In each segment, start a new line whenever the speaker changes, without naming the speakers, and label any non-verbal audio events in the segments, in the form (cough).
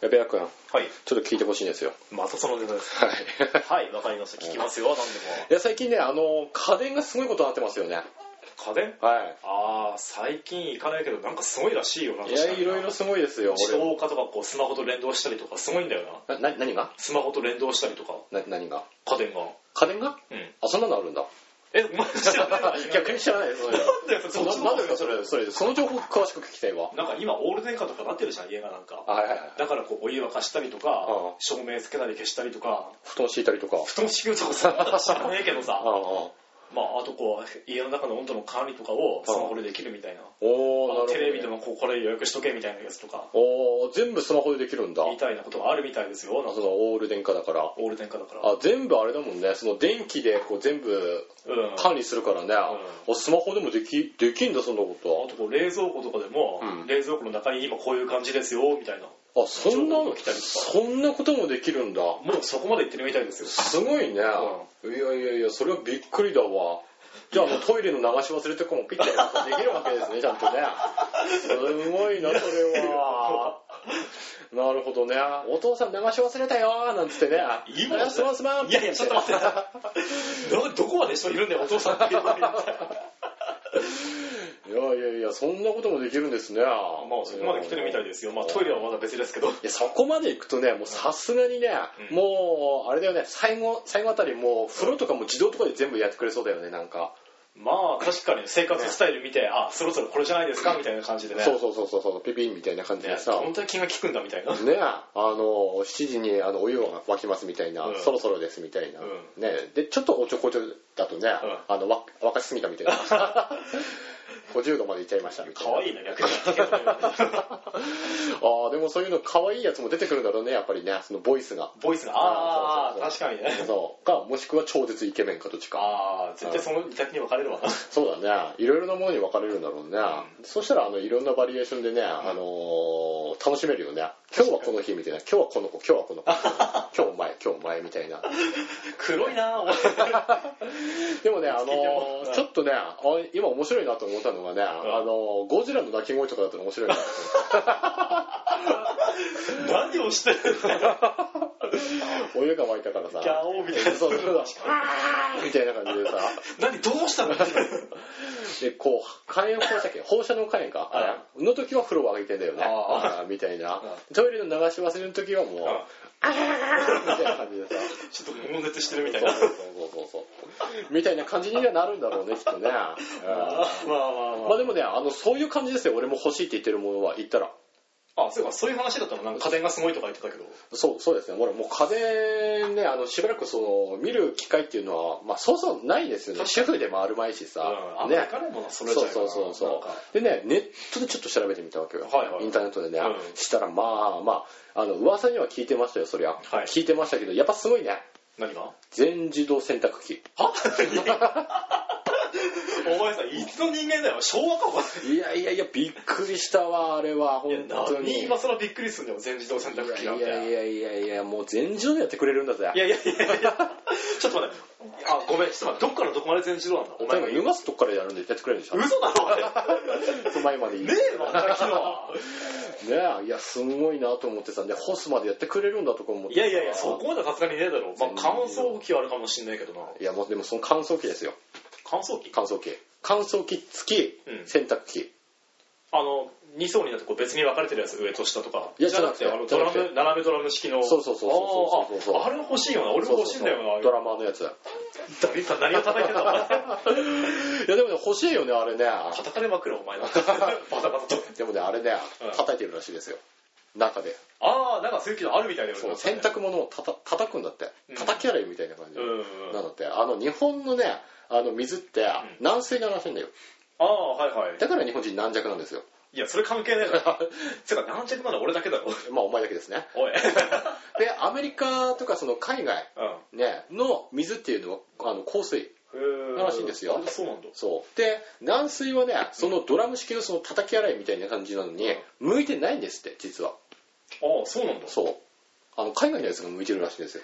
やべやくん、
はい。
ちょっと聞いてほしいんですよ。
またそのネタです。
はい。 (laughs)
はい、わかりました。聞きますよ、何で
いや、最近ね、あの、家電がすごいことになってますよね。
も。家電
は
ああ、最近行かないけど、なんかすごいらしいよな、
い。いや、
確かに
いろいろすごいですよ、
自
俺。
動化とか、こう、スマホと連動したりとか、すごいんだよな。
な、な、何が
スマホと連動したりとか、
な、何が
家電が。
家電が
うん。
あ、そんなのあるんだ。
え、 (laughs) お前知らないの
逆に知らないです、それ。
なんだよ、
(laughs)
そ
そ
っ
な
ち
な
の
んですか、それ。それ、その情報詳しく聞きたいわ。
なんか今、オール電化とかなってるじゃん、家がなんか。
はいはいはい。
だから、こう、お湯沸かしたりと
あ
か、照明つけたり消したりとか、
布団敷いたりとか。
布団敷くとかさ、知らねえけど
あ
さ、
あ、
まあ、あとこう、家の中の温度の管理とかをスマホでできるみたいな。
おー、なるほど、ね。
テレビでもこうこれ予約しとけみたいなやつとか、
おー、全部スマホでできるんだ。
みたいなことがあるみたいですよ、なん
そ
か
のオール電化だから。
オール電化だから。
あ、全部あれだもんね。その電気でこう全部
うん。
管理するからね。あスマホでもでき、できんだ、そんなこ
あとこう冷蔵庫とかでも、
うん
冷蔵庫の中に今こういう感じですよみたいな
とは。あ、そんな
情報が来たり、とか
そんなこともできるんだ。
もうそこまで行ってるみたいですよ
すごいね。いやいやいや、それはびっくりだわ。じゃあもうトイレの流し忘れとかもピッてやるできるわけ
(laughs)
ですね、ちゃんとね。すごいな、それ
(laughs)
は。なるほどね。お父さん流し忘れたよーなんつってね。
今の
あすまんすまん
いやいやちょっと待って (laughs) どどこまで人いるんだよお父さんって
いやいやいや、そんなこともできるんですね。まあ
まあそこまで来てるみたいですよまあトイレはまだ別ですけど
いやそこまで行くとね、もうさすがにね、
うん
もう、あれだよね、最後、最後あたりもう、風呂とかも自動とかで全部やってくれそうだよね、なんか。
まあ確かに生活スタイル見てあそろそろこれじゃないですかみたいな感じでね
そうそうそうそうそう、ピピンみたいな感じ
ね
でさ。
本当に気が利くんだみたいな
ね、あの7時にあのお湯が沸きますみたいな、
うん
そろそろですみたいな、
う
ね、でちょっとおちょこちょだとね、あのわ沸かしすぎたみたいな (laughs) 50度までいっちゃいましたみたい
可
な
愛いな
(laughs)
逆に言うけどね
あーでもそういうの可愛いやつも出てくるんだろうねやっぱりねそのボイスが
ボイスがああ
そう
確かにね
そうかもしくは超絶イケメンかどっちか
ああ絶対その二択に分か
(laughs)
れるわな
そうだねいろいろなものに分かれるんだろうね、そしたらあのいろんなバリエーションでね、あのー楽しめるよね今日はこの日みたいな今日はこの子今日はこの子 (laughs) 今日お前今日お前みたいな
黒いなお前
でもね、あの
聞いても
ーちょっとね、あ今面白いなと思ったのがね、あのーゴジラの鳴き声とかだったら面白いな。
(laughs) 何をしてるんだよ
(laughs) お湯が沸いたからさ
ギ、ャオーみたいな。
そうそうみたいな感じでさ、
何ど
(laughs)
うしたの
で、こう、火炎放射器、放射能火炎か、あれの時は風呂を上げてんだよね、
あ
あーみたいな
う。
トイレの流し忘れの時はもう、あーみたいな感じでさ、
ちょっと悶絶してるみたい
そう
な。
そうそうそう。みたいな感じにはなるんだろうね、きっとね。うん
まあまあ
まあでもね、あの、そういう感じですよ、俺も欲しいって言ってるものは、言ったら。
まあ。あ、そういえばそういう話だったのなんか家電がすごいとか言ってたけど。
そう、そうですね。俺もう家電ね、あの、しばらくその、見る機会っていうのは、まあ、そうそうないですよね。主婦でもあるまいしさ。
うん。あんま
ね
り。かねものそれじゃ
そ
な
う
いか
そ
な
うそう
なん
そ
か
う。でね、ネットでちょっと調べてみたわけよ。
はいはい
インターネットでね。
うん
したら、まあまあ、あの、噂には聞いてましたよ、そりゃ。
はい
聞いてましたけど、やっぱすごいね。
何が
全自動洗濯機。
はお前さ、いつの人間だよ。昭和か、お前。
いやいやいや、びっくりしたわ、あれは、本当に。
何今更びっくりすんだよ、全自動洗濯機なん
い
て。
やいやいやいや、もう全自動でやってくれるんだぜ。
いやいやいやいやちょっと待って。あ、ごめん、ちょっと待って。どっからどこまで全自動なんだお
お前
前
が
が
脱がすとこからやるんで、やってくれるんでしょ。
嘘だろ、お前。
お前までいい。
ねえわ、昨日。
ねえいやすごいなと思ってさで干すまでやってくれるんだとか思って
(laughs) い
さ
やいやいや、そこまではさすがにねえだろ。まあ、
全然
乾燥機はあるかもしんないけどな。
いやもうでもその乾燥機ですよ
乾燥機
乾燥機乾燥機付き
うん
洗濯機、
あの、2層になってこう別に分かれてるやつ、上と下とか。
いや
じゃなく
じ
て、
ゃ
あ
な
の、
くて
ドラム、斜めドラム式の。
そうそうそうそうそうそうそう
あーああれ欲しいよな。俺も欲しいんだよな。
ドラマーのやつい
誰さ何を叩いてんだ、お前。
やでもね欲しいよねあれね
(laughs) 叩かれまくる、お前なんか。
(laughs)
バタバタと。
でもねあれね
うん
叩いてるらしいですよ中で
ああ、なんかそういう機能あるみたいだよ
そう
ね。
洗濯物をたた叩くんだって
うん
叩き洗いみたいな感じ
うんうんう
なん
ん。
だってあの日本のねあの水って
うん
軟水ならしいんだよ
ああ、はいはい。
だから日本人軟弱なんですよ
いや、それ関係ないから。 (laughs) つうか、軟着なの俺だけだろ。
まあお前だけですね
お
(laughs)
い。
でアメリカとかその海外
う
ね、の水っていうのはあの硬水
ん。
らしいんですよ
あそうなんだ。
そうで軟水はねそのドラム式のその叩き洗いみたいな感じなのに向いてないんですって実は
ああ、そうなんだ。
そうあの海外のやつが向いてるらしいんですよ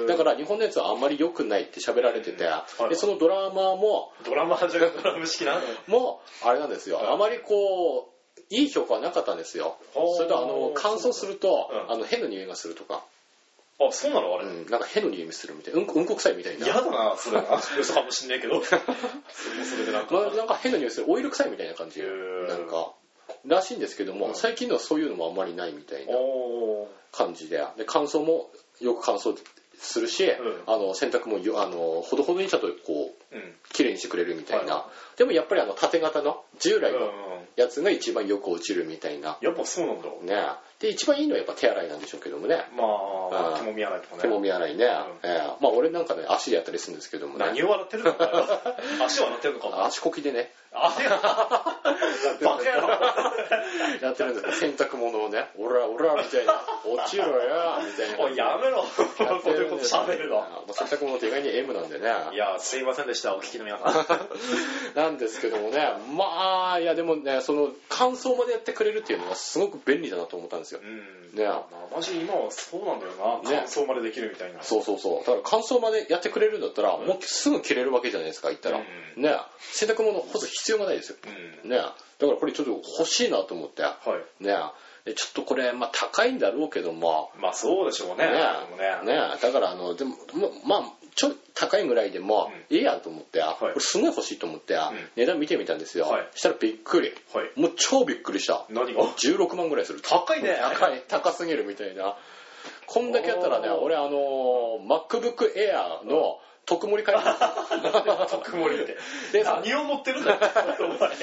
へえ。
だから日本のやつはあんまり良くないって喋られてて、
い
でそのドラマーも
ドラマじゃドラム式な。
もうあれなんですよ、
はい
あまりこいい評価はなかったんですよ。
ほう
それとあの、乾燥すると、
うん
あの、変な匂いがするとか、
あ、そうなの
う
あれ。
ん、なんか変な匂いするみたいな、うんこ、うんこ臭いみたいな。
嫌だな、それな。嘘かもしんないけ (laughs) ど。それもそれでなんか。
まあ、なんか変な匂いする、オイル臭いみたいな感じ
へー
なんか、らしいんですけども、
うん
最近のはそういうのもあんまりないみたいな
おー。
感じで、で、乾燥もよく乾燥するし、
ん
あの、洗濯もよ、あの、ほどほどにちゃんとこう、
うん。
綺麗にしてくれるみたいな。
は
でもやっぱりあの、縦型の、従来
うん
の
うん。
やつが一番よく落ちるみたいな。
やっぱそうなん
ね
だ。
で、一番いいのはやっぱ手洗いなんでしょうけどもね。
ま
うん
あ、手も見やないとかね。
手もみ洗いね。ええまあ俺なんかね、足でやったりするんですけどもね。
何を笑ってるのかな (laughs) 足笑ってるのかな
足こきで
(laughs)
ね、
足が。バカ野郎。
やってるんですよ。洗濯物をね、おらおらみたい
(laughs)
な、落ちろよ、みたいな。
(laughs) おい、やめろ。こういうこと喋るの。
まあ洗濯物って意外に M なんでね。
いや、すいませんでした、お聞きの皆さん。
なんですけどもね、まあ、いやでもね、その乾燥までやってくれるっていうのはすごく便利だなと思ったんですよ。
うん。
ね
まあマジ今はそうなんだよな。
ね
感想までできるみたいな。
そうそうそう。だから乾燥までやってくれるんだったら、もうすぐ切れるわけじゃないですか、言ったら。
うん
ね洗濯物干す必要がないですよ。
うん。
ねだからこれちょっと欲しいなと思って。
はい。
ねでちょっとこれ、まあ高いんだろうけども、
まあそうでしょうね。
ね
でもね。
ねだからあの、でも、ままあ、ちょっと高いぐらいでも、いいやと思って、これすごい欲しいと思って、値段見てみたんですよ。
はい
したらびっくり。
はい。
もう超びっくりした。
何が
16万ぐらいする。
高いね。
高い、高すぎるみたいな。こんだけやったらね、
おー
俺あのー MacBook Air の特盛り買いに行った
(laughs) 特盛りって。
で
何を持っ
(laughs)
てるんだよ、お前。
もう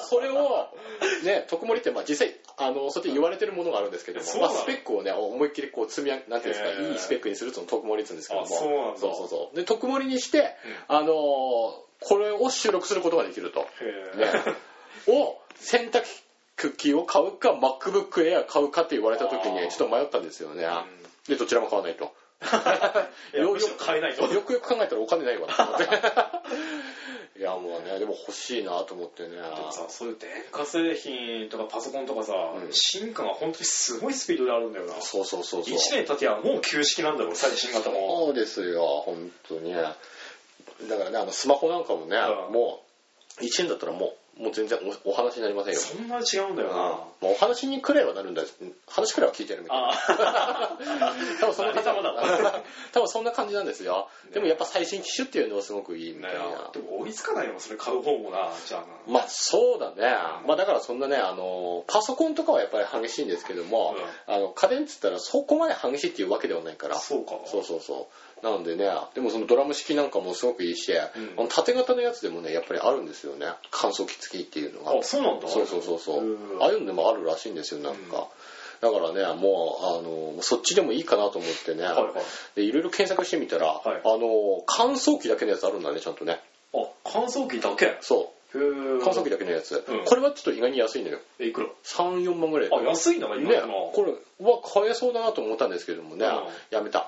それを、ね、特盛りって、まあ実際、あの、そうやって言われてるものがあるんですけども
そう、
ま
な
あ
の
スペックをね、思いっきりこう積み上げ、なんていうんです
へ
か、
ー
いいスペックにすると特盛りって言うんですけども、
あそうなんだ
そうそうそうで、特盛りにして、あのーこれを収録することができると。ね
へ
(laughs)
ー、
を、洗濯機を買うか、MacBook Air 買うかって言われた時
あ
に、
ー
ちょっと迷ったんですよね。
うん
で、どちらも買わないと。
いやむしろ買えないと。
よくよく考えたらお金ないわと思って。いや、もうね、でも欲しいなと思ってね。
でもさそういう電化製品とかパソコンとかさ、
うん
進化が本当にすごいスピードであるんだよな。1
そうそうそうそう。
年経てはもう旧式なんだろう、最新型も。
そうですよ、本当に。だからね、あのスマホなんかもね、
うん
もう、1年だったらもう、もう全然おお話になりませんよ。
そんなに違うんだよ
うん
な。
まあお話にくらいはなるんだ話くらいは聞いてるみたいな。多分そんな感じ
あありさまだ
多分そんな感じなんですよ。
ね
でもやっぱ最新機種っていうのはすごくいいみたい
あ
な。
でも追いつかないよ、それ買う方もな、じゃあな。
まあそうだね。まあだからそんなね、あの、パソコンとかはやっぱり激しいんですけども、あの、家電っつったらそこまで激しいっていうわけではないから。
そうか。
そうそうそう。なんでね、でもそのドラム式なんかもすごくいいし、
ん
あの縦型のやつでもね、やっぱりあるんですよね。乾燥機付きっていうのが
あ、。そうなんだ。
そうそうそうそうう。
ん
ああいうのでもあるらしいんですよ、なんか。だからね、もう、あの、そっちでもいいかなと思ってね、
はいはい
でいろいろ検索してみたら、
はい
あの、乾燥機だけのやつあるんだね、ちゃんとね。
あ、乾燥機だけ
そ
へー
う。乾燥機だけのやつ。
うん
これはちょっと意外に安いのよ。
え、いくら
3、4万ぐらい。
あ、安いんだな、
ね
今の、
これは買えそうだなと思ったんですけどもね、
うん
やめた。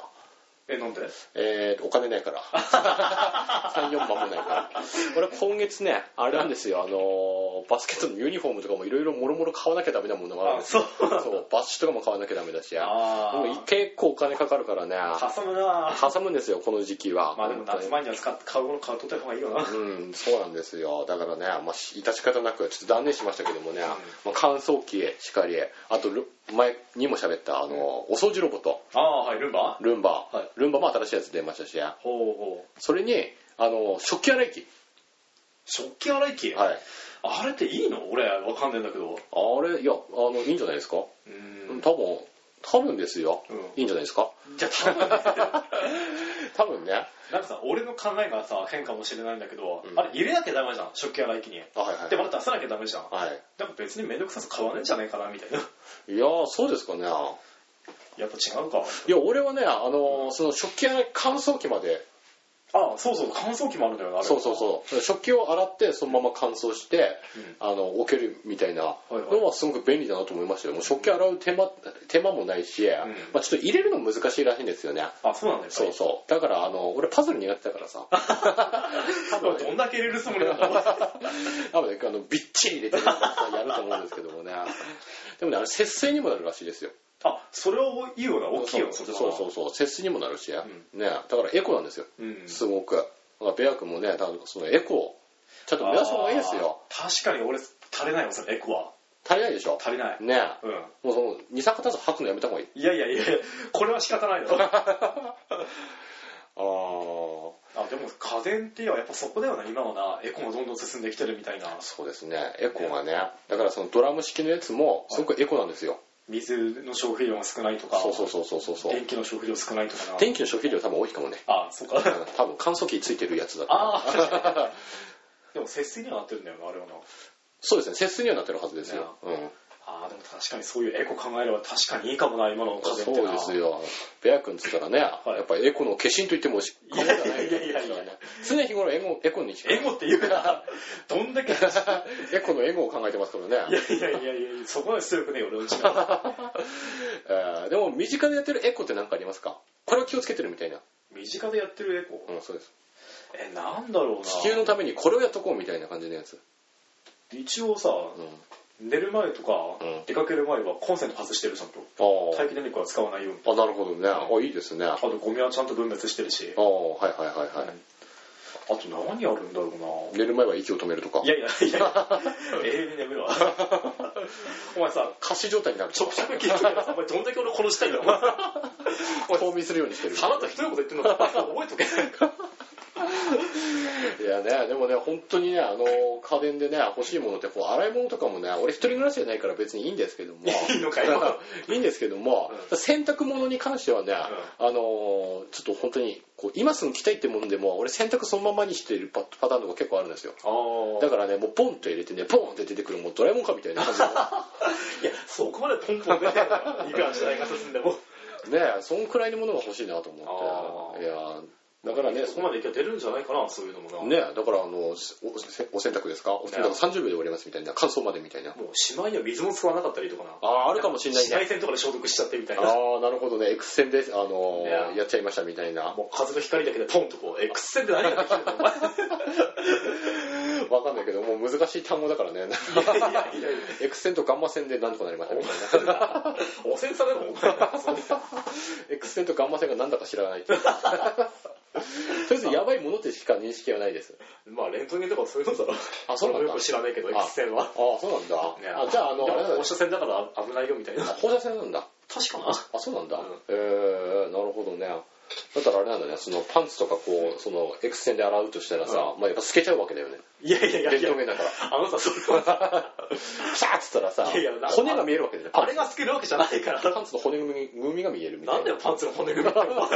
え、なんで
えー、お金ないから。3、4万もないから。俺今月ね、あれなんですよ、あのーバスケットのユニフォームとかもいろいろもろもろ買わなきゃダメなものがあるん
あ、
です
そう。
よ。そう、バッシュとかも買わなきゃダメだし。で
あ
も結構お金かかるからね、
あ。かさむな。
挟むんですよ、この時期は。
まあでも夏前には使って買うもの買うとった方がいいよ
う
な。
ん、そうなんですよ。だからね、まあ、致し方なく、ちょっと断念しましたけどもね、まあ、乾燥機しかり、あと、ル前にも喋った、あの、お掃除ロボット、
ああ、はい、ルンバ
ルンバ、
はい
ルンバも新しいやつ出ましたし、
ほうほう。
それに、あの、食器洗い機。
食器洗い機、
はい。
あれっていいの俺、わかんねえんだけど。
あれ、いや、あの、いいんじゃないですか、
う
うん
ん。
多分、多分ですよ。
う
いいんじゃないですか
じゃあ多分ね、
(laughs) 多分ね。
なんかさ、俺の考えがさ、変かもしれないんだけど、
うん
あれ入れなきゃダメじゃん、食器洗い機に。
あ、はいはい。
で、また出さなきゃダメじゃん。
はい。
なんか別にめんどくささ買わねえんじゃねえかな、みたいな。
いやー、そうですかね。い
やっぱ違うか。
や、俺はね、あの、その食器洗い乾燥機まで
ああ、そうそう、乾燥機もあるんだよな、あれ
そうそうそう食器を洗ってそのまま乾燥して、あの置けるみたいない
はい
のはすごく便利だなと思いましたよもう食器洗う手間手間もないし、まあ、ちょっと入れるの難しいらしいんですよね
あ、そうなんだよ。
そうそうだからあの俺パズル苦手だから
(laughs)
さ多分
どんだけ入れるつもりなんだ
(laughs)
ろう。
多分ねあのびっちり入れてやると思うんですけどもねでもねあれ節制にもなるらしいですよ
あ、それをいいよな、大きいよ、
そう
っちの
そう
方
そ
が
うそう節制にもなるし、ねだからエコなんですよ
うん。
すごくだからベア君もねだからそのエコをちゃんと目指す方がいいですよ
あー。確かに俺、足りないわ、それ、エコは。
足りないでしょ
足りない。
ねえ
うん。
もうその二酸化炭素吐くのやめた方がいい
いやいやいやこれは仕
(laughs)
方ないだろ。
ああ
あ、でも家電って言えばやっぱそこだよな、今はな。エコもどんどん進んできてるみたいな。
そうですねエコがねだからそのドラム式のやつもすごくエコなんですよ、
水の消費量が少ないとか、
そうそうそうそうそうそう
電気の消費量少ないとかな。
電気の消費量多分多いかもね
あ、そう
う
か。
ん多分乾燥機ついてるやつだと
ああ、確かに (laughs) でも節水にはなってるんだよな、あれはな。
そうですね節水にはなってるはずですよ、うん、
ああ、でも確かにそういうエコ考えれば確かにいいかもな、今の家電って
そう
な。
ですよベア君っつったらね、
い
やっぱエコの化身と言ってもし
いやいやいやいやいや
常日頃エゴエコに
エゴって言うな。どんだけ。い
エコのエゴを考えてますからね、
やいやいやいや、そこまで出力ねえ、俺のうち
えーでも身近でやってるエコって何かありますかこれは気をつけてるみたいな
身近でやってるエコ。
うんそうです
え、なんだろうな。
地球のためにこれをやっとこうみたいな感じのやつ、
一応さ、
うん、あ
寝る前とか、
うん
出かける前はコンセント外してるちゃんと
ー
待機電力は使わないように
あなるほどねあいいですねあ
あとゴミはちゃんと分別してるし
ーはいはいはいはい、
あと何やるんだろう (laughs) な
寝る前は息を止めるとか
いやいやいや永遠に眠るわお前さ
仮死状態になる
ちょくちょく聞いてる (laughs) からさお前どんだけ俺殺したいんだお前
冬眠するようにしてる
あなたひどいこと言ってんのか覚えとけ
いやね、でもね、本当にね、あの、家電でね、欲しいものって、こう、洗い物とかもね、俺一人暮らしじゃないから (laughs) 別にいいんですけども。
(laughs) いいのか (laughs) よ
いいんですけども、洗濯物に関してはね、あのーちょっと本当に、こう、今すぐ着たいってもんでも、俺洗濯そのままにしてるパパターンとか結構あるんですよ。
ああ
だからね、もうポンと入れてね、ポンって出てくる、もうドラえもんかみたいな感じ
いやそこまでポン (laughs) ポン出てるからいくら時代が進んでも
(laughs) の。ねそんくらいのものが欲しいなと思っ
あー
て。いやだからね、
そこまでいけば出るんじゃないかなそういうのもな
ね、だからあのおおお洗濯ですかお洗濯30秒で終わりますみたいな乾燥までみたいな
もうしまいには水も使わなかったりとかな
あーあるかもしれない
紫
ね
外線とかで消毒しちゃってみたいな
ああなるほどね X 線で、あのー
ね
やっちゃいましたみたいな
もう風の光だけでポンとこう X 線で何ができるのお
わかんないけどもう難しい単語だから (laughs) ね
前いやいやいやい
X 線とガンマ線でなんとかなりましたみたい (laughs) な
や汚染されるもんお前 (laughs)
X 線とガンマ線が何だか知らないって (laughs) いうとりあえずやばいものってしか認識はないです
まあレントゲンとかそういうのだろ
あそうなんだ
俺もよく知らないけど
あ
X 線
あ
は
あそうなんだ
ね
あじゃああの
で
あれ
も
だ
放射線だから危ないよみたいな
あ放射線なんだ
確かな
あそうなんだ、
うん
えー、なるほどねだったらあれなんだねそのパンツとかこうその X 線で洗うとしたらさ、まあやっぱ透けちゃうわけだよね
いやいやいや
レン
いや
トゲンだから
あのさそれは
ピシャーっつったらさ
いやいやな
骨が見えるわけじゃん
あれが透けるわけじゃないから
パンツの骨組み組みが見えるみた
(laughs) ないんだ
な
よパンツの骨組みって (laughs) お前どん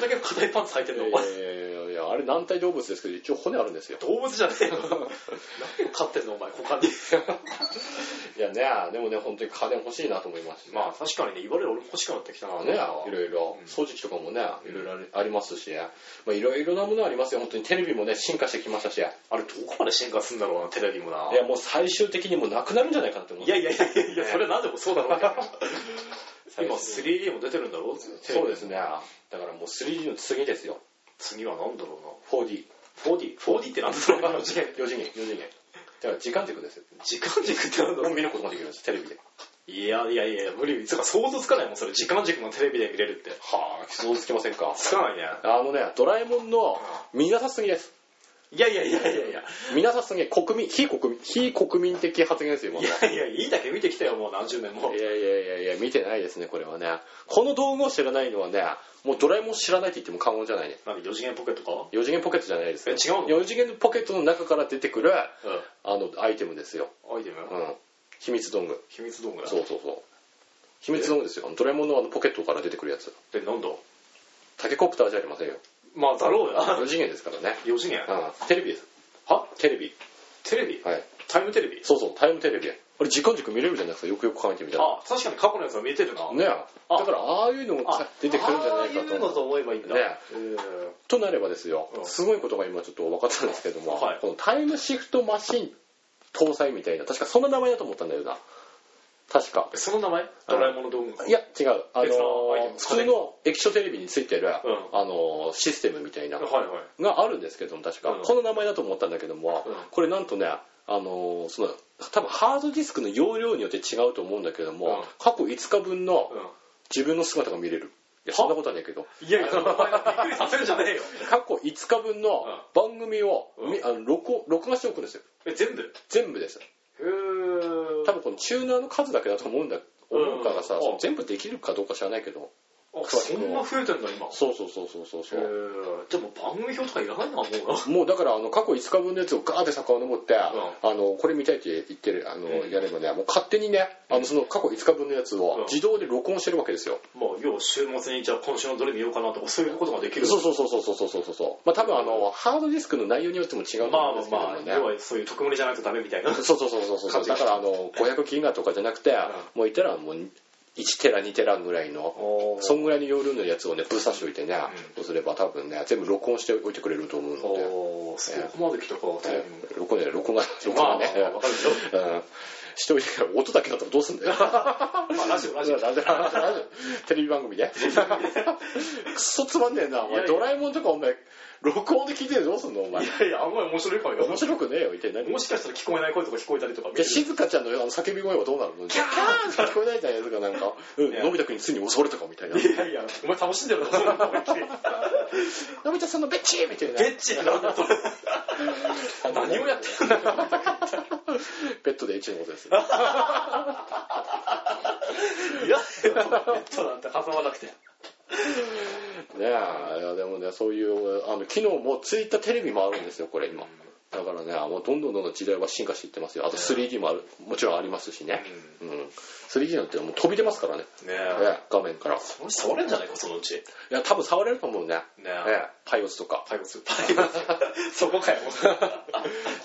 だけ硬いパンツ履いてんのお
い
前
やいやいやいやあれ軟体動物ですけど一応骨あるんですよ
動物じゃねえよ何を飼ってんのお前股間に
いやねでもね本当に家電欲しいなと思います
まあ確かにね言われる俺も欲しくなってきたな
ね、いろいろ
うん
掃除機とかもねいろいろありありますし、まあ、いろいろなものありますよ本当にテレビもね進化してきましたしいや
あれどこまで進化するんだろうなテレビもな
もう最終的にもうなくなるんじゃないかなって思う
いやいやいやいやいや、それは何でもそうだろうけど (laughs) 今
最
3D も出てるんだろ。
そうですすねだからもう 3D の次ですよ
次は何だろ
4D4
うな。4D。4D って何だろうな。時
次
間 (laughs)
元4次元だから時間軸ですよ
軸って何だ
も
ろ
う見ることができるんですテレビで
う。いやいやいや、無理。つうか想像つかないもん、それ。時間軸もテレビで見れるって。
はあ想像つきませんか
つかないね。
あのね、ドラえもんの見なさすぎです。
いやいやいやいやいや。
見なさすぎ、国民、非国民、非国民的発言ですよ、今
い
の
やいや、いいだけ見てきたよ、もう何十年も
い。やいやいやいや、見てないですね、これはね。この道具を知らないのはね、もうドラえもん知らないって言っても過言じゃないね。
何、4次元ポケットか
4次元ポケットじゃないです
え、
よ。
違うの
4次元のポケットの中から出てくる、
う
あの、アイテムですよ。
ん。アイテム
うん。秘密道具。
秘密道具だ。
そうそうそう。秘密道具ですよ。あのドラえもんのあのポケットから出てくるやつ。
で、何だ
タケコプターじゃありませんよ。
まあ、だろうな。
4次元ですからね。
4次元
うん。テレビです。
は
テレビ。
テレビ
はい。
タイムテレビ
そうそう、タイムテレビ。あれ、時間軸見れるじゃないですか、よくよく考えてみたら。
あ、確かに過去のやつは見えてるな。
ねえ。だから、ああいうの
あ
が出てくるんじゃないか
ああ
と
いうのと思えばいいんだ。
ね
えー
となればですよ
う、ん
すごいことが今ちょっと分かったんですけども、
はい
このタイムシフトマシン搭載みたいな、確かそんな名前だと思ったんだよな。確か。
その名前ドラえもんの道具
いや、違う。あの
別のアイテム
普通の液晶テレビについてる、
ん
あのシステムみたいな
はいはい。
があるんですけども、確か。
うん
この名前だと思ったんだけども、
うん
これなんとね、あのその多分ハードディスクの容量によって違うと思うんだけども、
うん
過去5日分の
う
自分の姿が見れる。いや、そんなことはないけど。
ん。いやいや、お前びっくりさせるんじゃねえよ。
過去5日分の番組を、
うん
みあの録音録画しておくんですよ
え、全部
全部です
ー
多分このチューナーの数だけだと思うんだ思うからさ、
うん
その全部できるかどうか知らないけど
あそんな増えてんだ今
そうそうそうそうそうそう
へーでも番組表とかいらないなもうな
もうだからあの過去5日分のやつをガーって遡って、あのこれ見たいって言ってるあの、
うん
やればねもう勝手にねあのその過去5日分のやつ
うん
を自動で録音してるわけですよ、
まあ要は週末にじゃあ今週のどれ見ようかなとかそういうことができる
そうそうそうそうそうそうそうまあ多分あのハードディスクの内容によっても違うと
ま
思
あ
うんですけど
まあ
も
まあ
ね、
要はそういう特盛りじゃないとダメみたいな
そうそうそうそうそう
感じ
だからあの500ギガとかじゃなくて、
ん
もういたらもう1テラ2テラぐらいの
おー
そんぐらいの容量のやつをねぶっ刺しておいてね、
うん
そうすれば多分ね全部録音しておいてくれると思うので、
おーそこまで来たか
ね録音ね録音が録
まあ
音が
ま
ね、
あわかるよ
うんしておいてから音だけだったらどうすんだよ
(laughs) まあラジオラジオ
ラジオラジオラジオテレビ番
(laughs)
組ねくっそつまんねえなお
い
前
やいや
ドラえもんとかお前録音で聞いてどうすんのお前
いやいやあんまり面白いかもよ
面白くねえよ一体何
もしかしたら聞こえない声とか聞こえたりとか見
じゃ
る
あ静香ちゃんのあの叫び声はどうなるのキャーって聞こえないじゃないですかなんか、うん、
いや
のび太くんについに襲われたかみたいない
やいやお前楽しんでるなそういうの思いっきり
のび太さんのベッチーみたいな
ベッチなんだと何をやってんだよ
ベッドでエッチのことです
いやベッドなんて挟まなくて
ねえいやでもねそういうあの機能もついたテレビもあるんですよこれ今だからねもうどんどんどんどん時代は進化していってますよあと 3D もあるもちろんありますしね、うん 3D なんてもう飛び出ますからね
ね
ね画面からい
もし触れんじゃないかそのうち
や多分触れると思うね
ね
ねえパイオツとか
パイオツパイオツそこ (laughs) かよ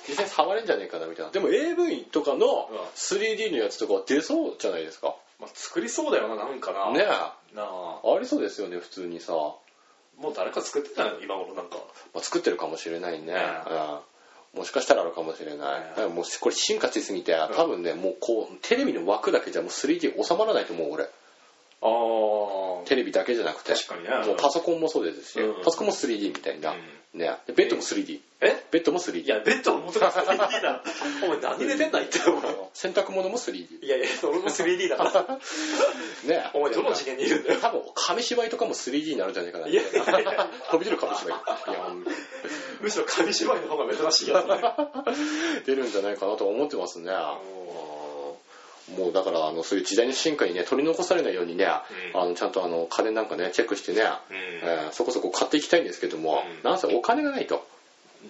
実際触れんじゃねえかなみたいなでも AV とかの
うん
3D のやつとかは出そうじゃないですか
まあ作りそうだよななんかな
ねえ
なあ
ありそうですよね普通にさ、ま
もう誰か作ってたの今頃なんか
あ作ってるかもしれないね、
ね
うんもしかしたらあるかもしれない、
ね
でももうこれ進化しすぎて多分ねもうこうテレビの枠だけじゃもう 3D 収まらないと思う俺
ああ
テレビだけじゃなくて
確かにね
もうパソコンもそうですし、
うん
パソコンも 3D みたいな、
うん
ねでベッドも 3D
え
ベッドも 3D
いやベッドの元が 3D だお前何寝てんだいって思う
洗濯物も 3D
いやいや俺も 3D だ (laughs) から
ね
お前どの次元にいるんだよ
多分紙芝居とかも 3D になるんじゃないかない
やいやいや
飛び出る紙芝居いや
むしろ紙芝居の方が珍しいやつ (laughs) ね
出るんじゃないかなと思ってますねもうだからあのそういう時代の進化にね取り残されないようにね、
うん
あのちゃんとあの家電なんかねチェックしてね、えーそこそこ買っていきたいんですけども、
うん
なんせお金がないと、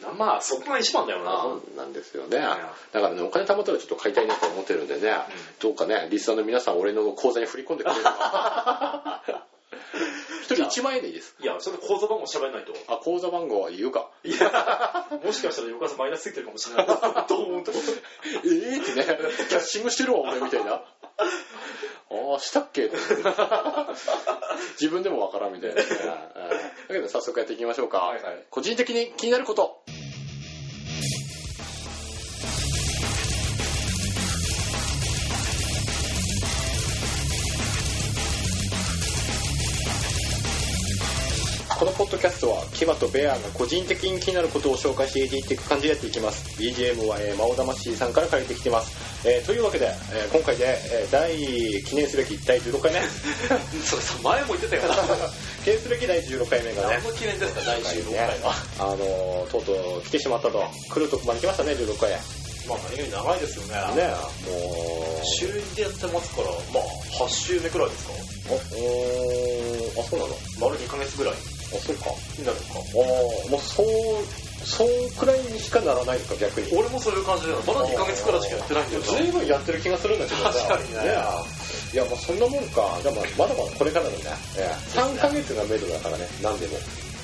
なまあそこが一番だよな
そうなんですよね、だからねお金貯まったらちょっと買いたいなと思ってるんでね、どうかねリスナーの皆さん俺の口座に振り込んでくれれば
(laughs)
一人1万円でいいです
いやそれ構造番号喋ん (laughs) ないと
あ口座番号は言うか
いやもしかしたら翌朝マイナスついてるかもしれないと思う (laughs) と
ええってね、キャッシングしてるわ、俺み
(laughs)
たいな。ああ、したっけって自分でもわからん
(laughs)
みたいなね。うんだけど早速やっていきましょうか。
はいはい
個人的に気になること。このポッドキャストはキバとベアが個人的に気になることを紹介していっていく感じでやっていきます BGM は、えー、魔王魂さんから借りてきてます、えーというわけで、えー今回で、えー第記念すべき第16回目 (laughs)
それさ前も言って (laughs) たよな
記念すべき第16回目がね
何の記念ですか第16回 (laughs) は
あのーとうとう来てしまったと来るとこまで来ましたね16回ね
まあ何より長いですよね
もう
週2でやってますからまあ8週目くらいですか
おおーあそうなのあ
丸2ヶ月ぐらい
そうか
になる
あ
のか
ーもうそうそうくらいにしかならないのか逆に
俺もそういう感じだよまだ2ヶ月くらいしかやってないんだよな
随分やってる気がするんだけどさ
確かにね
いやもうそんなもんかでもまだまだこれからだね、ええ、3ヶ月がメドだからね何でも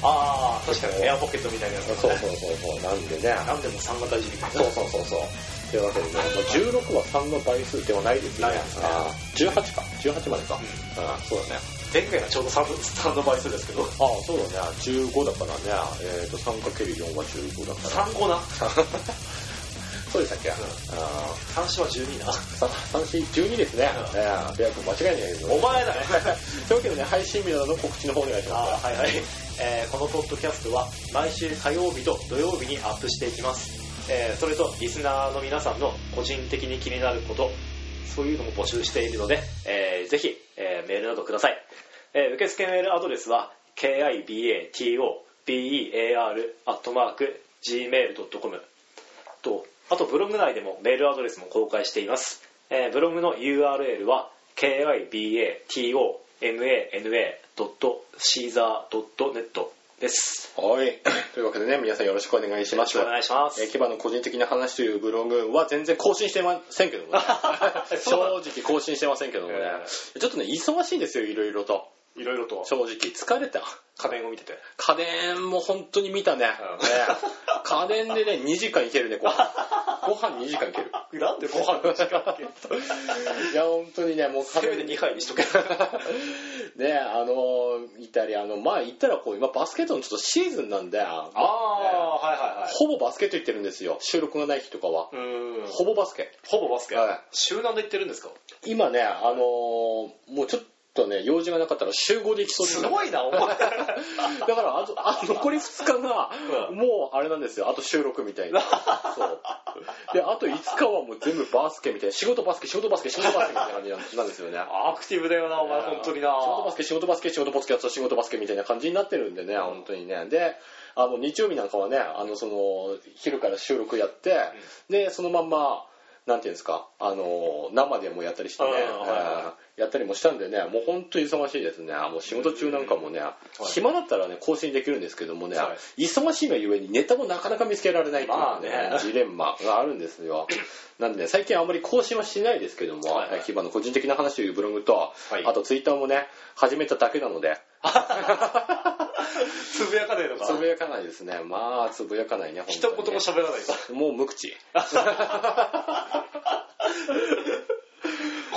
ああ確かにエアポケットみたいなやつ
そうそうそうそうなんでね
何でも3型じりか
そうそうそうそうというわけでねもう16は3の倍数ではないですよ
ない
ね
ですね
ああ18か18までか、
う
ああそうだね
前回がちょうど 3, 3の倍数ですけど
ああそうだね15だからねえっ、ー、と 3×4 は15だから
3個な
そうでしたっけ、ああ
3子は12な
3412ですね、
う
ええベア君間違いないけど
お前だね
というわけでね配信日などの告知の方お願いします
(laughs) あーはいはい、えーこのポッドキャストは毎週火曜日と土曜日にアップしていきます、えーそれとリスナーの皆さんの個人的に気になることそういうのも募集しているので、えーぜひ、えーメールなどください、えー受付メールアドレスは kibatObear.gmail.com とあとブログ内でもメールアドレスも公開しています、えーブログの URL は kibatomana.caesar.net です
はい。 (coughs) というわけでね、皆さんよろしくお願いします。
よろしくお願いしま
えー
す。
キバの個人的な話というブログは全然更新してませんけどもね
(laughs)
正直更新してませんけどもね
え。
ちょっとね、忙しいんですよ、いろいろと。
いろいろと
正直、疲れた。
家電を見てて
家電も本当に見たね。ね
うん
家電で
(laughs)
ね、2時間いけるね、ご飯。ご飯2時間いける。
なんでご飯の時間
(laughs)
け
いや、本当にね、もう
せめて2杯にしとけ
(laughs) ねあのー、イタリアの、まあ言ったらこう、今バスケットのちょっとシーズンなんで、
ああはいはいはい
ほぼバスケット行ってるんですよ。収録がない日とかは。
うーん
ほぼバスケ。
ほぼバスケ、
はい
集団で行ってるんですか
今ね、あのーもうちょっとね、用事がなかったら集合で行きそうですす。
ごいな (laughs) お前
だからあと、あ残り2日が、
うん
もうあれなんですよ。あと収録みたいな。そう。で、あと5日はもう全部バスケみたいな。仕事バスケ、仕事バスケ、仕事バスケみたいな感じなんなんですよね。
アクティブだよなお前本当にな
仕事バスケ、仕事バスケ、仕事バスケ、仕事バスケみたいな感じになってるんでね、本当にね。で、あの、日曜日なんかはね、あの、その、昼から収録やって、で、そのまんま、なんていうんですか、あの、生でもやったりしてね、
うん
え
は
ーやったりもしたんでね、もう本当に忙しいですね。もう仕事中なんかもね、
い
暇だったらね、更新できるんですけどもね、
は
忙しいがゆえにネタもなかなか見つけられないっていう、
まあね
ジレンマがあるんです
(laughs)
よ。なんで、最近あんまり更新はしないですけども、
はいはい
キバの個人的な話というブログと、
い
あとツイッターもね、始めただけなので、
つぶやかねえのか
つぶやかないですね。まあ、つぶやかないね、
一言
本
も
当にね
喋らない
もう無口。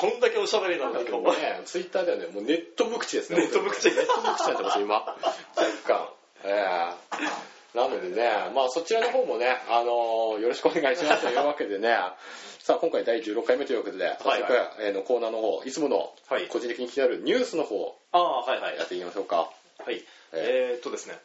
こんだけおしゃべりなんだけどお前
ね、ツイッターではね、もうネット無口ですね。
ネット無口
ネット無口になってます、今。若干。ええなのでね、まあそちらの方もね、あのーよろしくお願いしますというわけで
(laughs)
ね、さあ今回第16回目というわけで、早速、
は
えーのコーナーの方、いつもの
はい
個人的に気になるニュースの方、
ああはいはい
やっていきましょうか。
はい
え
えーっとですね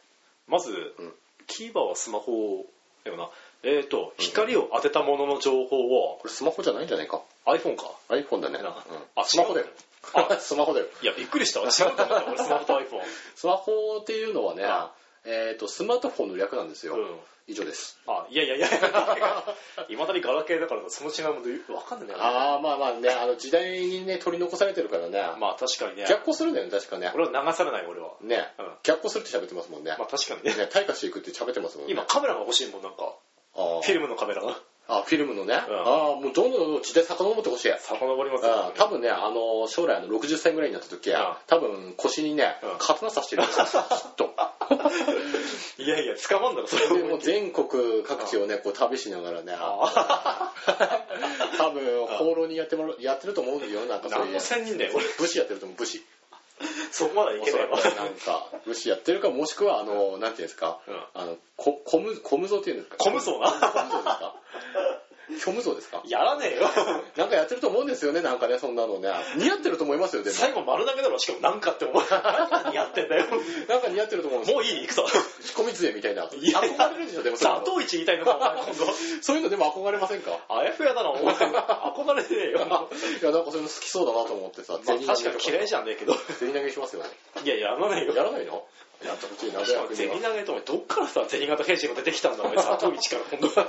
まず
うん
キーバーはスマホだよなえーっと光を当てたものの情報を
これスマホじゃないんじゃないか
iPhone か
?iPhone だね。
なんか
うん
あ
スマホだよ。 (laughs)
あ
スマホだよ。
いやびっく (laughs) りした違うと思った俺スマホと iPhone
スマホっていうのはね
あ、
えっ、と、スマートフォンの略なんですよ。
うん
以上です。
あいやいやいや (laughs) いまだにガラケーだからその違いもよくわかんないんだよね
ああ、まあまあね、あの時代にね、取り残されてるからね。
まあ確かにね
逆行するんだよね、確かね。
俺は流されない俺は
ね、
うん
逆行するって喋ってますもんね。
まあ確かにね
ね、退化していくって喋ってますもんね。
今カメラが欲しいもんなんか
あー
フィルムのカメラが
あ、フィルムのね。ああ、もうどんどんどんどん時代遡ってほしい。
遡りますよ、
うん多分ね、あの、将来あの60歳ぐらいになった時、
ん
多分腰にね
うん、
刀刺してるんですよ、 (laughs) きっと。
いやいや捕まんだろそれ
でもう全国各地をね、こう旅しながらね、多分、放浪にやってもらうやってると思うんだよ、なんかそう
何
いう
の。仙人だよ俺
武士やってると思う、武士。
そこまでい
お
け
そ
な
ら
い
く
わ
なんか、武士やってるか、もしくは、あの、なんていうんですか、
うん
あの、こ、こむ、こむぞっていうんですか。
コムソ
虚
な
無像ですか虚無像ですか
やらねえよ
なんかやってると思うんですよね、なんかね、そんなのね。似合ってると思いますよ、でも。
最後丸投げだろしかもなんかって思う何やってんだよ
なんか似合ってると思うんですよ。
もういい行くぞ
仕込み杖みたいな。
いや
憧れるでしょ、でもそういう
砂
の
糖市みたいなのお前今度
そういうのでも憧れませんか
あやふやだなお前憧れてねえよ
いや、なんかそういうの好きそうだなと思ってさ、
まあ確かに嫌い
ゃ
じゃねえけど
ん。銭投げしますよね。
いややらないよ
やらないのやってほしいな、
しかも
い
銭投げとお前どっからさ銭形平次が出てきたんだお前砂糖市から今度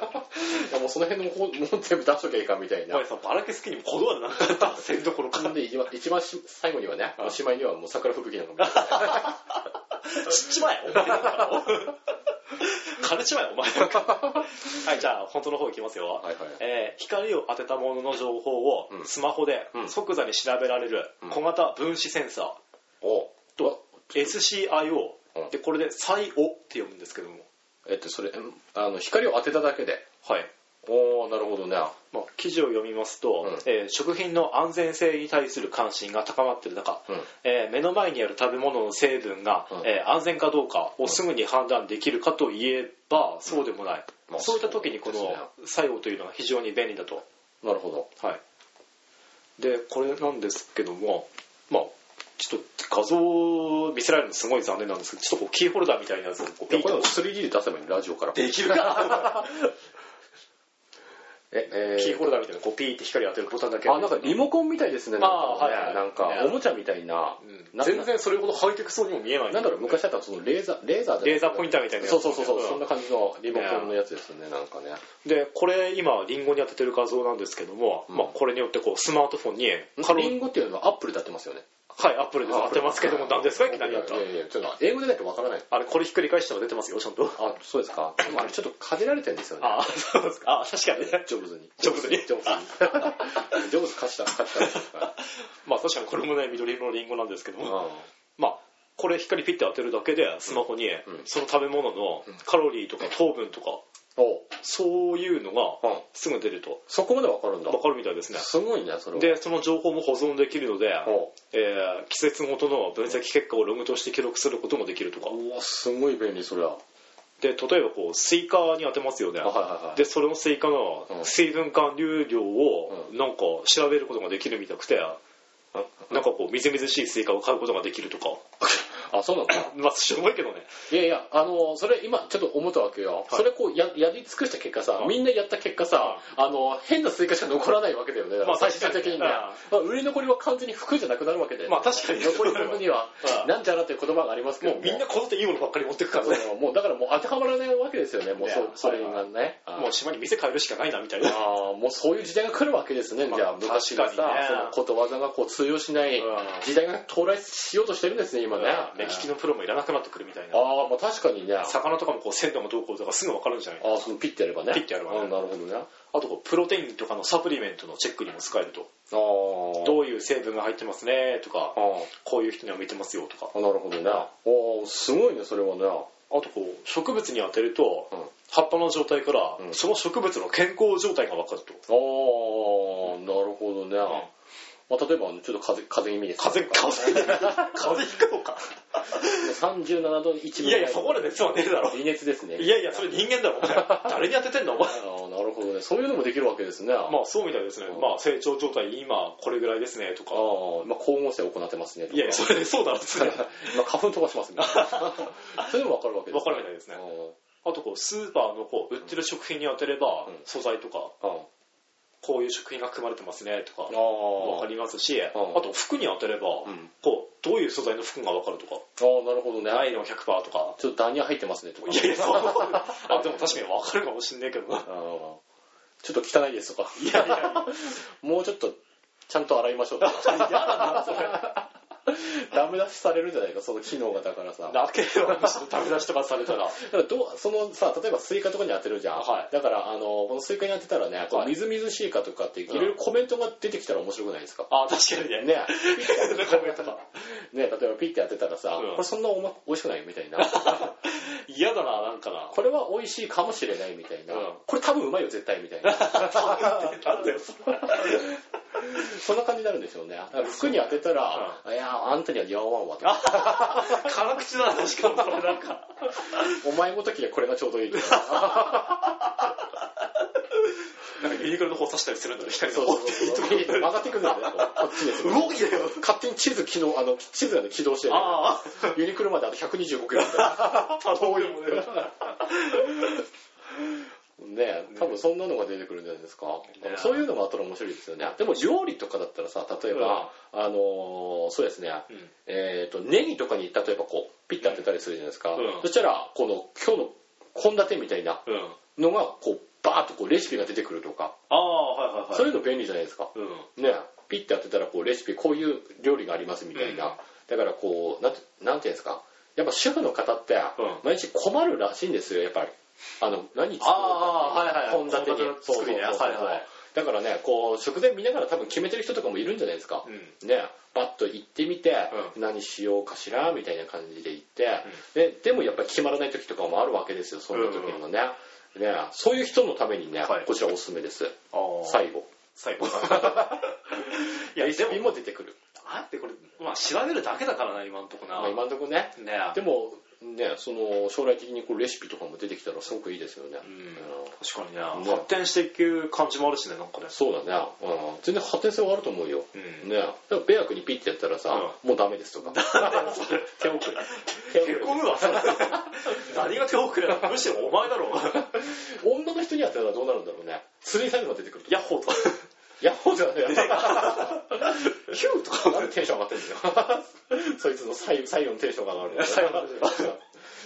や、もうその辺のもうもう全部出しときゃいいかんみたい
お
な
前。さバラケ好きにも言葉でなんか出せんどころか
なんで一番一番し最後にはね、おしまいにはもう桜吹雪なんかも
ちっちまえ、お前なんかもう。枯れちまえ、お前なんか。はい、じゃあ、本当の方いきますよ。
はいはい
えー光を当てたものの情報を
うん
スマホで
うん
即座に調べられる
うん
小型分子センサ
お
ーと SCIO
ん。
で、これで最オって読むんですけども。
えっと、それ、んあの、光を当てただけで。
はい。
おー、なるほどね。
まあ、記事を読みますと、
うん
えー食品の安全性に対する関心が高まっている中、
うん
えー目の前にある食べ物の成分が、
うん
えー安全かどうかをすぐに判断できるかといえば、そうでもない、
まあ
そういった時にこ
そうです
の作用というのは非常に便利だと、
なるほど。
はい、でこれなんですけども、まあ、ちょっと画像を見せられるのすごい残念なんですけどちょっとこうキーホルダーみたいなやつをこう
い
ピ
や
ッ
これも
と (laughs)
3D で出せばいいのラジオから。
できるか
え、え
キーホルダーみたいなこうピーって光当てるボタンだけ
あ、なんかリモコンみたいですね。なん
あ
か
ーはいは
ね、
い
なんか
ね
おもちゃみたいな。
うん
な
全然それほどハイテクそうにも見えない
なんだろう、昔だったらそのレーザー、レーザーじゃなくて
レーザーポインターみたいなやつ
そうそうそうそう、
うん
そんな感じのリモコンのやつですよね、なんかね。
でこれ今リンゴに当ててる画像なんですけども、
うん
まあ、これによってこうスマートフォンにカロ
リンゴっていうのはアップルだってますよね。
はいアップルで当てますけども何ですかいきなりやった
いやいや、ちょっと英語でないとわからない。
あれこれひっくり返したの出てますよちゃんと
あ、そうですか。でもあれちょっとかじられてるんですよね。
あそうですかあ確かに (laughs) ね
ジョブズに。
ジョブズに
ジョブズに。ジョブズ貸した、貸した。
まあ確かにこれもね緑色のリンゴなんですけども、
うん
まあこれ光ピッて当てるだけでスマホに
ん
その食べ物の
うん
カロリーとか糖分とか
おう
そういうのが
うん
すぐ出ると
そこまでわかるんだ
分。かるみたいですね
すごいね、それは。
でその情報も保存できるので、
おう
えー季節ごとの分析結果をログとして記録することもできるとか
うわ、すごい便利、そりゃ。は
で例えばこうスイカに当てますよね
いはいはい。
でそれのスイカの
うん
水分含有量を
う
なんか調べることができるみたくてなんかこうみずみずしいスイカを買うことができるとか
あ、そうなんだ。
まあしょぼいけどね
いやいや、あの、それ今ちょっと思ったわけよ。それこうや、やり尽くした結果さ
う、ん
みんなやった結果さ、あの、変なスイカしか残らないわけだよね。
まあ
最終的にね。
確
ま
か
あ、売り残りは完全に服じゃなくなるわけで。
まあ確かに
残りの服には
う、ん
なんちゃらっていう言葉がありますけ
も
ど
うみんなこぞっていいものばっかり持ってくからね
もう、だからもう当てはまらないわけですよね、もう
ね
そう、それがね。あー
もう島に店変えるしかないなみたいな
あーもうそういう時代が来るわけですね、
まあ
じゃあ昔が
確かにね
さ、そのことわざがこう通用しない
うん
時代が到来しようとしてるんですね、今ね。
目利きのプロもいらなくなってくるみたいな
ああ、まあ確かにね。あ
魚とかもこう鮮度の動向とかすぐ分かるんじゃない
あ、そのピッてやればね。
ピッてやればね
あーなるほどね。あ
あとこうプロテインとかのサプリメントのチェックにも使えると
あ。
どういう成分が入ってますねとか
あ
こういう人には向いてますよとか
あなるほどね。おーすごいね、それはね。
あとこう植物に当てると
うん
葉っぱの状態から
うん
その植物の健康状態が分かると
ああ、なるほどね。まあ、例えば、ちょっと風、風邪気味です。
風邪風邪 (laughs) 風邪ひくのか
37度1分。
いやいやそこまで熱はねえだろ
微熱ですね。
いやいやそれ人間 (laughs) だろお前誰に当ててんのお前
あーなるほどね。そういうのもできるわけですね。まあ
まあそうみたいですね
うん
まあ成長状態今これぐらいですねとか
ああ、まあ、光合成を行ってますね。
いやいやそれでそうだろそれ
まあ、花粉飛ばし
(laughs)
ますね。それでもわかるわけです、
分かるみたいですねあとこうスーパーのこう売ってる食品に当てれば
うん
素材とか
あー
こういう食品が含まれてますねとか
あー。
分かりますしあ
ん
と服に当てれば
うん
こうどういう素材の服が分かるとか
ああ、なるほどね。
ナイロン100%とか
ちょっとダニア入ってますね、とか。
いやいやそうあでも確かに分かるかもしんねえけどな
あーちょっと汚いですとか。
いやいや
(laughs) もうちょっと、ちゃんと洗いましょうとか。
(laughs)
ダメ出しされるんじゃないか、その機能がだからさ。
なければむしろ食べ出しとかされたら
だからどうそのさ例えばスイカとかに当てるじゃん、
はい
だからあのこのスイカに当てたらね、こう
はい
みずみずしいかとかっていろいろコメントが出てきたら面白くないですか、
あ確かにね
ね
コメント (laughs) が
ね例えばピッて当てたらさ、
うん
これそんなお、ま、美味しくないみたいな
嫌だななんかな
これは美味しいかもしれないみたいな、
うん
これ多分うまいよ絶対みたいな
(laughs) なんだよそれ
そんな感じになるんでしょうねだから服に当てたら「いやーあんたには似合わんわ」とか
辛口だなしかもこれなんか
「お前ごときでこれがちょうどいい」とか
(laughs) なんかユニクロの方刺したりするんだね光
そ
の
うそ
方
うそう曲がってくるんだよねこっちですよ
動きだよ
勝手に地図機能あの地図が、ね、起動してる
あ
ユニクロまであと125キロみたいな
あ多動よね
ね多分そんなのが出てくるんじゃないですか、
ね
そういうのがあったら面白いですよねでも料理とかだったらさ例えば、あのーそうですね、
うん
えっ、とネギとかに例えばこうピッて当てたりするじゃないですか、
うん
そしたらこの今日の献立みたいな
うん
のがこうバーッとこうレシピが出てくるとか、
ああはいはいはい
そういうの便利じゃないですか
うん
ねピッて当てたらこうレシピこういう料理がありますみたいな、
うん
だからこうなんてなんていうんですかやっぱ主婦の方って
ん
毎日困るらしいんですよやっぱりあの何作ろう
あーはいはいはい
献立に
献立の作りね
そうそうそうそう
はいはい
だからねこう食前見ながら多分決めてる人とかもいるんじゃないですか、
うん
ねパッと行ってみて、
う
何しようかしらみたいな感じで行って、ででもやっぱり決まらない時とかもあるわけですよそんな時もね,、ねそういう人のためにね、
はい
こちらおすすめです
ああ
最後
最後 (laughs) いや
レシ
でも
ピも出てくる
あってこれまあ調べるだけだからな今んとこな
まあ、今のとこね
ね
でもね、その将来的にこうレシピとかも出てきたらすごくいいですよね。
うん
うん
確かにね
ね
発展していく感じもあるしねなんかね
そうだね、うん、全然発展性はあると思うよ。
うん
ね、だからベアクにピッてやったらさ、もうダメですと
(laughs)
か。手遅れ。手遅
へ
れ
こむわそれ (laughs) 何が手遅れなのむしろお前だろ
女の人にやったらどうなるんだろうね。釣りサイズが出てくると。
ヤッホーとか
(laughs) ヤッホーじゃない
ヒューとか
なんでテンション上がってるんですかそいつの左右左右のテンションが上がる。
左右のテンショ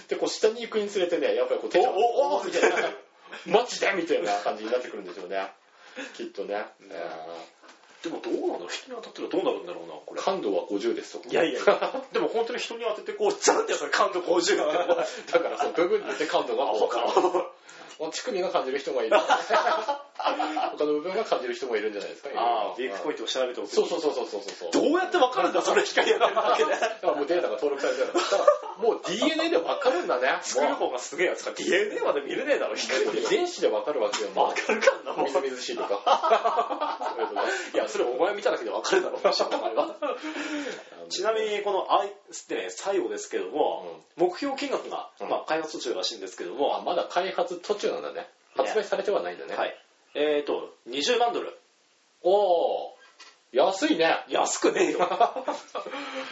で、こう下に行くにつれてね、やっぱりこうテンション
おおお
みたいな。マジでみたいな感じになってくるんでしょうね。きっとね。え
(laughs) でもどうなの人に当たったらどうなるんだろうな
ー
こ
感度は50ですとか。
いやいやいや (laughs) でも本当に人に当ててこうちゃんってやったら感度50が (laughs)
だからその部分によって感度が
ア
こ
ホ
う
か
乳首が感じる人もいる。他の部分が感じる人もいるんじゃないですか。
ああビッグポイ
ン
ントを調べておく
そうそうそうそうそうそう。
どうやってわかるんだそれ光が出るだ (laughs) けで
だからもうデータが登録されてるからだからもう DNA で分かるんだね。
スクール法がすげえやつか DNA まで見れねえだろ光
もう遺伝子で分かるわけよ。
わかるかんなもう
みずみずしいとか。
いやそれお前見ただけでわかるだろ
(laughs)
うちなみにこのアイスって最後ですけども、目標金額が、
うん
まあ、開発途中らしいんですけど
あ
も、
まだ開発途中なんだね。発売されてはないんだね。
はいえっ、と20万ドル
おお安いね。
安くねえ
(laughs)
よ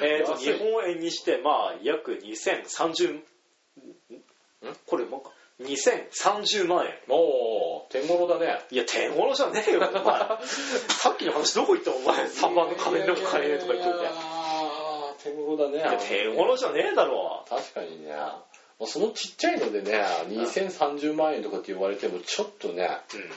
えっと
安い
日本円にしてまあ約2030んこれも2030万円
おお手頃だね。
いや手頃じゃねえよお
(laughs)
前さっきの話どこ行ったお前3番の仮面でも買えねえとか言って
い
て
やー手頃だね。
いや手頃じゃねえだろ
確かにね。もうそのちっちゃいのでね、2030万円とかって言われても、ちょっとね、
うん
ね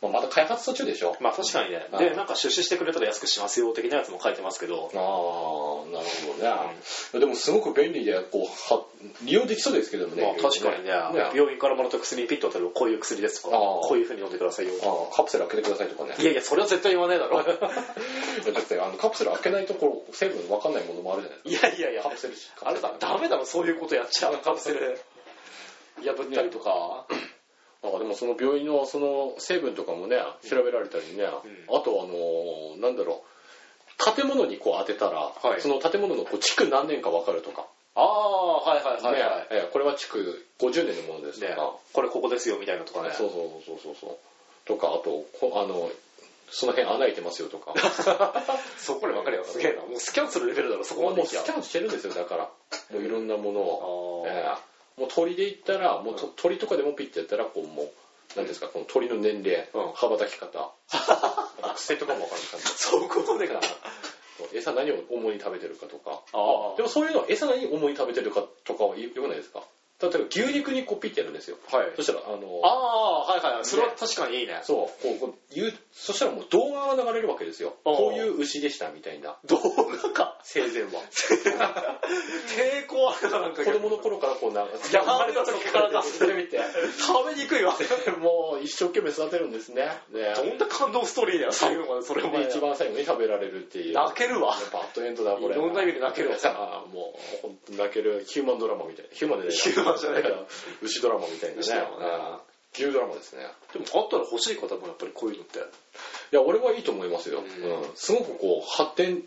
まあまだ開発途中でしょ。
まあ確かにね
うん
でなんか出資してくれたら安くしますよ的なやつも書いてますけど
ああなるほどね、でもすごく便利でこうは利用できそうですけどもね、
まあ確かにね
あ
病院からもらった薬にピッと当たるこういう薬ですとか
あー
こういう風に飲んでくださいよ
あカプセル開けてくださいとかね
いやいやそれは絶対言わねえだろ
だってあのカプセル開けないところ成分分かんないものもあるじゃないで
(laughs) いやいやい
す
や
かカプセル
あれだ、ダメだろ、そういうことやっちゃう、カプセル。破ったりとか。
あでもその病院のその成分とかもね調べられたりね、
う
あとあのなんだろう建物にこう当てたら、
い
その建物のこう築何年か分かるとか、
ああ、はいはいはいは
ねええこれは築50年のものです
い。
と
ね
か、、
これここですよ、みたいなとかね。
そうそうそうそうそうとかあとこあのその辺穴開いてますよとか
そこでわかるよ。すげえな。もうスキャンするレベルだろ、そこ
も
ま
う
で
も
いうきゃ
スキ。ャンしてるんですよだからもういろんなものを、
あ
え
ー
えもう鳥で言ったらもうと鳥とかでもピッてやったらこうもう何ですかこの鳥の年齢、
うん
羽ばたき方あと癖とかも分かるか
そこまでかな。
ら餌何を主に食べてるかとか
あ
でもそういうの餌何を主に食べてるかとかはよくないですか例えば牛肉にこうピッてやるんですよ
はい。
そしたらあの
ああ、はいはいはい。それは確かにいいね。
そう、こう、こう言う、そしたらもう動画が流れるわけですよ。
ああ
こういう牛でしたみたいな、
動画か。
生前は。
抵抗あるな、なんか。
子供の頃からこう、なんか、
いや生まれた時から出して
みて。
食べにくいわ。
(laughs) もう一生懸命育てるんですね。ね
どんな感動ストーリーだよ、最後まで、それも。
で、一番最後に食べられるっていう。
泣けるわ。
バッドエンドだ、これ。
いろんな意味で泣けるわ
(laughs) ああもう、本当に泣ける。ヒューマンドラマみたいな。ヒューマンで
ヒューマンじゃないから
牛ドラマみたいなね。
牛ドラマね
ああ牛ドラマですね。
でも、あったら欲しい方もやっぱりこういうのって。
いや、俺はいいと思いますよ。
う
うんん。すごくこう、発展、なんて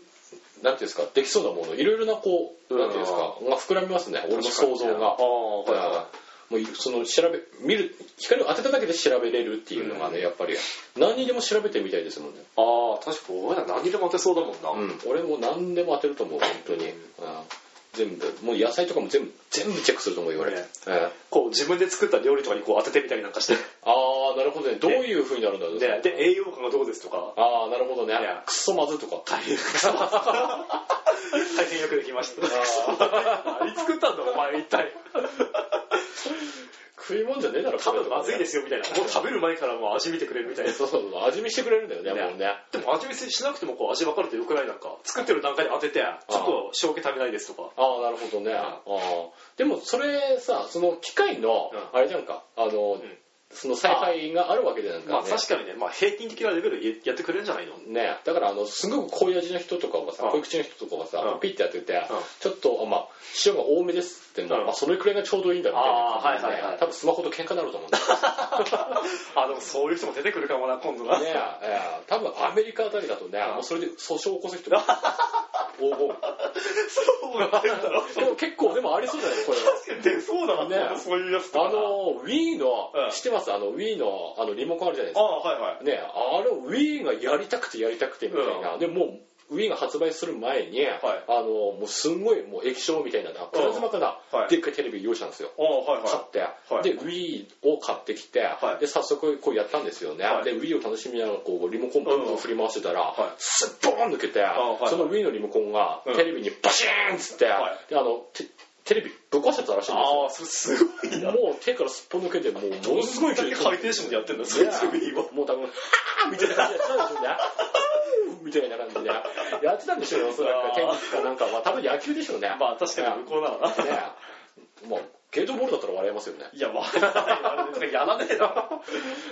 いうんですか、できそうなもの、いろいろなこう、なんていうんですか、が膨らみますね、俺の想像
あ
が。
あ、はいはい。
もうその調べ見る光を当てただけで調べれるっていうのがね、
うん
やっぱり何にでも調べてみたいですもんね、
ああ、確かに俺ら何でも当てそうだもんな。
俺も何でも当てると思う本当に、
うん
うん全部もう野菜とかも全部全部チェックすると思うよ俺、
ね
ええ
こう自分で作った料理とかにこう当ててみたりなんかして。
ああなるほどねどういう風になるんだろう
で、で栄養価がどうですとか。
ああなるほどね
ね
クソまずとか
大変、大変よくできま (laughs) した。何作ったんだお前一体。
食い物じゃねえだろ
多分まずいですすよみたい (laughs) な。もう食べる前からもう味見てくれるみたいな。
そうそうそう味見してくれるんだよね
ね
もうね
でも味見しなくてもこう味分かるとよくないなんか。作ってる段階で当てて、ちょっと塩気足りないですとか。
ああなるほどね、ああでもそれさその機械の
うん
あれじゃんかあの、
ん
その采配があるわけじゃないです
ま
か、
あ
ね
確かにね、まあ平均的なレベルでやってくれるんじゃないの
ねだからあのすごく濃い味の人とかはさ
うん
濃い口の人とかはさ、
うん
ピッて当てて、ちょっとあまあ塩が多めですっても、
うん
まあ、それくらいがちょうどいいんだみたいな感じで、
あーはいはいはい
多分スマホと喧嘩になると思うんだよ
あ、でもそういう人も出てくるかもな、今度な。
ねええ多分アメリカあたりだとね、
ん (laughs)
もうそれで訴訟を起こす人もおお
(laughs) そそう (laughs) 言ってんだろ。
でも結構でもありそうじゃないこれは。
確かに出そうだな、
ね
そういうやつとか
あの、Wii の
うん、
知ってますあの、Wii の、あの、リモコンあるじゃないです
あ
か。
あ、はいはい。
ね、あれを Wii がやりたくてやりたくてみたいな。で、もう、Wii が発売する前に、あの、もうすんごい、もう液晶みたいな、プラズマかな
はい、
でっかいテレビ用意したんですよ。
ああ、はい
買
は
って、
い
で Wii を買ってきて、
はい
で早速こうやったんですよね、
はい
で Wii を楽しみながらこうリモコンブンブン振り回してたら、
い
スッポーン抜けて、
はい
その Wii のリモコンが
うん
テレビにバシーンっつって、
は
であのテテレビぶっ壊しちゃったらしい
い。
んで
ああ、それすごい
す
な
よ。もう手からすっぽ抜けてもうも
も
の
の
す
す
ごい
ごい
勢い
だ
で
けハイテンションでやってんだよ、そいつは。
もう多分 (laughs) はぁーみたいな感じ (laughs) でやってたんでしょうねうーみたいな感じでやってたんでしょうねおそら
あー
くテニスかなんかまあ多分野球でしょうね
まあ確かに向こうなのな。
ねまあゲートボールだったら笑えますよね
いや、わからない。とかやらねえな。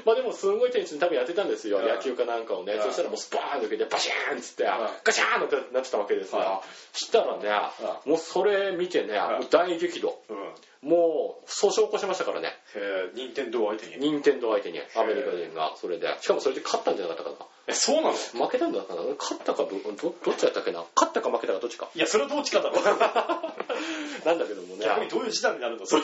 まあでもすんごいテンションで多分やってたんですよ、
うん
野球かなんかをね、
うん
そしたらもうスパーン抜けてバシャーンっつって、
ん
ガシャーンってなってたわけですよ、
は
そしたらね、もうそれ見てね、
うん
もう大激怒
うん。へ
もう訴訟起こしましたからね
え、任天堂相手に。
任天堂相手にアメリカ人がそれでしかもそれで勝ったんじゃなかったか
え、そうなの
な負けたんじゃなかったかな勝ったかどどどっちだったっけな勝ったか負けたかどっちか
いや、それはどっちかだろ。
なんだけどもね
逆にどういう手段になるん (laughs) だ、それ。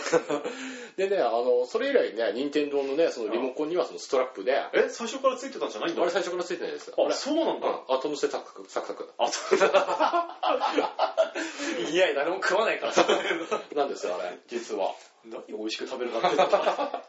でねあのそれ以来ね任天堂のねそのリモコンにはそのストラップで、
え、最初からついてたんじゃないんだ
あれ最初からついてないです
あ、そうなんだ。
うん後乗せサクサクサク
あ、そうなんだ。いや、誰も食わないから、
なんですよあれ
実は。何美味しく食べるかって言ったらあ、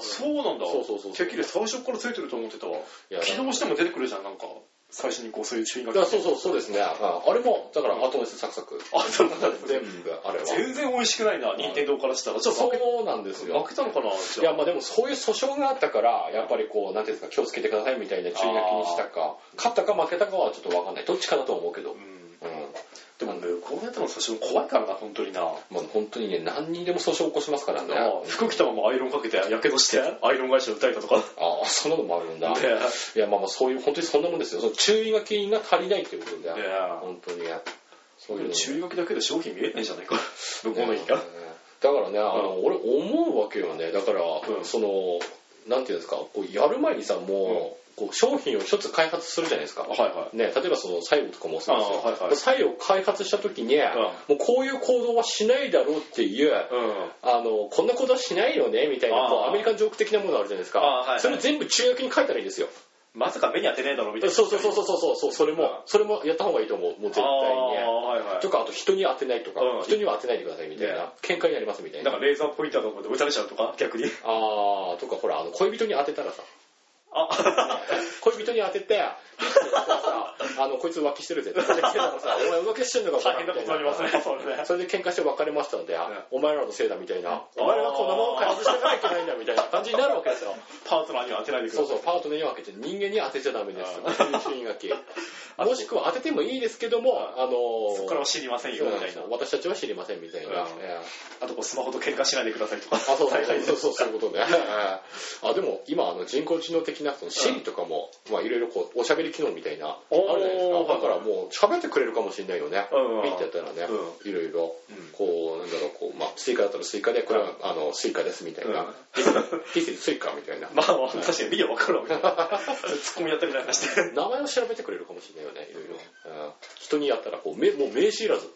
そうなんだ。
そうそうそう
てっきり最初からついてると思ってたわ。
いや
起動しても出てくるじゃん、なんか。最初にこう、そういう注意書
いや
き。
そうそうそうですね、うんあれもだから後乗せサクサク
あ、そうなんだ。
全部あれは
全然美味しくないな、任天堂からしたら。ちょっと負
そうなんです
け
よ
負けたのかな、
い
じゃ
や
あ。
まあでもそういう訴訟があったからやっぱりこうなんていうんですか気をつけてくださいみたいな注意書きにしたか勝ったか負けたかはちょっと分かんないどっちかだとは思うけど、う
うんんでも向こうのやつの最初怖いからな、本当にな。
まあ、本当にね何にでも訴訟起こしますからね
服着たままアイロンかけて、やけどして、アイロン会社訴えたとか。
ああそんなのもあるんだ、
ね
いやまあまあそういう本当にそんなもんですよその注意書きが足りないっていうことで、
ね
本当にそういう
え
の
注意書きだけで商品見えないじゃないか。向こうの日が。
だからねあの、俺思うわけよねだから、
うん
そのなんていうんですかこうやる前にさもう,、こう商品を一つ開発するじゃないですか、
はいはい。
ね、例えばその最後とかもそうですよ、
あーはいはい
もう作用を開発した時に、もうこういう行動はしないだろうっていう
うん。
あのこんなことはしないよねみたいな
あー
こうアメリカンジョーク的なものあるじゃないですか、
あーはいはい
それを全部注意書きに書いたらいいんですよ
まさか目に当てねえだろ、みたいな。
そうそうそうそうそうそうそれも、
うん
それもやった方がいいと思うもう絶対
あ
に
あ、はいはい。
とかあと人に当てないとか、
うん
人には当てないでくださいみたいな、
ね
喧嘩になりますみたい
な
なん
かレーザーポインターとかで撃たれちゃうとか、逆に。
あーとかほらあの恋人に当てたらさ
あ、
(laughs) 恋人に当て
(laughs)
てさあのこいつ浮気してるぜって言ってきてたらさお前浮気してんのか
大変なことになりますね、 (laughs) それね。
それで喧嘩して別れましたんで、お前らのせいだみたいなお前らがこのまま開発していかなきゃいけないんだみたいな感じになるわけ
(laughs)
ですよ
パートナーには当てないでくだ
そ
さ
う
い。
そうパートナーに分けて人間に当てちゃダメ
(laughs)
です注意書きもしくは当ててもいいですけどもあ
そこから
の
は知りませんよ、みたいな。
私たちは知りませんみたいな、
あとこう、スマホと喧嘩しないでくださいとか。あ、
あ、そうそうそうそう、そういうことね。あ、でも今、あの人工知能的なその Siri とかも、まあいろいろこう、おしゃべり機能みたいな、あ
おー
るじゃないですか。だからもう喋ってくれるかもしれないよね
(laughs) うんうん。
ピッてやったらね、いろいろ
うん、
こう、なんだろう、こう、まあ、スイカだったらスイカで、これは、あの、スイカですみたいな
うん。
This is スイカみたいな。
(laughs) まあまあ、確かに見ればわ (laughs) かるわけだから。ツッコミやったりなんかして。
名前を調べてくれるかもしれないよね、いろいろ。うん人にやったら、こう、めもう名刺いらず、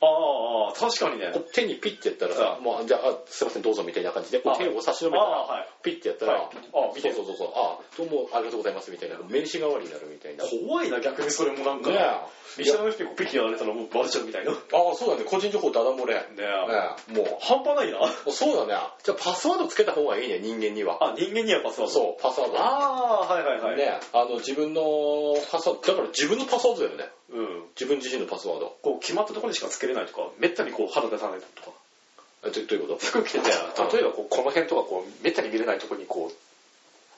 ああ、確かにね
こ。う手にピッてやったらさ、
う
もう、じゃあ、あすいません、どうぞみたいな感じで、こう
あ
手を差し伸べ
あ
たら
あ、、はい。
ピッてやったら、
はいあ
見てそうそうそうあどうもありがとうございますみたいな名刺代わりになるみたいなね
怖いな、逆にそれもなんか。
え
見知らぬ人にこうピッてやられたらもうバレちゃうみたいな。ね
あそうだね個人情報ダダ漏れね
え。
えも
(laughs) 半端ないな。
うそうだねじゃあパスワードつけた方がいいね人間には
あ、人間にはパスワード。う。
そうパスワード
ああ、はいはいはい。
ねえあの自分のパスワードだから自分のパスワードだよね
うん。
自分自身のパスワード
こう、決まったところにしかつけれないとか、めったにこう、肌出さないとか。
えどどういうこと
服着てて例えばこうこの辺とかこうめったに見れないとこにこう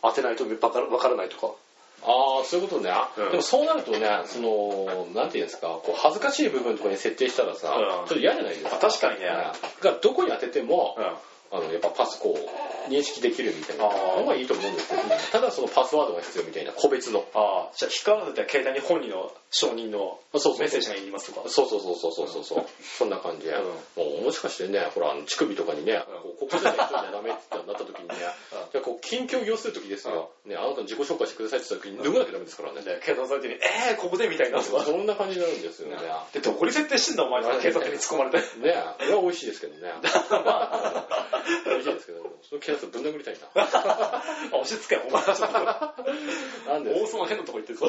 当てないと分から分からないとか
ああそういうことね、
うん
でもそうなるとねそのなんていうんですかこう恥ずかしい部分とかに設定したらさ、
うん
ちょっと嫌じゃないですか
確かにね
ええだからどこに当てても、
うん
あのやっぱパスこう認識できるみたいなのがいいと思うんですけど、ただそのパスワードが必要みたいな個別の
ああ、じゃあ、光らせて携帯に本人の承認の
そうそうそう
メッセージがいりますとか。
そうそうそうそうそうそう、うそんな感じで、
うん
もうもしかしてねほらあの乳首とかにね、こうここじゃないとダメってなった時にね、じゃあこう緊急を要する時ですよ、ね、あなたの自己紹介してくださいって言った時に脱がなきゃダメですからね、
で警察の時に、えー、ここでみたいになるんですか
そんな感じになるんですよねね
で、どこに設定してんだお前
うん
警察に突っ込まれて。
これは美味しいですけどね
(laughs)
美味しいですけどその警察ぶん殴りたいな
あ、押し付け、お (laughs) 前。
なんです
王様変なとこ行ってるぞ。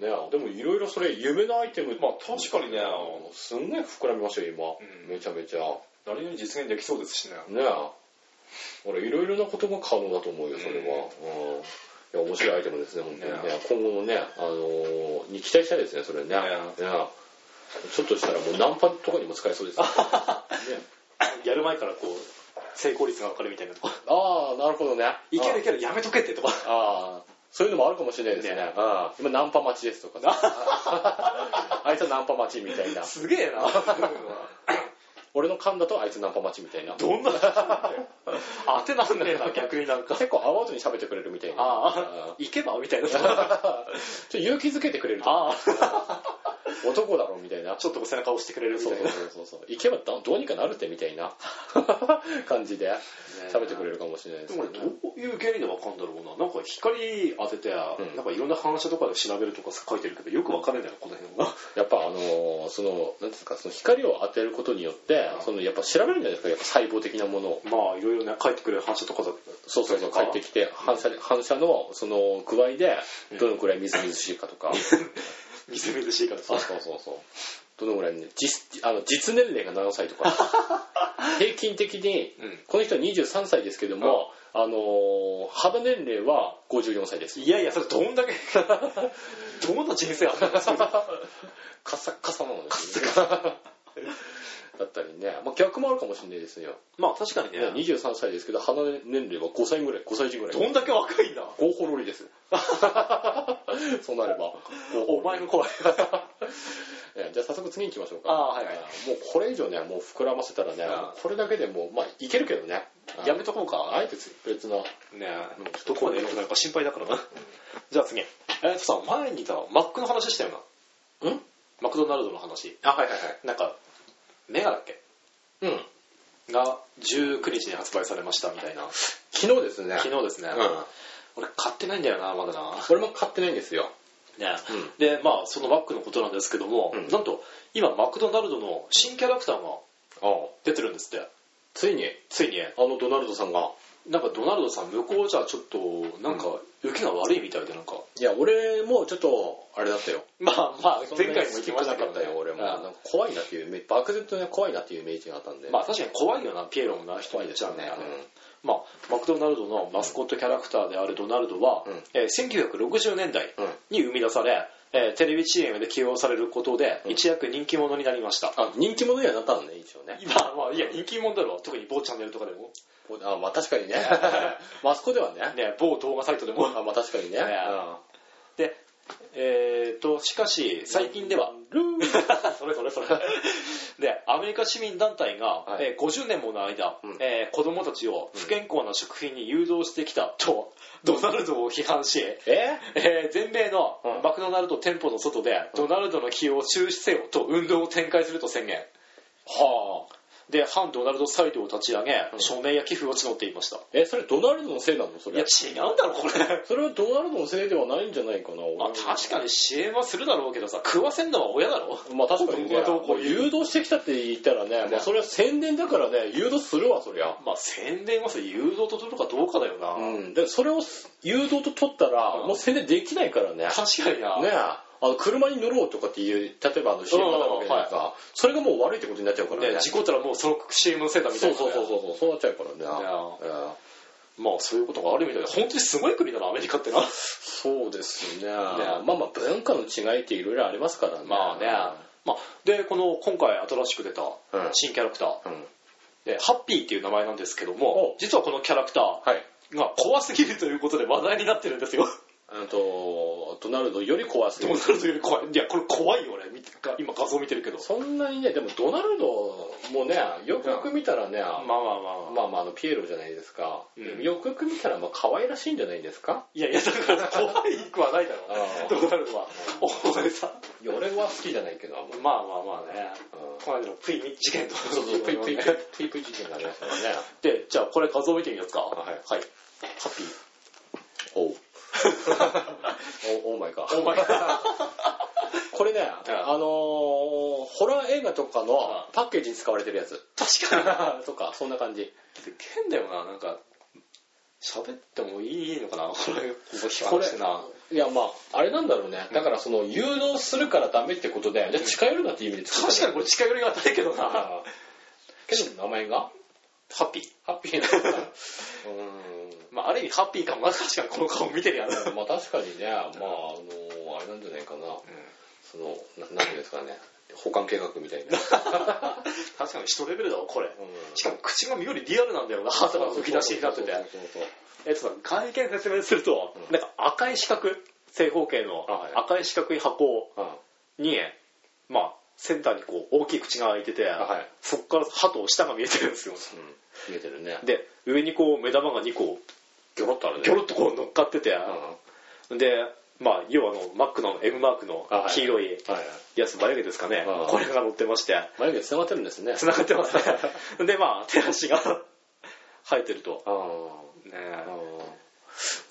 ね、でもいろいろそれ夢のアイテム
まあ確かにね
すんごい膨らみましたよ今、
うん
めちゃめちゃ
何に実現できそうですしね。
ね俺いろいろなことが可能だと思うよそれは、うんいや面白いアイテムですね本当にね
ね
今後のね、あのーに期待したいですねそれね
ね
ねちょっとしたらもうナンパとかにも使えそうです (laughs) ねね
やる前からこう、成功率が分かるみたいなとか。
ああなるほどね
いけるいける、やめとけってとか。
ああそういうのもあるかもしれないですね
ね
うん今ナンパ待ちですとかね (laughs) あいつはナンパ待ちみたいな
(laughs) すげえな。
俺の勘だとあいつナンパ待ちみたいな
どんな当てなんねえな、逆になんか。
結構会わずに喋ってくれるみたいな
ああ、行けばみた (laughs) いなとか。
ちょっと勇気づけてくれると
ああ、
(laughs) 男だろみたいな
ちょっとこう背中押してくれるみた
そう
い
そう
な。
そうそうそう行けばどどうにかなるってみたいな (laughs) 感じで喋ってくれるかもしれないです
でも俺どういう原理でわかんだろうな。なんか光当てて、
ん
なんかいろんな反射とかで調べるとか書いてるけど、よくわかんないんだよ、この辺は。
やっぱあのーそのなんですかその光を当てることによって
うん
そのやっぱ調べるんじゃないですかやっぱ細胞的なものを
(laughs) まあ、いろいろね、書いてくれる反射とかだ
そうそうそう帰
それとか
ってきて反射反射のその具合でどのくらいみずみずしいかとか、
みずみずしいからさ
そう。そうそうそうどのぐらいね実あの実年齢が7歳と (laughs) か平均的に
うん
この人は23歳ですけども、あのー肌年齢は54歳です
いやい (laughs) や、それどんだけ、どんな人生あるんですか
カサッカサなのですよねだったりね、まあ、逆もあるかもしれないですよ、
まあ確かに
ね、
ね、
23歳ですけど肌年齢は5歳ぐらい5歳児ぐらい
どんだけ若いんだ。
合法ロリです (laughs) そうなれば
お
(laughs)
前が怖い。
えーじゃあ早速次に行きましょうか。
あーはいはい
えーもうこれ以上ね、もう膨らませたらね、
あ
これだけでもう、まあいけるけどね。
やめとこうか。
あえて別の。
ね
うん
どこまでやるかなんか心配だからな。じゃあ次。えっとさ、前にさ、マックの話したよな。
ん
マクドナルドの話。
あ、はいはいはい。
なんか、メガだっけ
うん。
が19日に発売されましたみ
(laughs)
たいな。
昨日ですね。
昨日ですね。
うん。
俺買ってないんだよな、まだな。
俺も買ってないんですよ。
ね、
うん
でまあそのマックのことなんですけども、
うん
なんと今マクドナルドの新キャラクターが
ああ
出てるんですって
ついに、
ついに
あのドナルドさんが。
なんかドナルドさん向こうじゃちょっとなんか受けが悪いみたいでなんか、
いや、俺もちょっと、あれだったよ。
まあまあ前
前回
回
も
も言
行
き
き
ま
ま
し
したた
け
け
ど
ど
ね
ね、俺も。
うん
なんか怖いなっていうイメージ、漠然とね、怖いなっていうイメージがあったんで。
まあ確かに怖いよなピエロもな人もいっちゃうね、まあマクドナルドのマスコットキャラクターであるドナルドは、
うん
えー1960年代
うん。
に生み出され、えーテレビ CM で起用されることで一躍人気者になりました、
あ、人気者にはなったのね、一応ね。
今まあいや人気者だろ特に某チャンネルとかでも
あ、まあ確か (laughs) にね。マスコではね。
ね、某動画サイトでも。
あ、まあ確かにね。
ねで、えー、と、しかし、最近では、
ルー
(laughs) それそれそれ。で、アメリカ市民団体が、
はい
えー50年もの間、
うん
えー子供たちを不健康な食品に誘導してきたと、ドナルドを批判し、
え
えー全米の
うん
マクドナルド店舗の外で、ドナルドの起用を中止せよと運動を展開すると宣言。はあ。で、反ドナルドサイトを立ち上げ、
ん
署名や寄付を募っていました。
え、それドナルドのせいなのそ
いや、
れ。
違うんだろ、これ。
それはドナルドのせいではないんじゃないかな。
まあ確かに支援はするだろうけどさ、食わせんのは親だろ
に。まあ確かにね。
子供がどうこう言う
誘導してきたって言ったらね、まあそれは宣伝だからね、誘導するわ、そりゃ。
まあ宣伝はさ、誘導と取るかどうかだよな。
うん。で、それを誘導と取ったら、
うん
もう宣伝できないからね。
確かにな。
ねあの、車に乗ろうとかっていう、例えばあの CM があるわけじゃないですか、それがもう悪いってことになっちゃうからね。
ね、事故ったらもうその CM のせいだみた
そ
いうな。
そうそうそう、そうなっちゃうからね。
ね
ええ
まあそういうことがあるみたいで、本当にすごい国だな、アメリカってな。
そうですね。まあまあ文化の違いっていろいろありますからね。
まあね。まあ、で、この今回新しく出た
うん
新キャラクター、
うん。
でハッピーっていう名前なんですけども
お、
実はこのキャラクター
はい。
が怖すぎるということで話題になってるんですよ。
うんとドナルドより怖す
で
ぎ
も
る
それより (laughs) 怖いいやこれ怖いよ俺見て今画像見てるけど
そんなにねでもドナルドもねよくよく見たらね、
まあまあまあまあ
まあまああのピエロじゃないですか、
うん
よくよく見たらまあ可愛らしいんじゃないですか
いやいやだから怖いくはないだろ
あ
ドナルドはお前さ
いや俺は好きじゃないけどあんまり
まあまあまあね
うん
この間のプイに事件とか
(laughs) そうそうプイプイプイ
ね
プイプイ事件がありましたね
でじゃあこれ画像見てみますかはいはいハッピー
おう (laughs) おオーマイか
お前
(laughs) これね、
ん
あのーホラー映画とかのパッケージに使われてるやつ
確か
(laughs)
に
とかそんな感じ
変だよななんか喋ってもいいのかなこれ
これ
話ない
やまああれなんだろうねだからその誘導するからダメってことでじゃあ近寄るなって意味で使
確かにこれ近寄りがないけどなハ
(laughs) けど名前が
ッピー
ハッピーな (laughs) のか
まあある意味ハッピーかもな確かにこの顔見てるやつ
う (laughs) ーんまあ確かにねまああのーあれなんじゃないかなそのななんていうんですかね保管計画みたいな、
確かに人レベルだわこれ
うん
しかも口がよりリアルなんだよな歯とか浮き出しになってて
そうそうそうそう
えっと外見説明すると
うん
なんか赤い四角正方形の
あはい
赤い四角い箱
そう
にまあセンターにこう大きい口が開いてて
あはい
そこから歯と舌が見えてるんですよ
うん見えてるね
で上にこう目玉が2個
ギョロッとあるね
ギョロッとこう乗っかってて
うん
でまあ要はあのマックの M マークの
あはい
黄色い
はい
やつ眉毛ですかね
あ
これが乗ってまして
眉毛繋がってるんですね
繋がってますね
(laughs)
でまあ手足が (laughs) 生えてると
ああ
ね
あの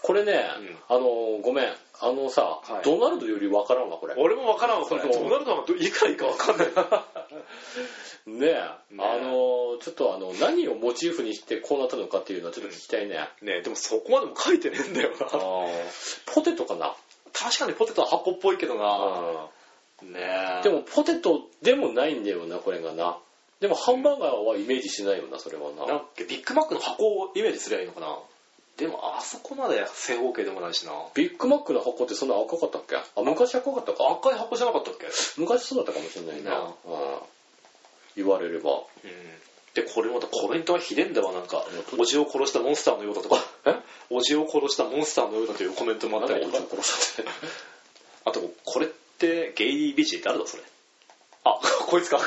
これね、あのごめんあのさ、
はい
ドナルドよりわからんわこれね
俺も分からんわこれ
そ
ど
うそう
うなるかもどいくらいいか分かんない
え、
ね
あのちょっとあの何をモチーフにしてこうなったのかっていうのはちょっと聞きたいね、
ねでもそこまでも書いてねえんだよな
あーポテトかな
確かにポテトは箱っぽいけどなね
で
でも
もポテトでもないんだよなこれがなでもハンバーガーはイメージしないよなそれはな
なんかビッグマックの箱をイメージすりゃいいのかなでもあそこまで正方形でもないしな
ビッグマックの箱ってそんな赤かったっけあ昔赤かったか
赤い箱じゃなかったっけ
昔そうだったかもしれないな、
なあ
うん言われれば
でこれまたコメントがひでえんだわなんか
う
「
ん
おじを殺したモンスターのようだ」とか
え
「おじを殺したモンスターのようだ」というコメントもあったりとか
何おじを殺
あとこれってゲイビジ誰だそれあこいつか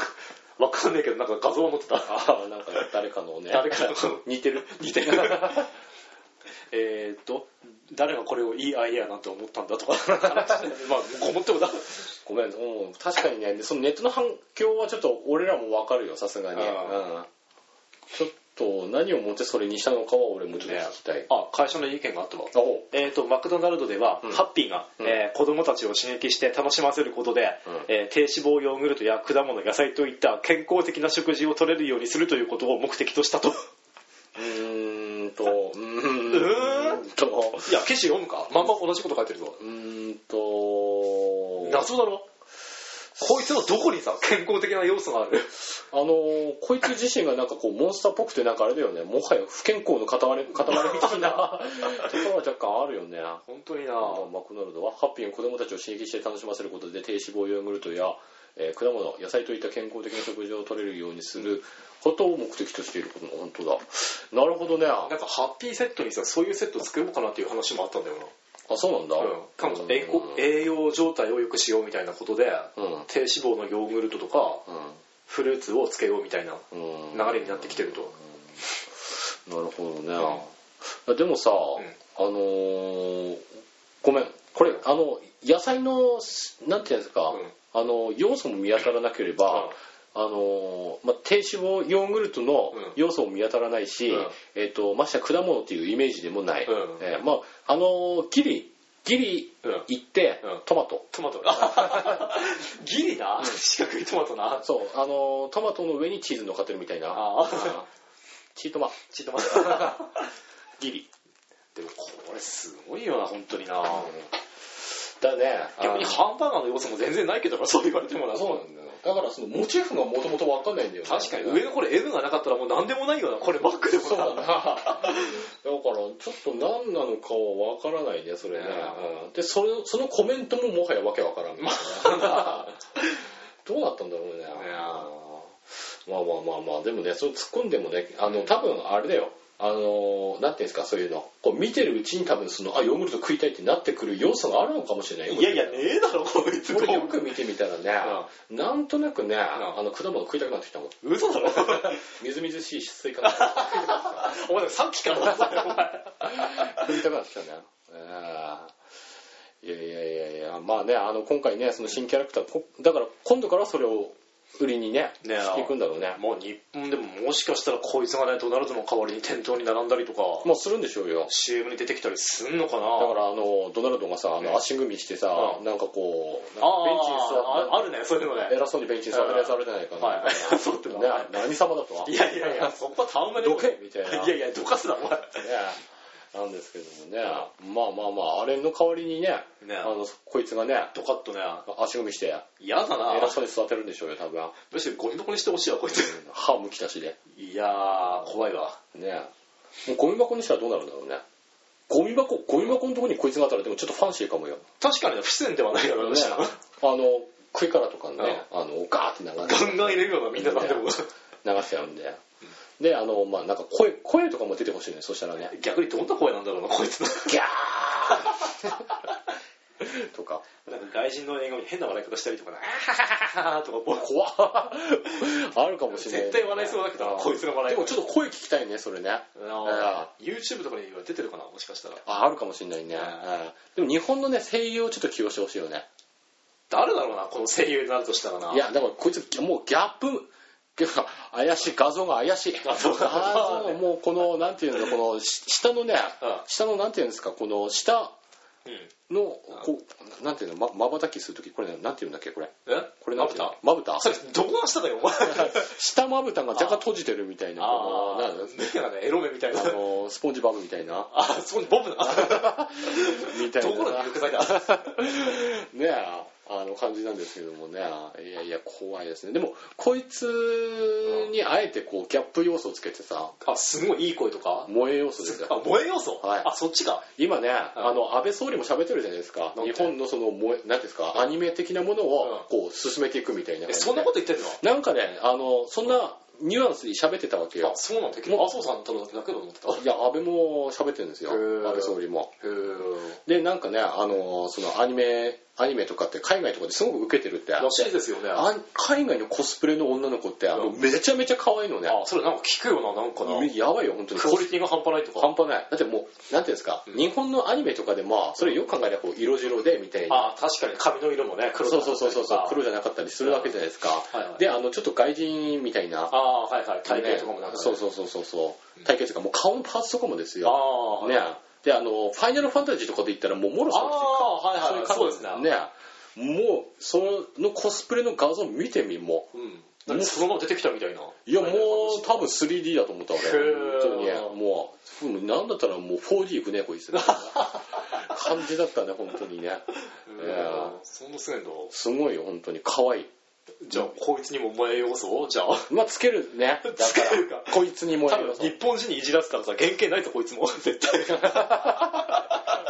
わかんないけどなんか画像を持って
(laughs)
た
ああなんか誰かのね
誰かの
(laughs) 似てる
似てるえーっと誰がこれをいいアイデアなんて思ったんだとか (laughs) まあこもってもだ
ごめん、うん確かにね、そのネットの反響はちょっと俺らもわかるよ、さすがに。う
あ
んちょっと何をもってそれにしたのかは俺もちょっと聞きたい。
あ会社の意見があったわ
あおう
えー、とマクドナルドでは、
うん
ハッピーが、
うん
えー子供たちを刺激して楽しませることで、
うん
えー低脂肪ヨーグルトや果物野菜といった健康的な食事を取れるようにすると (laughs) いうことを目的としたと
うーんと、うーんと、
いや記事読むかまんま同じこと書いてるぞ
うーんと、
謎だろこいつのどこにさ健康的な要素がある
あのー、こいつ自身がなんかこう、モンスターっぽくてなんかあれだよね、もはや不健康の塊、塊みたいなところは若干あるよね。
(laughs) 本当にな
マクドナルドはハッピーに子供たちを刺激して楽しませることで低脂肪ヨーグルトや、えー果物野菜といった健康的な食事を取れるようにすることを目的としていることの本当だなるほどね
な
あ
んかハッピーセットにさそういうセット作ろうかなっていう話もあったんだよ
そうなんだ
な、うん、かも
うん
栄養栄養状態を良くしようみたいなことで
うんうん
低脂肪のヨーグルトとかフルーツをつけようみたいな
うん
流れになってきてると、
なるほどね、でもさ、あのーごめんこれあの野菜のなんていうんですか、
うん
あの要素も見当たらなければ、
う
あ
ん
のーまあ、低脂肪ヨーグルトの
うん
要素も見当たらないし、
うん
えっとましてや果物っていうイメージでもない、
うん
えーまああのーギリギリ
うん
いって、
うん
トマト
トマトギリな四角いトマトな
そうあのートマトの上にチーズ乗っかってるみたいな
あー
うんチートマ
ちょっと (laughs) 待って
ギリ
でもこれすごいよな本当にな
だね
逆に
あの
ハンバーガーの要素も全然ないけどなそう言われてもな
そうなんだよだからそのモチーフがもともと分かんないんだよね
確かに上のこれ M がなかったらもう何でもないよなこれバックでも
そうだな。だ
な
から、ちょっと何なのかはわからないね、それね
ね。
うんで、それそのコメントももはやわけわからん。
(laughs)
どうなったんだろうね。まあまあまあまあ、でもね、それ突っ込んでもね、あの、多分あれだよ。あのーなんていうんですかそういうのこう見てるうちに多分そのあヨーグルト食いたいってなってくる要素があるのかもしれない
いやいやねえだろこいつ
これよく見てみたらね、なんとなくね、あの果物食いたくなってきたもん
嘘だろ
みずみずしいスイカが
お前さっきからだぞお
(laughs)
前
食
(laughs)
いたくなってきたね、えーいやいやいやいやまあねあの今回ねその新キャラクターこだから今度からそれを売りにね
ねえ
していくんだろうね
もう日本でももしかしたらこいつがねドナルドの代わりに店頭に並んだりとか
もうするんでしょうよ
CM に出てきたりすんのかな
だからあのドナルドがさあ
うん
の足組みしてさ、
う
なんかこう
あ
なんかベンチに座って
ああるねそういうのね
偉そうにベンチに座ってるやつあるじゃないかな、
はい (laughs)
(laughs)
そうっての
ね
は、
何様だとはい
やいやいや (laughs) そこはたんまり
どけみたいない
やいやどかすなお前
ねなんですけどもね、まあまあまああれの代わりにね
ね
あのこいつがね
ドカッとね
足踏みして
嫌だな
偉そうに座ってるんでしょうよ多分
むしろゴミ箱にしてほしいわこいつ
歯むき出しで
いやー怖いわ
ねもうゴミ箱にしたらどうなるんだろうねゴミ箱ゴミ箱のとこにこいつがあったらでもちょっとファンシーかもよ、ね、
確かに不自然ではないよねむしろ
あの食い殻とかね、あのガーって流
ガ
し
ンガン入れるようなみんななんでも
流しちゃうんで、であのまあなんか声声とかも出てほしいねそしたらね
(laughs) 逆にどんな声なんだろうなこいつの
ギャ (laughs) ーとか
なんか外人の映画に変な笑い方したり (laughs) とかね、あははははとか、もう
怖っあるかもしれない
絶対笑いそうだけど、こいつの笑
で
い声
もちょっと声聞きたいねそれね
あー YouTube とかには出てるかな、もしかしたら。
ああるかもしれないね、
うん
うんでも日本のね声優をちょっと起用してほしいよね
誰だろうな、この声優になるとしたらな。
いやだからこいつもうギャップ (laughs) ギャップ怪しい画像が怪しい画
像が
もうこ
(laughs)
のなんていうのこのし下のね
うん
下のなんていうんですかこの下
うん、
のこうなんていうのまばたきするときこれねなんていうんだっけこれ
え
これな
ま
ん
ぶ
ていうの
た
まぶ
(laughs)
た
それ、どこが下だよ、
(laughs)
お前。
下まぶたが若干閉じてるみたいなこのなんだ
目がね、エロ目みたいな。
あのスポンジバブみたいな
あ、そこにボブだ。
みたいな
どこの力剤だ。
ねえあの感じなんですけどもねいやいや怖いですねでもこいつにあえてこうギャップ要素をつけてさ
あ、すごいいい声とか。
萌え要素です
あ
よ、
燃え要素、
はい
あ、そっちか。
今ねあの安倍総理も喋ってるじゃないですか
なんて
日本のその萌えなんていうんですかアニメ的なものをこう進めていくみたいな感
え、
じで
そんなこと言ってんの
なんかねあのそんなニュアンスに喋ってたわけよ
あ、そうなんだ。結局、麻生さんとだけだと思ってた。へ
いや安倍も喋ってるんですよ
へー
安倍総理も
ー。
でなんかねあのそのアニメアニメとかって海外とかですごく受けてるって
らしいですよね。
あ海外のコスプレの女の子ってあの
うん
めちゃめちゃ可愛いのね
あ、それなんか聞くよな、なんかな。
やばいよ本当に
クオリティが半端ないとか。
半端ないだってもうなんていうんですか、
うん
日本のアニメとかでもそれよく考えたらこう色白でみたいな
ああ、確かに髪の色もね、黒
そうそうそうそうそう黒
じ
じゃなかったりするわけじゃないですか、
はいはい
であのちょっと外人みたいな
ああ、はいはい。体型とかもな
ね
んか、ね。
そうそうそうそうそう体型というかもう顔のパーツとかもですよ
ああ、
ね
はい。
であのファイナルファンタジーとかで言ったらもうもろ
あ
そうですよ
あ、はいはい。
いう
そうですね。
ねもうそのコスプレの画像見てみもう
うん。なんかそのまま出てきたみたいな。
いやもう多分 3D だと思った俺
へ
本
ー
当にねもうふうなんだったらもう 4D いくねこいつ感じだったね本当にね
うん
いや
そんなせんの
すごいよ本当に可愛い
じゃあ、こいつにも萌え要素をじゃあ。
まあつけるねだか
つけるから
こいつにも
多
やる
分日本人にいじらせたらさ、原型ないぞ、こいつも。絶対。
まあ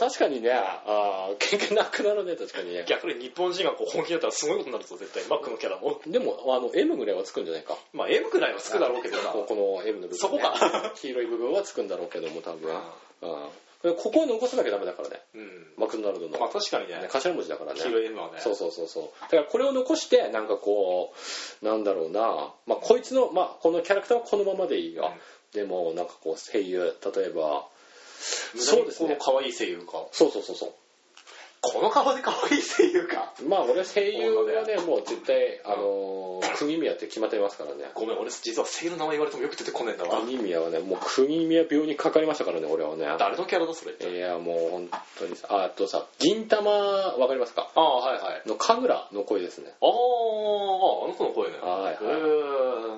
確かにねああ経験なくなるね確かにね
逆に日本人がこう本気だったらすごいことになるぞ、絶対。マックのキャラも。
でもあの M ぐらいはつくんじゃないか
まあ、M くらいはつくだろうけどな。
ここの M の部分、ね、
そこか
黄色い部分はつくんだろうけども多分、
うん
うんこれここを残さなきゃダメだからね
うん。
マクドナルドの、
まあ、確かにね
ね、頭文字だからね
黄色い M はね。
そうそうそうそうだからこれを残してなんかこうなんだろうな、まあ、こいつの、まあ、このキャラクターはこのままでいいよ、でもなんかこう声優例えば
そ
そうう
で
ですす
ね。
ね
この可愛い声優か。
そうそうそうそ
この顔で可愛い声優か。
うまあ俺は声優はねもう絶対あのー釘宮って決まってますからね
ごめん、俺実は声優の名前言われてもよく出てこねえんだわ。
釘宮はねもう釘宮病にかかりましたからね俺はね
誰のキャラだそれって。
いやもう本当にさああとさ銀玉わかりますか
ああ、はいはい。ああ、あ
の神楽の声ですね
の子の声ね。へ
はいは
え。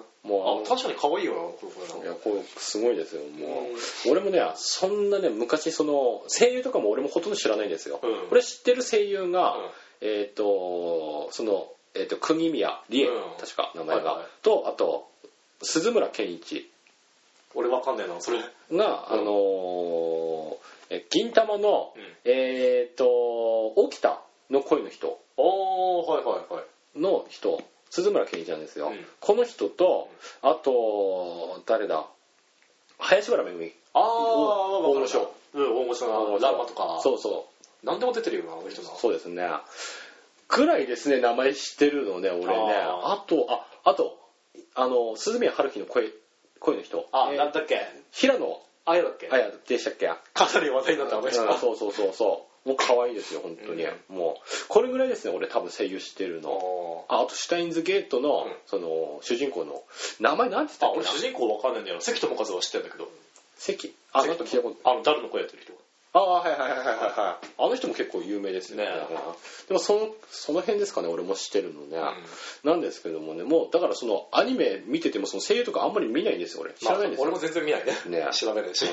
いも
あ、
う
確かに可愛いよな、この声
い
な。
やこうすごいですよもう
うん
俺もねそんなね昔その声優とかも俺もほとんど知らないんですよ、
うん
俺知ってる声優が、
うん
えっ、とその、えー、と国宮理恵、
うん
確か名前が、
はいはい
とあと鈴村健一
俺わかんねえな、それ。
が、
うん
あのーえ銀玉の、えっ、と沖田の声の人
ああ、はいはいはい。
の人鈴村健一なんですよ、
うん
この人とあと誰だ林原めぐみ。
ああ
大御所。
うん大御所
大御
な
所
ラマとか
そうそ
何でも出てるよなあの人
う
な。
そうですね。ぐらいですね、名前知ってるのね、俺ね。あ
あ
と、あ、あと、あの、鈴宮春樹の声、声の人。
あ
えー
なんだっけ
平野
あやだっけ
綾でしたっけ
かなり話題になったあの人
うんそうそうそうそう。もう可愛いですよ、本当に。
うん
もう、これぐらいですね、俺多分声優知ってるの。
あ
ああと、シュタインズゲートの、
うん
その、主人公の、名前なんて
ーあ
言ったっ
俺
けな
主人公わかんないんだよな関智一は知ってるんだけど
関、あ、なんか聞いたこと
あの誰の声やってる人
ああ、はいはいはいはいはい。あの人も結構有名ですよね。
ね
でもその、その辺ですかね、俺も知ってるのね。
う
なんですけどもね、もう、だからその、アニメ見てても、その声優とかあんまり見ないんですよ、俺。知
まあ
らないんですよ。
俺も全然見ないね
ね
(laughs) 調べないし
うん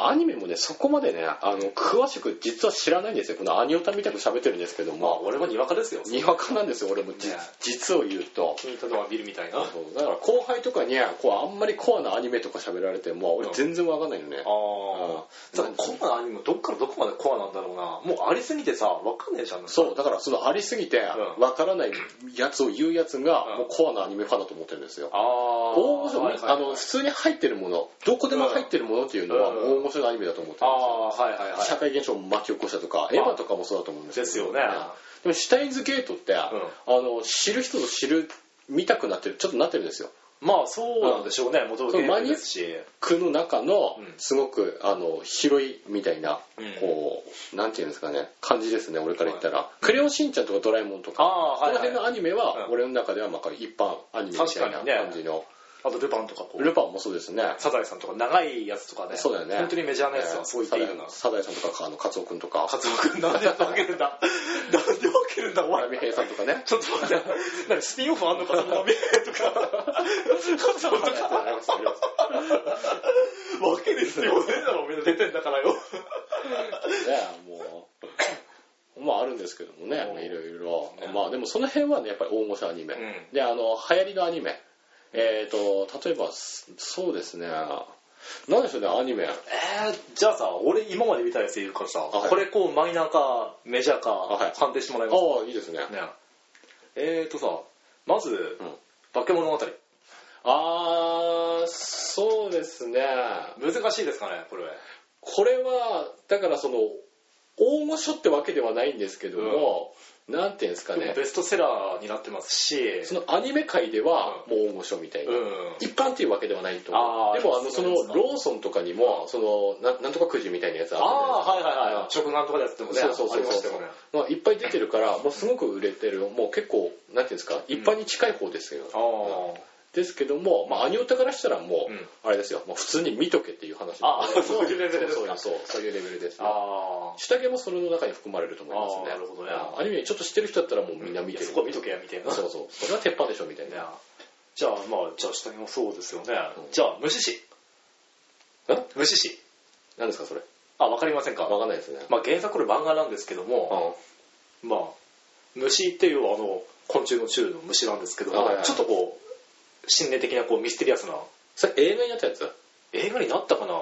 もうアニメもね、そこまでね、あの、詳しく実は知らないんですよ。このアニオタみたく喋ってるんですけど
まあ
も、
俺もにわかですよ
にわかなんですよ、俺も実
ね
実を言うと。
君とのは見るみたいなあ
そうだから後輩とかにこうあんまりコアなアニメとか喋られても俺
うん
全然わかんないよね、うん
あだからコアなアニメどっからどこまでコアなんだろうなもうありすぎてさわかんねえじゃん
そうだからそのありすぎて
うん
わからないやつを言うやつが
うん
もうコアなアニメファンだと思ってるんですよ
ああ
大御所
はいはいはい
あの普通に入ってるものどこでも入ってるものっていうのは
うん
大御所のアニメだと思って
あ
るんですよ
あはいはいはい
社会現象を巻き起こしたとかエヴァとかもそうだと思うんですけ
で
ど
すよね
でもシュタインズゲートって、あの知る人と知る見たくなってるちょっとなってるんですよ
まあそうなんでしょうね元々
そう
ゲームですし
区の中の
うん
すごく、あの広いみたいな、
うん
こうなんていうんですかね感じですね俺から言ったら「クレヨンしんちゃん」とか「ドラえもん」と
あ
か、
あはい
この辺
はい
のアニメは、
うん
俺の中ではなんか一般アニメみたいな
確かにね
感じの、
あとルパンとかこう
ルパンもそうですね
サザエさんとか長いやつとかね
そうだよね
本当にメジャーなやつはそう言っていいのな
サザエさんとかあのカツオ君とか
カツオ君なんで分けるん (laughs) だなんで分けるんだお
村上
前
平さんとかね
ちょっと待って何スピンオフあんのかその名 (laughs) とかカツオと
ありがとうご
か
ざいます
分ける必要ね (laughs) えだろみんな出てんだから
ね
よ
もうまああるんですけどもね
うん
いろいろ
ね
まあでもその辺はねやっぱり大御所アニメ、
うん
であの流行りのアニメえっ、と例えばすそうですね何でしょうねアニメ
えー、じゃあさ俺今まで見たやついるからさ、
はい
これこうマイナーかメジャーか
はい
判定してもらい
あ
ます
あいいですね
ねえーとさまず、
ん
化け物語
ああそうですね
難しいですかねこれ
これはだからその大御所ってわけではないんですけども、なんていうんですか
でも
ね
ベストセラーになってますし
そのアニメ界ではもう大御所みたいな、
うん
一般っていうわけではないと思
あ
う
ー
でもあのそ
そう
の
なんですか
ローソンとかにもそのななんとかくじみたいなやつあったじゃないですか
はいはいはい食玩とかでやってもね
そうそうそうそう
ありましたよね
まあ、いっぱい出てるからもうすごく売れてるもう結構なんていうんですか一般に近い方ですよ、
ああ
ですけども、まあ、アニオタからしたらもう、
うん
あれですよもう普通に見とけっていう話
あーそういうレベルです
そう
か
そうそうそういうレベルですね
あ
下着もそれの中に含まれると思いますね
あーなるほどね
アニメちょっと知ってる人だったらもう
あ
みんな見てる
そこは見とけやみたいな
そうそうそれは鉄板でしょみたい
ね
な
じゃあまあじゃあ下にもそうですよね、
うん
じゃあ無視し
ん
無視し
何ですかそれ
あわかりませんか、
わかんないですね、
まあ、原作これ漫画なんですけども、まあ虫っていうあの昆虫の虫の虫なんですけども、
はいはい
ちょっとこう心霊的なこうミステリアスな
それ映画になったやつ
映画になったかな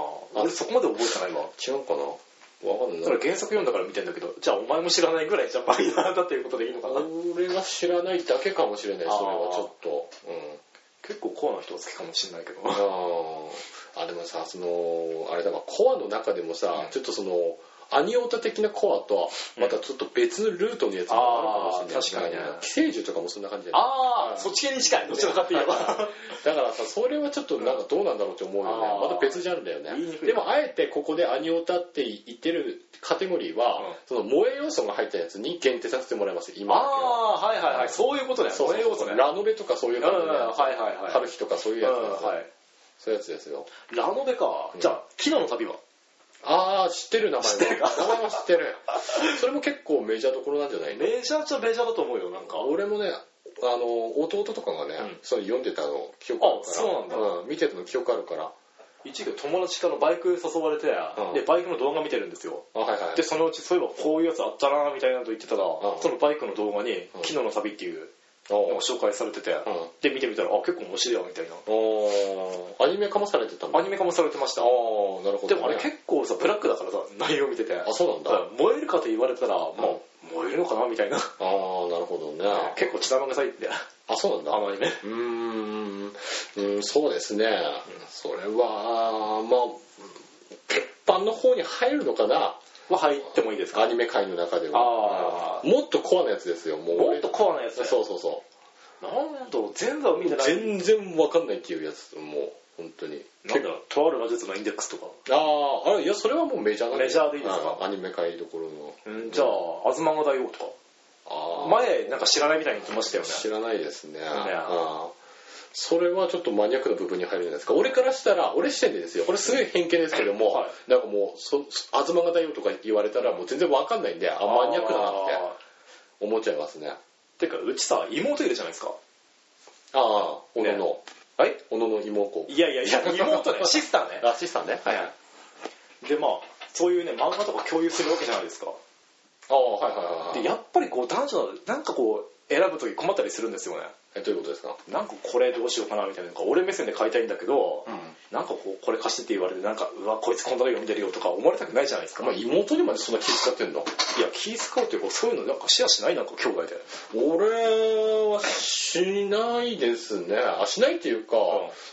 俺そこまで覚えてないわ
違うかなわかん
そ
ない
れ原作読んだから見てんだけどじゃあお前も知らないぐらいじゃあマイナーだっていうことでいいのかな
俺が知らないだけかもしれないそれは
あー
ちょっとうん
結構コアな人は好きかもしんないけど
あーあでもさそのあれだわコアの中でもさ、
うん
ちょっとそのアニオタ的なコアとはまたちょっと別のルートのやつもあるかもしれない、
あー確かにね
寄生獣とかもそんな感じじゃないー
あそっち系に近いどちらかって (laughs) 言えば
だからさそれはちょっとなんかどうなんだろうって思うよね
あ
ま
ー
た別ジャンルだよ
言いに
ね
くい
でもあえてここでアニオタって言ってるカテゴリーは、
うん
その萌え要素が入ったやつに限定させてもらいます今だけは
ああはいはいはいそういうことね
そう
そういう
そ
こ
うそ
と
う
ね
ラノベとかそういう感じで、
うんはいはいはい
春樹とかそういう
う
やつ
ん
ですよ、
はい
そういうやつですよ
ラノベか
うん
じゃあキノの旅は
ああ知ってる名前は
知ってるか
名前は知ってるそれも結構メジャーどころなんじゃないの
メジャーっちゃメジャーだと思うよなんか
俺もねあの弟とかがね、
うん
それ読んでたの記憶あるから
あそうなんだ
見てたの記憶あるから
一時期友達からバイク誘われて
うん
でバイクの動画見てるんですよ
あはいはい
でそのうちそういえばこういうやつあったなみたいなこと言ってたら
うん
そのバイクの動画に
うん
「キノの旅」っていうの
お
が紹介されてて
ん
で見てみたらあ結構面白いわみたいな
おーアニメ化もされてたんだ
アニメ化もされてました
ああなるほど、
でもあれ結構さブラックだからさ内容見てて
あそうなんだ、あ
燃えるかと言われたらまあ燃えるのかなみたいな
あなるほどね
結構血生臭いって
あそうなんだ
あのアニメ
うーんうん、そうですね。それは、まあ、鉄板の方に入るのかな
は入ってもいいですか
アニメ界の中で
あ
は。もっとコアなやつですよ、もう。
もっとコアなやつ
そうそうそ
なんと全部は見て
う。
ない
全然わかんないっていうやつ、もう、本当に。
なんだとある魔術のインデックスとか、
ああ、あれ、いや、それはもうメジャーなん
メジャーでいいですか
あアニメ界どころの。
うん、じゃあ「アズマガ大王」とか
ああ、
前なんか知らないみたいに言ってましたよね
知らないですね。
ね
あーそれはちょっとマニアックな部分に入るじゃないですか。俺からしたら、俺視点でですよ。これすごい偏見ですけども、
は
なんかもう、そあずまがだよとか言われたら、もう全然わかんないんで、あ、マニアックだなって
て
思っちゃいますね。
てかうちさ妹いるじゃないですか
ああ、小野
ね
の、
はい
小野の妹。
いやいや (laughs) いや妹ねシスターね
らしさね。はい。あ
でまあそういうね漫画とか共有するわけじゃないですか
あ、はいはいはい
で
はい。
やっぱりこう男女のなんかこう選ぶ時困ったりするんですよね
え、どういうことですか
なんかこれどうしようかなみたいなのが俺目線で買いたいんだけど、なんかこうこれ貸してって言われてなんかうわこいつこんなの読んでるよとか思われたくないじゃないですか、
まあ、
い
妹にまでそんな気遣ってんだ。
や気使うというかそういうのなんかシェアしないなんか兄弟で
俺はしないですねあしないっていうか、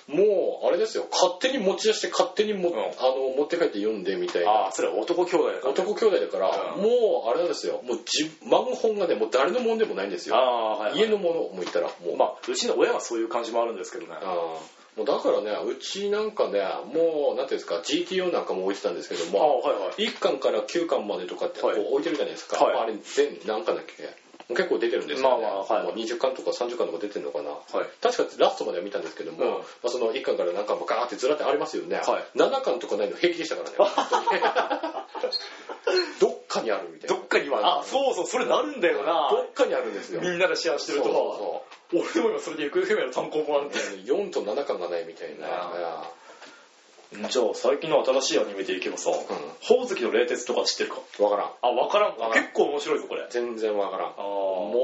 もうあれですよ勝手に持ち出して勝手にも、
うん
あの持って帰って読んでみたいな
ああそれは男兄弟だから
男兄弟だから、
うん
もうあれなんですよもう自漫画本がねもう誰のもんでもないんです
あ
よ
あはい、はい、
家のものも言ったらもう,、
まあうちの親はそういう感じもあるんですけどね
あ、もうだからねうちなんかねもうなんていうんですか GTO なんかも置いてたんですけど
あ
も
はいはい
1巻から9巻までとかってこう
はい
置いてるじゃないですか、
はい
あれ全何巻だっけ結構出てるんですよ、ね
まあまあはい
もう20巻とか30巻とか出てるのかな
はい
確かラストまでは見たんですけども、
うん
まあ、その1巻から何巻もガーってずらってありますよね、
は
7巻とかないの平気でした
(laughs)
からねどっかにあるみたいな
どっかにはあそうそうそれなるんだよな
どっかにあるんですよ
みんなでシェアしてると
そう
俺も今それで行方不明の単行本あるんで
そうそう4と7巻がないみたいな、
あじゃあ最近の新しいアニメでいけばさ、ほおずきの冷徹とか知ってるか
分からん
あ分から
わ
ん
からん
結構面白いぞこれあ
全然分からん
あ
も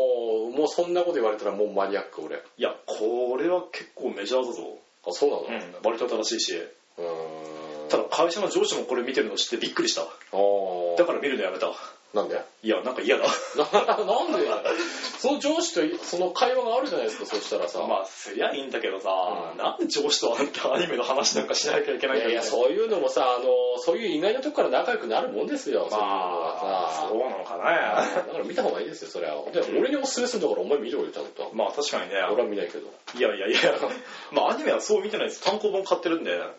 うもうそんなこと言われたらもうマニアック俺あ
いやこれは結構メジャーだぞ、
そうなの
割と新しいし
うーん
ただ会社の上司もこれ見てるの知ってびっくりした
あー
だから見るのやめた
なんで (laughs)
いやなんか嫌だ
なんで (laughs) その上司とその会話があるじゃないですかそしたらさ、
まあすりゃいいんだけどさ、
うん
なんで上司とあんたアニメの話なんかしなきゃいけない
い
んだ
やいや、
う
そういうのもさ、あの、そういう意外なとこから仲良くなるもんですよ、
まあ
そう
そ
いうの
うなのかな
はさ。だから見た方がいいですよ、それは。で、俺におすすめするんだから、お前見てこいよ、ちゃんと。
まあ確かにね
俺は見ないけど。
いやいやいやまあアニメはそう見てないです単行本買ってるんで
ああ、なる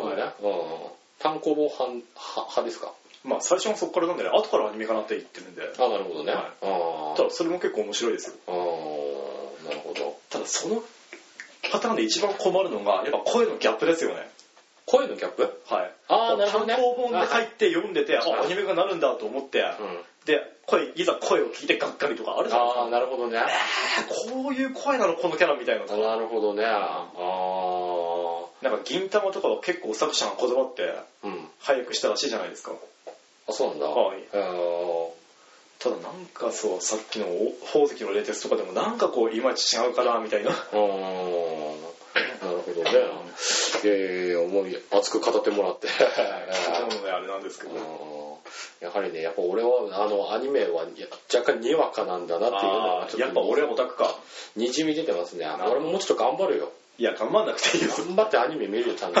ほどね。うん。単行本派派派ですか
まあ最初はそこからなんでね後からアニメかなって言ってるんで
あなるほどね。
はい
あ
ただそれも結構面白いですよ
あ。ああ、なるほど。
ただそのパターンで一番困るのがやっぱ声のギャップですよね
声のギャップ
はい
ああ、なるほどね。
単行本で書いて読んでてあ
はい
アニメがなるんだと思って、
うん
で声いざ声を聞いてがっかりとかあるじゃないです
ああ、なるほどね。
かこういう声なのこのキャラみたいなのとか
なるほどね。ああ。
なんか銀魂とかは結構作者がこだわって
うん。
早くしたらしいじゃないですか
あ、そうなんだ。
はい
あー
ただなんかそうさっきの宝石の冷徹とかでもなんかこういまいち違うかなみたいな
うーんなるほどね。いやいやいや、思い熱く語ってもらって。 (laughs)
なのであれなんですけ
う
ど
んやはりね、やっぱ俺は、あの、アニメはや若干にわかなんだなっていうの
あ
が、
ーやっぱ俺はオタクか
にじみ出てますね。
ほど
俺ももうちょっと頑張るよ。
いや頑張んなくていいよ
頑張ってアニメ見るよ、ちゃんと。う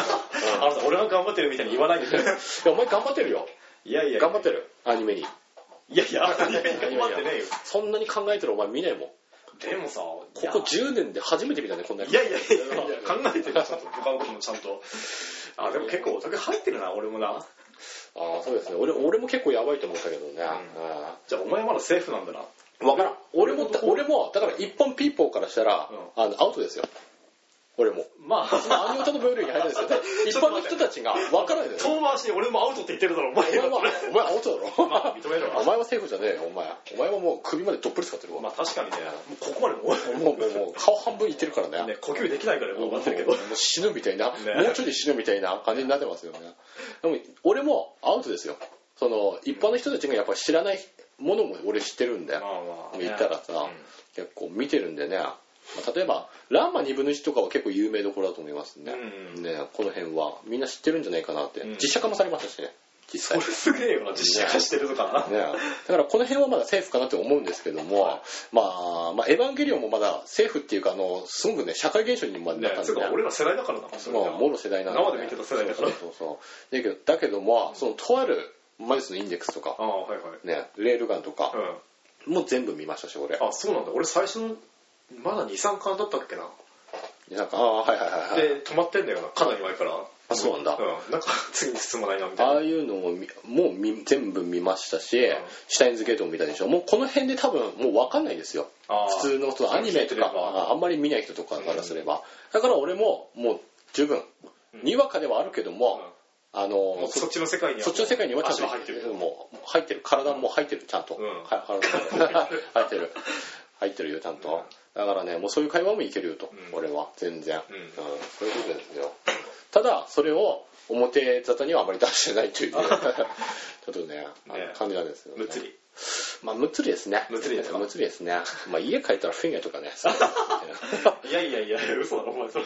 ん
あ (laughs) のさ俺は頑張ってるみたいに言わないでくれ
いやお前頑張ってるよ。
いやいや
頑張ってる。アニメに。
いやいやアニメに頑張ってねえよ
そんなに考えてるお前見ないもん。
でもさこ
ここ10年で初めて見たね、こんなに
いやいやいやいや考えてるちゃんと他のこともちゃんとあでも結構オタク入ってるな俺もな
ああ、そうですね。俺、俺も結構やばいと思ったけどね。うん
じゃあお前はまだセーフなんだな
わからん俺も俺もだから一本ピーポーからしたら、
う
あのアウトですよ俺も
まあ
アニオタの分類に入るんですよで一般の人たちがわからないですよ
遠回しに俺もアウトって言ってるだろお
お
前
前は
は
お前アウトだろ、
まあ認めろ
お前はセーフじゃねえよお前お前はもう首までどっぷり使ってるわ、
まあ確かにねもうここまでも
も
う
うもうもう顔半分いってるからね
ね、呼吸できないからもう待ってるけ
も
ど
う。死ぬみたいな、
ね
もうちょいで死ぬみたいな感じになってますよねでも俺もアウトですよその一般の人たちがやっぱ知らないものも俺知ってるんで、
ま
言ったらさ、結構見てるんでね、まあ例えば「ランマ2分の1」とかは結構有名どころだと思いますね,、
うん
ねこの辺はみんな知ってるんじゃないかなって、
うん
実写化もされましたしね実際
それ。すげえよな、実写化してるとか
ね、
な。
だからこの辺はまだセーフかなって思うんですけども、まあ、まあ、エヴァンゲリオンもまだセーフっていうか、あの、すごくね、社会現象にまでな
ね
ったん
つ
で
う
ね
か、。俺ら世代だからな、それ
まあ、もろ世代なんで、
生で見てた世代だから
そうそうそうそうだけど、だけども、その、とあるマイスのインデックスとか
あ、あ、はいはい。
ね、レールガンとか、
う
もう全部見ましたし、俺。
ん。あ、そうなんだ。俺最初の、まだ2、3巻だったっけな。
なんか、ああ、はいはいはいはい。
で、止まってんだよな、かなり前から。
あそうなんだ
うん。なんか、次に進まないな、みたいな。
ああいうのも見、もう見全部見ましたし、
ん
シュタインズゲートも見たでしょ。もうこの辺で多分、もうわかんないですよ。
あー
普通のそのアニメとか
そういう人いれば
ああんまり見ない人とかからすれば、だから俺ももう十分、にわかではあるけども、あ
うんも
の
うそっちの世界には
そっちの世界にはちゃん
足
と
は入ってる。
もうもう入ってる体も入ってるちゃんと、
うん
は体も (laughs) 入ってる入ってるよちゃんと、だからねもうそういう会話もいけるよと、
うん
俺は全然、
うん
そういうことですよただそれを表沙汰にはあまり出してない
(laughs)
という (laughs) ちょっとねあの
ね
感じなんですよね
むつり。
まあむつりですね
むつりですか
むつりですねまあ家帰ったらフィンガーとかね
(laughs) いやいやいや、嘘だろ、お前、それ。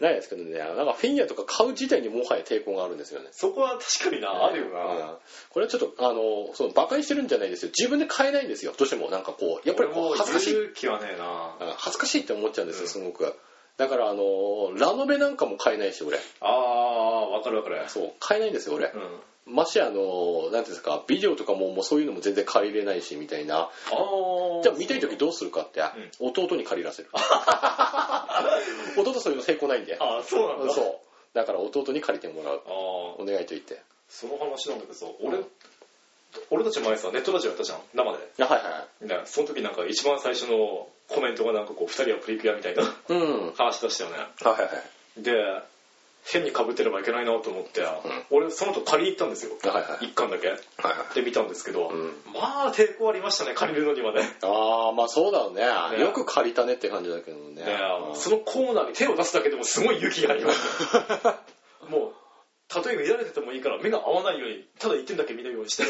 ないですけどね、なんかフィギュアとか買う自体にもはや抵抗があるんですよね。
そこは確かにな、あるよ
う
な。
んこれはちょっと、あの、その、馬鹿にしてるんじゃないですよ。自分で買えないんですよ。どうしても、なんかこう、やっぱりこう、恥ずかしい、うん
勇気はねえな。
恥ずかしいって思っちゃうんです
う
よ、
ん
すごく。だから、あの、ラノベなんかも買えないし、俺。
ああ、わかるわかる。
そう、買えないんですよ、俺
う。ん。
まして、あの、なんていうんですか、ビデオとかも、もうそういうのも全然借りれないし、みたいな。
ああ。
じゃあ、見たい時どうするかって、弟に借りらせ (laughs) る。弟そういうの抵抗ないんで。
ああ、そうなんだ。
そう。だから、弟に借りてもらう。
ああ、
お願いと言って。
その話なんだけどさ、俺、俺たち前さ、ネットラジオやったじゃん、生で。
あはいは
ね、その時なんか一番最初のコメントがなんかこう、二人はプリキュアみたいな
い。うん。はい
話出したよね。
はいはい。
で、変に被ってればいけないなと思って、俺その後借りに行ったんですよ。
はいはい
一巻だけ。
はいはい
で見たんですけど、
うん
まあ抵抗ありましたね、借りるのにまで。ね
ああ、まあそうだよね。
ね
よく借りたねって感じだけどね。うん
そのコーナーに手を出すだけでもすごい勇気があります。
(laughs)
もう、たとえ乱れててもいいから目が合わないように、ただ一点だけ見ないようにして、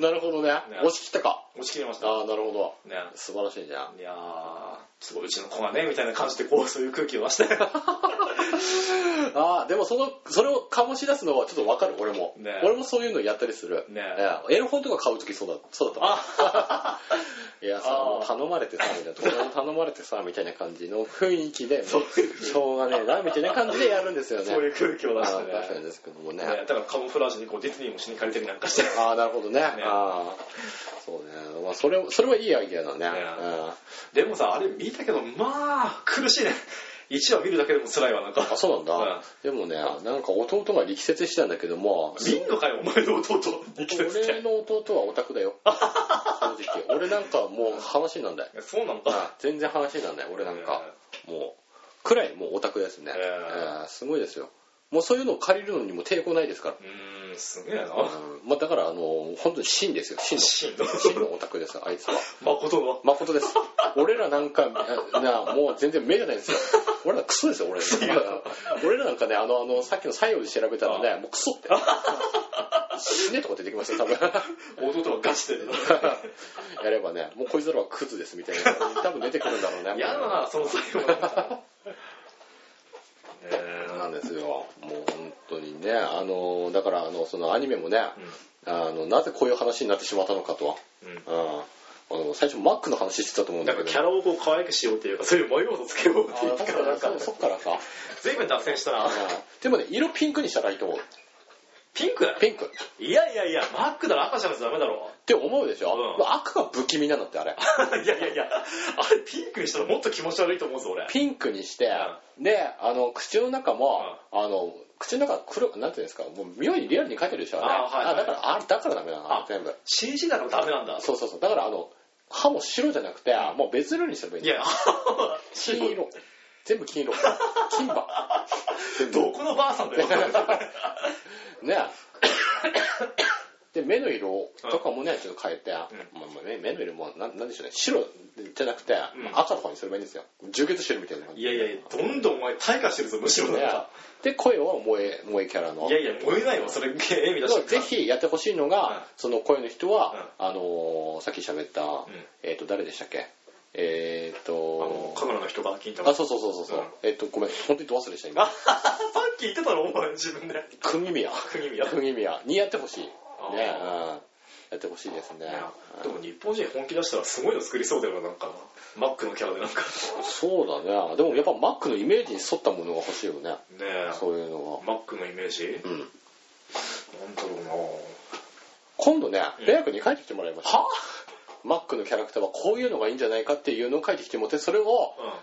なるほどね。押し切ったか。
押し切りました。
ああ、なるほど。
ね
素晴らしいじゃん。
いやー、ちょっとうちの子がね、みたいな感じで、こう、そういう空気を出して。ね
(laughs) ああ、でもその、それを醸し出すのはちょっとわかる、俺も。
ね
俺もそういうのやったりする。
ね
えエロ本とか買うときそうだ、そうだ (laughs) った。いやさ、
あー
頼まれてさ、みたいな、これも頼まれてさ、みたいな感じの雰囲気で、もうしょうがねえな、みたいな感じでやるんですよね。
そういう空気を
ああ
出し
ー
てね。
確かにですけどもね。
ねだからカモフラージュにこう、ディズニーもしに借りたりなんかして。ね
ああ、なるほどね。ああそうね。まあ、それ、それはいいアイデアだね。うん
でもさ、あれ見たけど、まあ、苦しいね。1話見るだけでも辛いわ、なんか。
あ、そうなんだ。でもね、なんか弟が力説したんだけども、
見んのかよ、お前の弟。生きてつって
俺。の弟はオタクだよ。正直。俺なんかもう話になんだよ。
そうなのか。
全然話になんだよ、俺なんか。もう、くらいもうオタクですね。
えー
えーすごいですよ。もうそういうのを借りるのにも抵抗ないですから。
うーん、すげえ (laughs) な。
うんまあだから、あの、本当に真ですよ。真の。
真 (laughs) の
真のオタクです、あいつは。
誠の。
誠です。俺らなんか、ななもう全然目じゃないんですよ。俺らクソですよ、俺ら。俺らなんかね、あの、あの、さっきの最後で調べたらね、もうクソって。死ねとか出てきましたよ、多分。
弟はガチで。
やればね、もうこいつらはクズですみたいな。多分出てくるんだろうね。
(laughs) 嫌だな、その最後なんか。ね
なんですよ。もう本当にね、あの、だから、あの、そのアニメもね、あの、なぜこういう話になってしまったのかとは。
うんうん
うん。あの、最初マックの話してたと思うん
な
だ
ん
け
か
ど。
キャラをこう可愛くしようっていうか、そういう模様をつけようっていう
あそっか、
か、なんから
そっからか。
随分脱線したな。
でもね、色ピンクにしたらいいと思う。
ピンク
ピンク。っ
いやいやいや、マックなら赤じゃないとダメだろ。
て思うでしょ、
うん
まあ赤が不気味なのってあれ。
(laughs) いやいやいや、あれピンクにしたらもっと気持ち悪いと思うぞ、俺。
ピンクにして、で、あの、口の中も、あの、口の中黒、なんていうんですか、もう妙にリアルに描いてるでしょあれ。
あはいは
あ
い
だから、あれ、だからダメだな
あ、
全部。
CG だからダメなんだ。
そうそうそう。だから、あの、歯も白じゃなくて、もう別色にすればいいん
い
だよ
や、
金色。全部金
(laughs)
色。金歯。全部
どこのばあさんだよ。
ねで目の色とかもねちょっと変えて、まあまあ目目の色もなんなんでしょうね白じゃなくて、
ん
赤とかにすればいいんですよ充血してるみたいな感じ
いやいやいや、どんどんお前退化してるぞ、むしろなん
ね
か。
で声は萌え萌えキャラの
いやいや、燃えないわ、それ、絵見出
だ
し
か
て
らぜひやってほしいのが、
うん
その声の人は、あのーさっき喋った、えっ、と誰でしたっけえーっ
あの
と、
カメラの人が聞いた
あ、そうそうそうそうそう、
うん
えっと、ごめん、本当にど忘れした、
あ (laughs) は
今。
はさっき言ってたのお前自分で
国宮。
国宮
国宮にやってほしい。ね、
あー
うん。やってほしいですね
いや。でも日本人本気出したらすごいの作りそうだよななんかマックのキャラでなんか
そうだね。でもやっぱマックのイメージに沿ったものが欲しいよね。
ねえ
そういうの
マックのイメージ
が。うん。
なんだろうな
今度ね
う、ん
レア君に書いてきてもらいました。マックのキャラクターはこういうのがいいんじゃないかっていうのを書いてきてもらって、それを、
う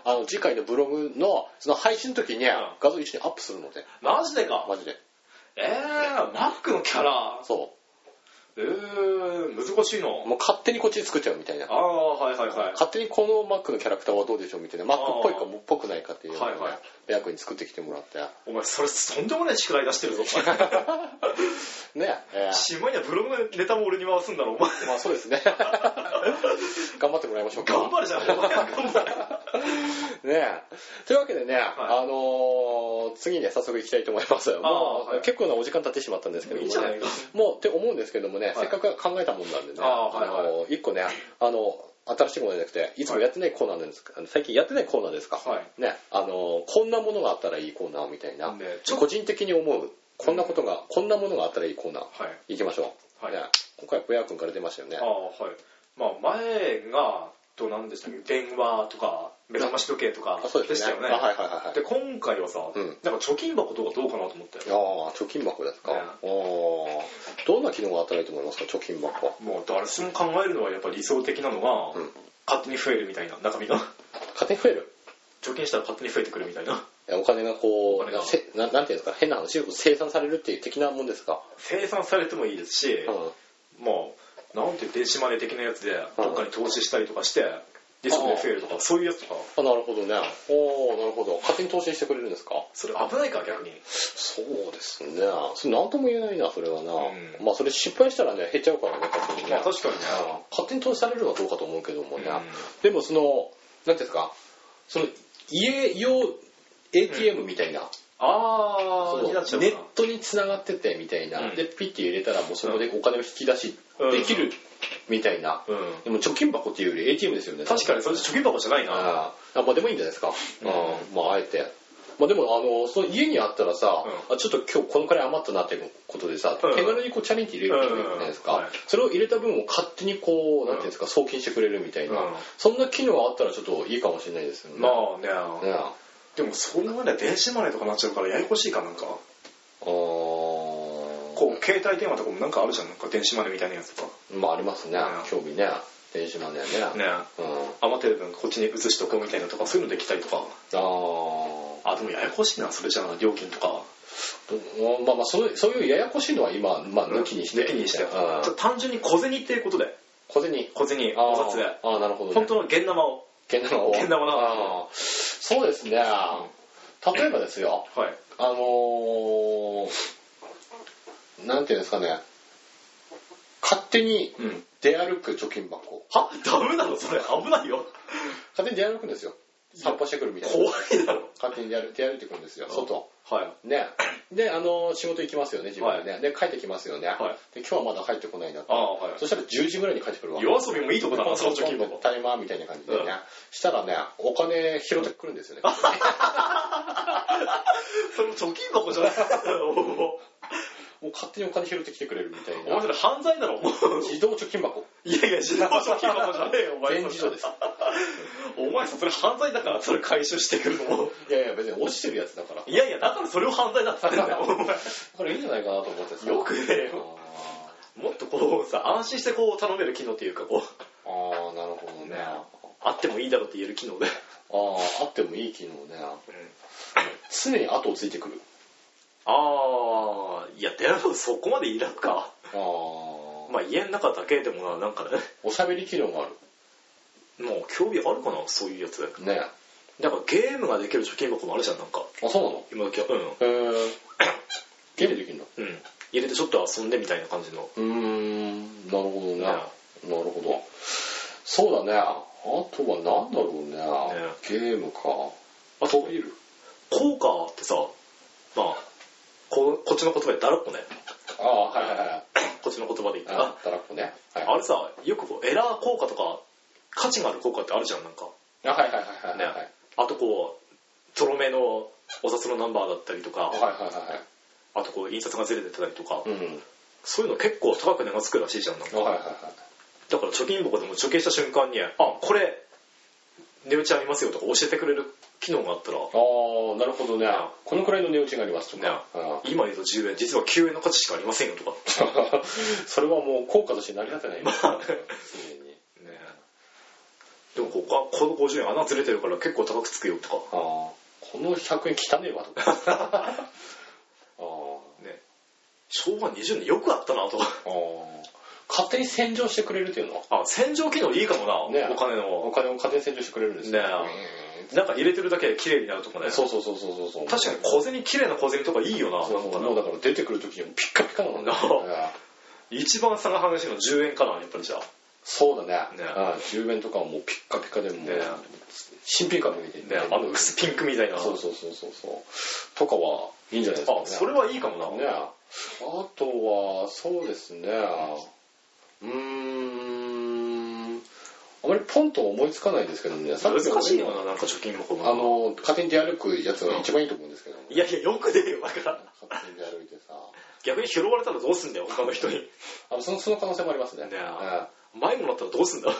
あの、次回のブログの、その配信の時に
ん
画像一緒にアップするので、
マジでか
マジで。
えー、マックのキャラ
そ
えー、難しいな
う。もう勝手にこっち作っちゃうみたいな
あ。あはいはいはい
勝手にこのマックのキャラクターはどうでしょうみたいなマックっぽいかもっぽくないかっていうのをね
はいはい
レア君に作ってきてもらって
お前それとんでもない宿題出してるぞお前
ねえー
しまいにはブログのネタも俺に回すんだろお前 (laughs)
まあそうですね頑張ってもらいましょうか
頑張れじゃんお (laughs) 前頑張れ
ねえというわけでね、
い
あのー次ね早速行きたいと思いますもう、
はい
結構なお時間経ってしまったんですけども、
いい
ね、
じゃないか
もうって思うんですけどもね、せっかく考えたもんなんでね
ああはいはい
のー一個ねあの新しいものじゃなくていつもやってないコーナーなんですか、あの最近やってないコーナーですか、
はい
ねあのーこんなものがあったらいいコーナーみたいな、
ねちょ
個人的に思うこんなことが、こんなものがあったらいいコーナー
はい
行きましょう、
はい
ね今回はブヤ君から出ましたよね
ああはいまあ前がと何でしたっけ電話とか目覚まし時計とか
あそうで
ですした
ね
よね
あはいはいはいはい
で今回はさ、
うん
なんか貯金箱とかどうかなと思ったよ
ああ貯金箱ですか、
ね
ああどんな機能があったらいいと思いますか貯金箱
もう誰しも考えるのはやっぱ理想的なのは、
うん
勝手に増えるみたいな中身が
勝手に増える
貯金したら勝手に増えてくるみたいない
やお金がこ
お
う
金
な
が
せななんていうんですか変な話生産されるっていう的なもんですか、
生産されてもいいですし、
うん
もうなんていう電子マネー的なやつで
うん
どっかに投資したりとかしてリスクで増えるとかそういうやつとか
あなるほどねおおなるほど勝手に投資してくれるんですか
それ危ないから逆に
そうですねそれ何とも言えないなそれはな、
うん
まあそれ失敗したらね減っちゃうからね勝手にね
まあ確かにね
勝手に投資されるのはどうかと思うけどもね、
うん
でもその何ていうんですかその家用 ATM みたいな、
あ
その
あに
ネ
なっちゃうかな
ットに繋がっててみたいな、
うん
でピッて入れたらもうそこでお金を引き出し
うん
できるみたいな、
うん
でも貯金箱っていうより ATM ですよね
確かにそれ貯金箱じゃないな
ああまあでもいいんじゃないですか、
うん
うんまああえてまあでもあのその家にあったらさ、
うん
あちょっと今日このくらい余ったなっていうことでさ、
うん
手軽にこうチャレンジ入れる人いるじゃないですか、
うんはい
それを入れた分を勝手にこうなんていうんですか送金してくれるみたいな、
うん
そんな機能があったらちょっといいかもしれないですよね、
まあね
ねあ
でもそんなまで電子マネーとかなっちゃうからややこしいかなんか
あー
こう携帯電話とかもなんかあるじゃんなんか電子マネーみたいなやつとか
まあありますね、
うん
興味ね電子マネーね
ね
うん、あ
余ってる分こっちに移しとこうみたいなとかそういうのできたりとか
あー
あでもややこしいなそれじゃあ料金とか
うんまあまあそういうそういうややこしいのは今、まあ、抜きにして
抜きにして
うん
ちょっと単純に小銭っていうことで
小銭
小銭
あ
お
ー
札で
あーなるほど、ね、
本当の現玉を
けん玉を
けん玉な
あーそうですね例えばですよ
はい
あのーなんていうんですかね勝手に
うん
出歩く貯金箱
はダメなのそれ危ないよ
勝手に出歩くんですよ散歩してくるみたいな
怖いだろ
勝手に出歩出歩いてくるんですよ外、
はい
ね、で、あの、仕事行きますよね、自分でね。で、帰ってきますよね。
は
で、今日はまだ帰ってこないな
あ
と。
あはい
そしたら10時ぐらいに帰ってくるわけ。
夜遊びもいいとこだなその貯金箱
タイマーみたいな感じでね
うん。
したらね、お金拾ってくるんですよね。
それも貯金箱じゃ (laughs) ないお
もう勝手にお金拾ってきてくれるみたい
お前そ
な。
れ犯罪だろもう
自動貯金箱。
いやいや自動貯金箱じゃねえよお前
全自動です。
お前さそれ犯罪だからそれ回収してくるの
いやいや、別に落ちてるやつだから。だ
いやいやだからそれを犯罪だっつってんだよお前
からいいんじゃないかなと思ってさ。
よくねえよ
あ
もっとこうさ安心してこう頼める機能っていうかこう
ーあー、なるほどね。あ
あってもいいだろうって言える機能で、
あ、あってもいい機能ね。常に後をついてくる。
ああいやでもそこまでいらんか
ああ、
まあ家の中だけでもななんかね
おしゃべり機能がある。
もう興味あるかなそういうやつ
ね。
なんかゲームができる貯金箱もあるじゃんなんか
あ、そうなの
今時はう
へーゲームできるの
んうん入れてちょっと遊んでみたいな感じの
うーんなるほどね
ね
なるほどそうだねあとは何だろうねゲームか
あと効果ってさまあここっちの言葉でだらっこね
ああはいはいはい
こっちの言葉で言ったら
あたらこねはい
あれさよくこうエラー効果とか価値がある効果ってあるじゃんなんか
あはいはいはいはいはいはい
あとこうゾロ目のお札のナンバーだったりとか
はいは
あとこう印刷がずれてたりとか、
いはいうん
そういうの結構高く値がつくらしいじゃんなんか
はいはい
だから貯金箱でも貯金した瞬間に「あこれ値打ちありますよ」とか教えてくれる機能があったら
はいああなるほどね
ね
このくらいの値打ちがありますとか、
ね今言うと10円実は9円の価値しかありませんよとか、
うんそれはもう効果として成り立てないんですよ常に
ね、でもこここの50円穴ずれてるから結構高くつくよとか、
あーこの100円汚ねえわとか
(laughs)
あー
ね、昭和20年よくあったなとか
あー勝手に洗浄してくれるっていうの
あ洗浄機能いいかもな、
ね
お金
お
の
金を勝手に洗浄してくれるんですよ
ね
うん
なんか入れてるだけで綺麗になるとかね
そうそうそうそうそうそう
確かに小銭綺麗な小銭とかいいよな
そうそうもうだから出てくる時にはピッカピカなもんね
(laughs) な一番差が激しいの10円かなやっぱりじゃあ
そうだねう
ね
ん10円とかはもうピッカピカでもう
ね
新品感が出て
ね、あの薄ピンクみたいな。
そうそうそうそうそうとかはいいんじゃないですかね
あ、それはいいかもな。
ねあとはそうですねうーんあまりポンと思いつかないですけどね
難しいよ
あ
な、なんか貯金箱が。
の勝手に出歩くやつが一番いいと思うんですけど、
いやいや、よく出るよ、だから。
勝手に出歩いてさ
逆に拾われたらどうすんだよ、他の人に。
あのそのその可能性もありますね
ね迷子だったらどうすんだ。
うん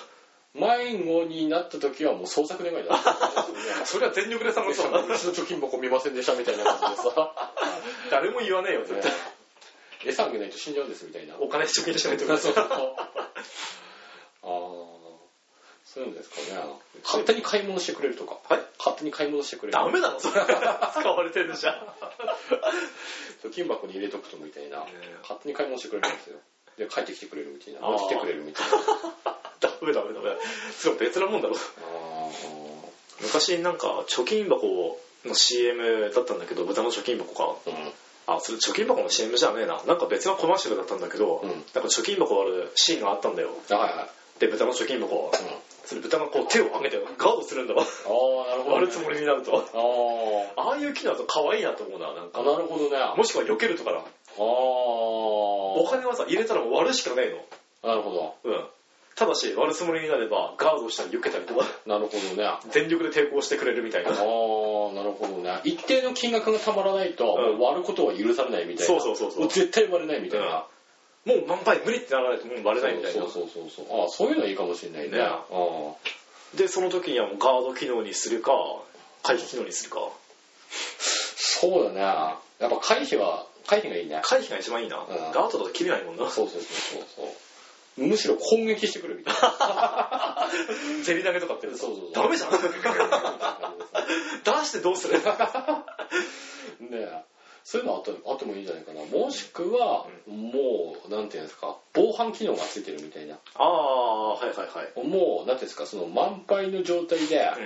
迷子になった時はもう創作願いだ
(laughs) それは全力で探すわな。
私の貯金箱見ませんでしたみたいな感じで (laughs) さ
(laughs) 誰も言わねえよ、絶対。
え餌あげないと死んじゃうんですみたいな
お金貯金しないと。
そう (laughs) そうあーそういうんですかね勝手に買い物してくれるとか
はい
勝手に買い物してくれる
ダメだろ、それ。使われてるじゃん。
貯金箱に入れとくとみたいな
ねえ
勝手に買い物してくれるんですよで帰ってきてくれるみたいな
あー
持ってきてくれるみたいな
ダメダメダメ。それは別なもんだろ。
あ
昔なんか、貯金箱の CM だったんだけど、豚の貯金箱か。
ーうん
あ、それ貯金箱の CM じゃねえな。なんか別のコマーシャルだったんだけど、
うん
なんか貯金箱あるシーンがあったんだよ。
あはいはい
で、豚の貯金箱、
うん
それ豚がこう手を上げてガードするんだわ。
ああなるほど、
割るつもりになると。
あー
ああいう機能だと可愛いなと思うな、なん
あ
か。
なるほどねあ
もしくは避けるとかな。お
あ
金はさ、入れたらもう割るしかねえ
なるほど
の。うん。ただし、割るつもりになれば、ガードしたり避けたりとか、 (laughs)
なるほどねあ
全力で抵抗してくれるみたいな。
あーなるほどね一定の金額がたまらないと、
うん
割ることは許されないみたいな
そうそうそうそう
も絶対割れないみたいな、
もう満杯無理ってならないともう割れないみたいな。
そうそうそうそうああそういうのいいかもしれないね
ね
ああ
で、その時にはもうガード機能にするか、回避機能にするか。
そうだねやっぱ回避は回避がいいね
回避が一番いいな。
ん
ガードだと切れないもん
(laughs)
な。
そうそうそうそうそうむしろ攻撃してくるみた
(laughs)
いな
競り投げとかって
そうそうそう
ダメじゃん出してど
(laughs)
うす
ね
る
えそういうのあってあってもいいんじゃないかなもしくは、もうなんていうんですか防犯機能がついてるみたいな
ああはいはいはい、
もうなんていうんですかその満杯の状態で、あ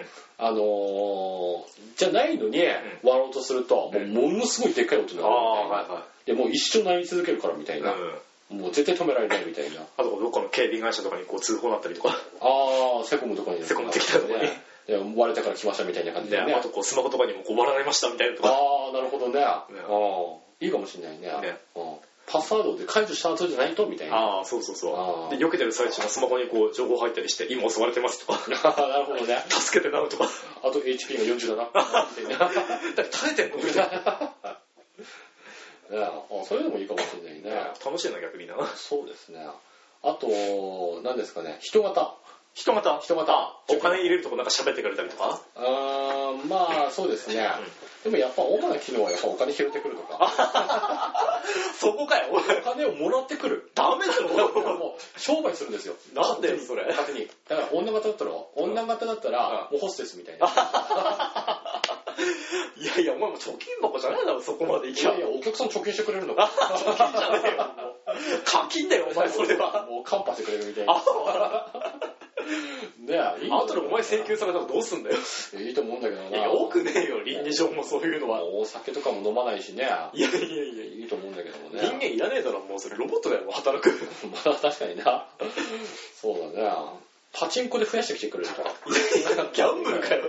のーじゃないのに割ろうとすると、
うん
もうものすごいでっかい音に
あ
なるみたい
あ
な、
はいはい
でもう一生鳴り続けるからみたいな、
うん
もう絶対止められないみたいな
あとどっかの警備会社とかにこう通報になったりとか、
ああセコムとかに
セコム的なとこに
ねで割れたから来ましたみたいな感じで
ね
ね
あとこうスマホとかにもこう割られましたみたいなとか
ああなるほどねうんいいかもしれないね
ね
うんパスワードで解除した後じゃないとみたいな
ああそうそう
あー
そうで避けてる最中のスマホにこう情報入ったりして今襲われてますとか
(laughs)
(laughs)
なるほどね
助けてなるとか
あと HP が40だなみたいな
だって耐えてんのみたいな
ねあそういうのもいいかもしれないね
楽しいな逆にな
そうですねあと何ですかね人型
人型
人型
お金入れるとこなんか喋ってくれたりとか
あーまあそうですねでもやっぱ主な機能はやっぱお金拾ってくるとか
そこかよおい
お金をもらってくる
ダメだ
だから
ろ
もう商売するんですよ
なんでそれ
勝手にだから女型だったら女型だったらもうホステスみたいない
やいや、お前もう貯金箱じゃないだろ、そこまで行
い
きゃ。
やいやお客さん貯金してくれるのか
貯金じゃねえよ、もう課金だよ、お前、それは。
もうカンパしてくれるみたいなね
ああ
えいいんだ
とでお前請求されたらどうすんだよ。
いやいいと思うんだけどない
や、多くねえよ、倫理上もそういうのは。
お酒とかも飲まないしね
いやいやいやい
いいと思うんだけども
や、
ね
人間いらねえだろ、もうそれロボットだよ、もう働く。
まあ確かになそうだねパチンコで増やしてきてくれるとか
(laughs) ギャンブルかよ。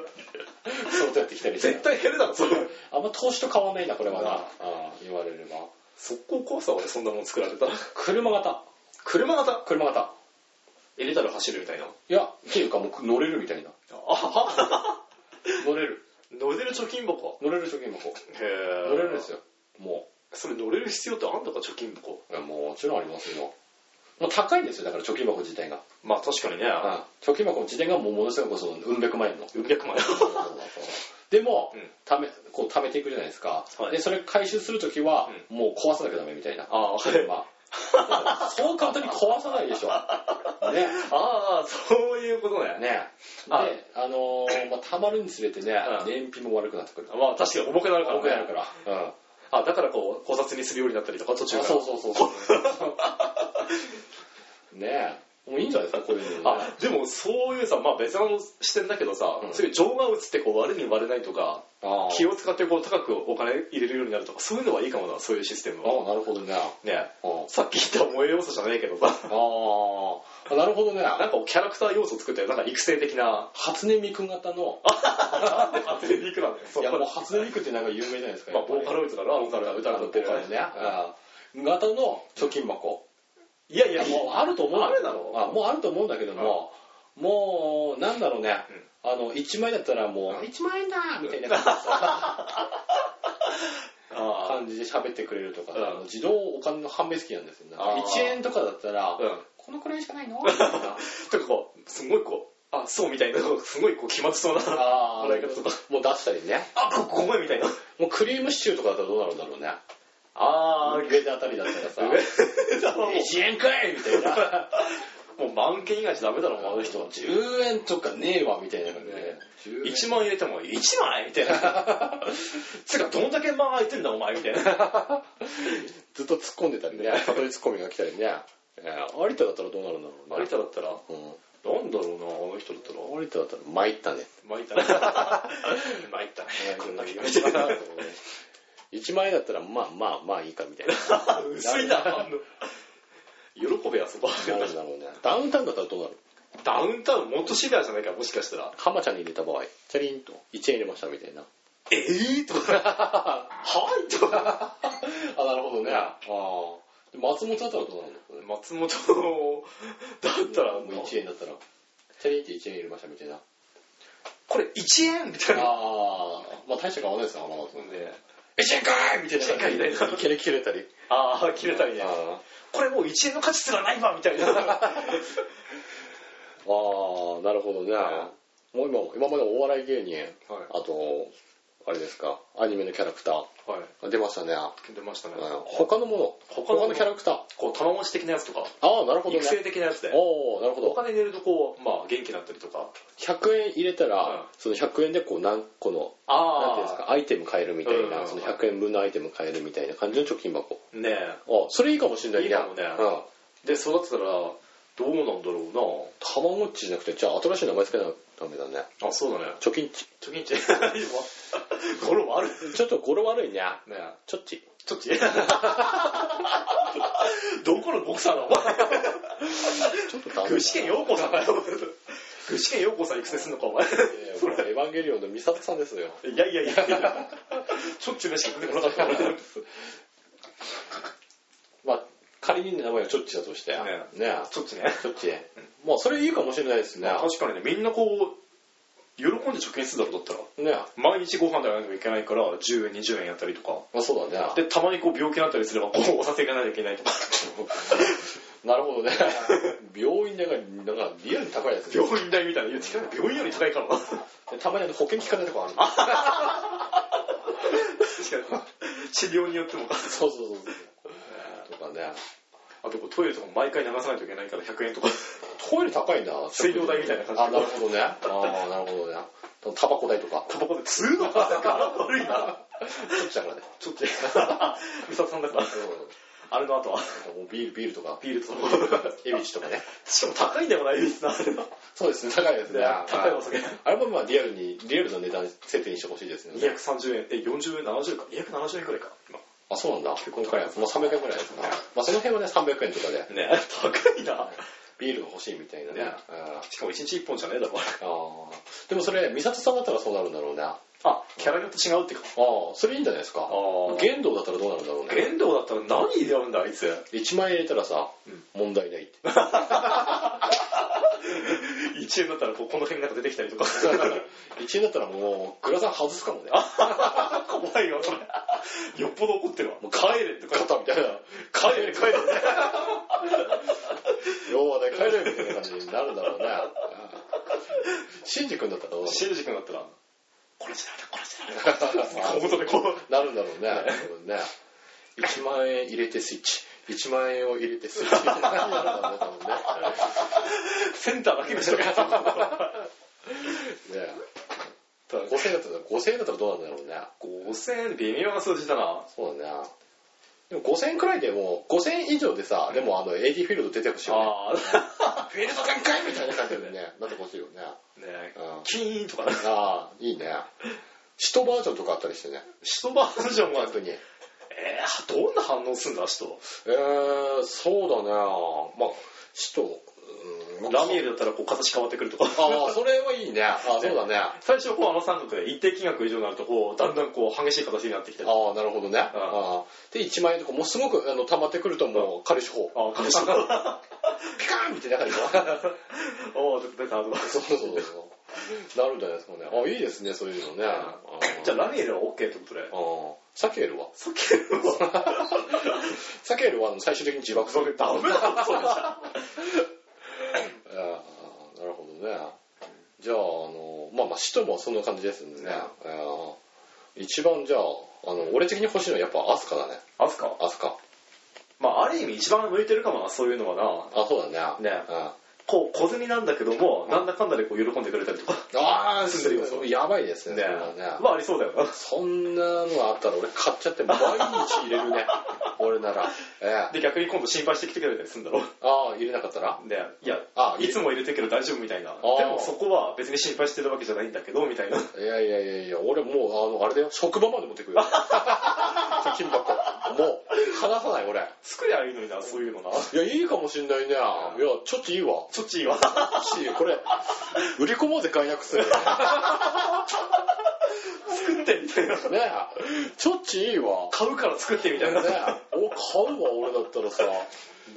そうやってきたりして
絶対減るだろ、 (laughs) それ。
あんま投資と変わらないなこれはな
あ
あー言われれば
速攻怖さ俺そんなもん作られたら。
車型
車型
車型
エレダル走るみたいな。
いや、っていうかもう乗れるみたいな。
あ
乗れる。
乗れる貯金箱
乗れる貯金箱。
へえ
乗れるんですよ。も
それ乗れる必要ってあんだか貯金箱
う。いやもちろんありますよ。もう高いんですよ、だから貯金箱自体が。
まあ確かにね、
うん貯金箱自体がもうものすごくその、うん百
(laughs)
万円の。
うん、400万円。
でも
うん、
ため、こう貯めていくじゃないですか。
はい
で、それ回収するときは、もう壊さなきゃダメみたいな。
ああ、わか
それ
る。 (laughs)
は。そう簡単に壊さないでしょ。ね。
ああ、そういうことね。
ね。で、
あ
あのーまあ、溜まるにつれてね、
うん
燃費も悪くなってくる。
まあ確かに重くなるからね。
重くなるから。うん。
あ、だからこう、考察にするようになったりとか、途中
あ
から。
そうそうそうそう。 (laughs) ねえ。もういいんじゃないですか、こういうの、ね。
あ、でもそういうさ、まあ別の視点だけどさ、
うん
そういう情が映ってこう割るに割れないとか、
ああ
気を使ってこう高くお金入れるようになるとか、そういうのはいいかもな、そういうシステムは。
ああ、なるほどね。あ
ね。
あ
さっき言った燃え要素じゃないけど (laughs) さ、
ああ、なるほどね。
なんかこうキャラクター要素を作ったよ、なんか育成的 (laughs) な、
初音ミク型の、
勝手にいくらね。そ
いやもう
ま
初音ミクってなんか有名じゃないですか。
あボーカロイドだろ、あの歌が歌
歌
う
の
の
ボーカルね。うん型の貯金箱。
いやい
い
や、
や、も
も
うあると思うんだけど
あるだろう
あもうあると思うんだけども、もう、なんだろうね。あの、1枚だったらもう、1万円だーみたいな感じで
う、ああ
(laughs) 感じで喋ってくれるとかね、
うん
あの自動お金の判別機なんですよ、ね。
あー
1円とかだったら、
うん。
このくらいしかない
(laughs)
のみたいな
とかこう、すごいこう、あ、そうみたいな、すごいこう気まずそうな、 (laughs)
あ
もらい方とか、
ーもう出したりね。
あ、ここごめんみたいな。
もうクリームシチューとかだったらどうなるんだろうね。
あ (laughs) ー、
上であたりだったらさ、1円かいみたい
(laughs)
な。
もう満件以外じゃダメだろ、もうあ
あ
の
の
人
人、
は。
10円とかねえわ、みたいな感じ
ね
で。
1
1
万入れても1枚みたい (laughs) な。つうか、どんだけ間空いてんだ、お前みたい (laughs) な。
ずっと突っ込んでたりね、たとえ突っ込みが来たりね。えー有田だったらどうなるんだろうね。
有田だったら、
う
なんだろうな、あの人だったら。
ん。有田だったら、参ったね。
参ったね。 (laughs) 参ったね。こんな気がして
1万円だったら、まあまあまあいいかみたいな。
(laughs) 薄いな、反応喜べや、そこ。
なるんだろうね。ダウンタウンだったらどうなる
ダウンタウンもっとシビアじゃないか、もしかしたら。
浜ちゃんに入れた場合、チャリンと1円入れましたみたいな。
えぇとか。はいとか。
あ、なるほどね。ああ。で松本だったらどうなるの
松本だったら、
もう1円だったら、チャリンって1円入れましたみたいな。
これ1円みたいな。
ああ、まあ大した変わらないですね、浜松。
ね
1円かーいみたいな。
1円かーいみたいな
切れ切れたり。
ああ、切れたりね。
あ
これもう1円の価値すらないわみたいな。
あー、なるほどね。もう今も、今までもお笑い芸人、あと、あれですか、アニメのキャラクタ
はい。
ー。出ましたね。
出ましたね
うん。他のもの、
他のもの
他のキャラクター。
こう、玉持ち的なやつとか、
ああ、なるほど
育
ね。
成的なやつで。
おおなるほ
お
ど。
金入れるとこう、まあ、元気になったりとか。
100円入れた
うん
ら、その100円でこう何個の、なんていうんです
あ
か、アイテム買えるみたい
うん
な、その100円分のアイテム買えるみたいな感じの貯金箱。
あ、ねえ。
あそれいいかもしれないね。
いいかもね
うん。
で、育てたら、どうなんだろ
たまごっちじゃなくて、じゃあ新しい名前つけなきゃダメだね。
うな。あ、そうだね。
貯金ち。
貯金値。今、 (laughs) ゴロもある。
ちょっと語呂悪いね。
ねえ。
ちょっち。
ちょっと、どこのボクサーだ、お前。
ちょっとダメだな
具志堅陽子さんだよ。具志堅陽子さん育成すんのか、お
い (laughs)
前。
やいやもうエヴァンゲリオンのミサトさんですよ。
いやいやいやいや。ちょっちゅうしか出てこなかった。俺
まあ、仮に名前はチョッチだとして。ね
ね
え。
ちょっちね。
チョッチ。まあ、それいいかもしれないですね。
まあ確かにね、みんなこう、喜んで貯金するだろうだったら。
ねえ。
毎日ご飯食べなきゃいけないから、10円、20円やったりとか。
まあ、そうだね。
で、たまにこう病気になったりすれば、こう、お酒がないといけない (laughs) とか。
(laughs) なるほどね。病院でなんか、なんかリアルに高いやつ。
病院代みたいな。いや、違う病院より高いからな。確か
たまにあの保険聞かないとこある。
に。治療によっても。
そうそうそうそう。とかね。
あとこうトイレとかも毎回流さないといけないから100円とか。
トイレ高いんだ。
水道代みたいな感じ
あ、なるほどね。ああ、なるほどね。タバコ代とか。
タバコで吸うのか柄悪いな。
チョッチだからね。
ちょっと、美里さんだから。あれの後は、
うんもうビール、ビールとか、
ビールと、
エビチとかね。
しかも高いんだよな、エビスな。あれは
そうですね、高いですね。
高いお酒。
あれもまあリアルに、リアルな値段設定にしてほしいですよね。
230円、え、40円、70円か。270円くらいか。
あ、そうなんだ。今回はもう300円くらいですね。まあその辺はね、300円とかで、
今ね高いな。
ビールが欲しいみたいなね。
ね
うん
しかも1日1本じゃねえだろ、あれ
あーでもそれ、美里さんだったらそうなるんだろうね。あ
あ、キャラによって違うってか。
あ、それいいんじゃないですか。
あー
玄道だったらどうなるんだろうね。
玄道だったら何やるんだ、あいつ。
(laughs) 1万円入れたらさ、問題ないって。
1円だったらこうこの辺になんか出てきたりとか
一円だったらもう、グラサン外すかもね。
怖いよそれよっぽど怒ってるわもう帰れって帰れ
肩みたいな。
帰れ帰れ
要はね、帰れみたいな感じになるんだろうね。シンジ君だったらどうな
新宿になったらこれじゃないこれじゃない
(laughs) る
本当にこう
なるんだろうね。多分ね。1万円入れてスイッチ。1万円を入れてスイッチ。何になるんだろうね、多分ね。
センターだけの人がやった
ね5000円だったら、5000円だったらどうなんだろうね。
5000円微妙な数字だな
そうだね。でも5000円くらいでも、5000円以上でさ、でもあの、AD フィールド出てほしいよね。
ああ
フィールド展開みたいな感じでね、なってほしいよね。
ね
うん。あ
キーンとかね
あ、いいね。使徒バージョンとかあったりしてね。
人バージョンは
本当に。
えー、どんな反応するんだ人
えー、そうだね。まあ、使徒、うーん
ラミエルだったらこう形変わってくるとか
ああ、それはいいね。ああ、そうだね。あ
最初こうあの三角で一定金額以上になるとこうだんだんこう激しい形になってきたり
あ、なるほどね。ああで、1万円とか、もうすごくあの溜まってくるともう、彼氏法。
ああ形とか
ピカーンみたいな感じだ。
(laughs) おお出たとか
そうそうそうそう。なるんじゃないですかね。あ、いいですね、そういうのね。あー
(laughs) じゃあラミエルは OK ってことで
あーサケールは
さっきのは
(laughs) サケールはあの最終的に自爆する。
ダメだそれじゃ
あーなるほどね。じゃあ、あの、まあまあ、使徒もそんな感じですんでね。
ね
あー一番じゃあ、あの、俺的に欲しいのはやっぱアスカだね。
アスカ
アスカ。
まあある意味一番向いてるかもなそういうのは
あ、そうだね。
なね
うん
こう小銭なんだけどもなんだかんだでこう喜んでくれたりとか
ああ、
住んでるよ
そうやばいですね。
ね
それはね
まあありそうだよな
そんなのあったら俺買っちゃって毎日入れるね。俺なら。ええ
で逆に今度心配してきてくれたりするんだろ
ああ、入れなかったら
ねいや
あ
いつも入れてるけど大丈夫みたいな
ー
でもそこは別に心配してるわけじゃないんだけどみたいない
やいやいやいや、俺もう、あの、あれだよ、職場まで持ってくよ。 (laughs) 金箱。もう、離さない俺。
(laughs) 作りゃいいのになそういうのない
や、いいかもしんないね。いや、ちょっといいわ。
そっちいいわ
し、これ、売り込もうぜ、解約する。ね
作ってみたいな
え、ちょっちいいわ。
買うから作ってみたいな
ね
な
え、お、買うわ、俺だったらさ。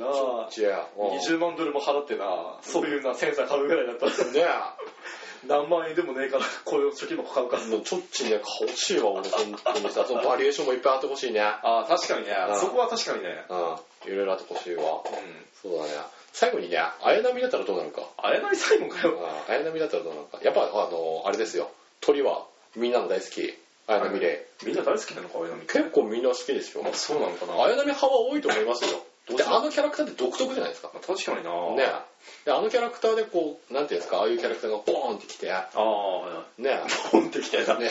あ
ちえ、うん
20万ドルも払ってなそういうなセンサー買うぐらいだったら
ね
何万円でもねえからこういう貯金箱買うか
え、もうちょっちね、買欲しいわ、俺、本当にさ。そのバリエーションもいっぱいあってほしいね。
ああ確かにね
うん
そこは確かにね
うん、いろいろあってほしいわ。
うん
そうだね。最後にね、綾波だったらどうなるか。
あれなり最後かよ
あ綾波だったらどうなのかやっぱあのあれですよ鳥はみんなの大好き綾波レ
みんな大好きなのかあれなみ
イ結構みんな好きでしょ
あそうなのかな
綾波派は多いと思いますよ
どう
で
した
あのキャラクターって独特じゃないですかね
まあ確かにな
であのキャラクターでこうなんていうんですかああいうキャラクターがボーンってきてね
ああポンってきたよな
ね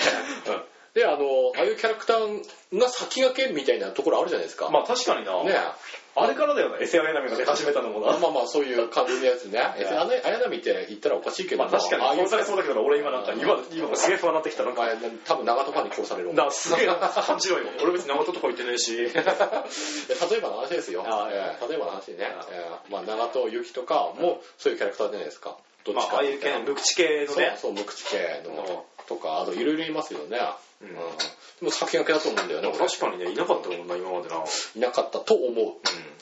であのああいうキャラクターが先駆けみたいなところあるじゃないですか
まあ確かにな
ね
あれからだよなエセアイナミが出始めたのもな
まあまあそういう感じのやつね綾波綾波って言ったらおかしいけど
まあ確かに
ああいう
殺されそうだけど俺今なんか今今もすげえ不安になってきたなん
まあ
か
多分長門ファンに殺される
なすげえな感じろよ俺別に生ととか言ってねえ (laughs) し
で例えばの話ですよ、
あー
えー例えばの話ね
あー、
えーまあ、長戸由紀とかもそういうキャラクターじゃないですかどっ
ま
ち
ああ
か
あ
って
い
いううと
系無口系の
そう
ね
そう無口系
うん
のとかあといろいろいますよね、
う
うんんでも先駆けだと思うんだよね俺
確かにねいなかったもんな今までなうん
いなかったと思う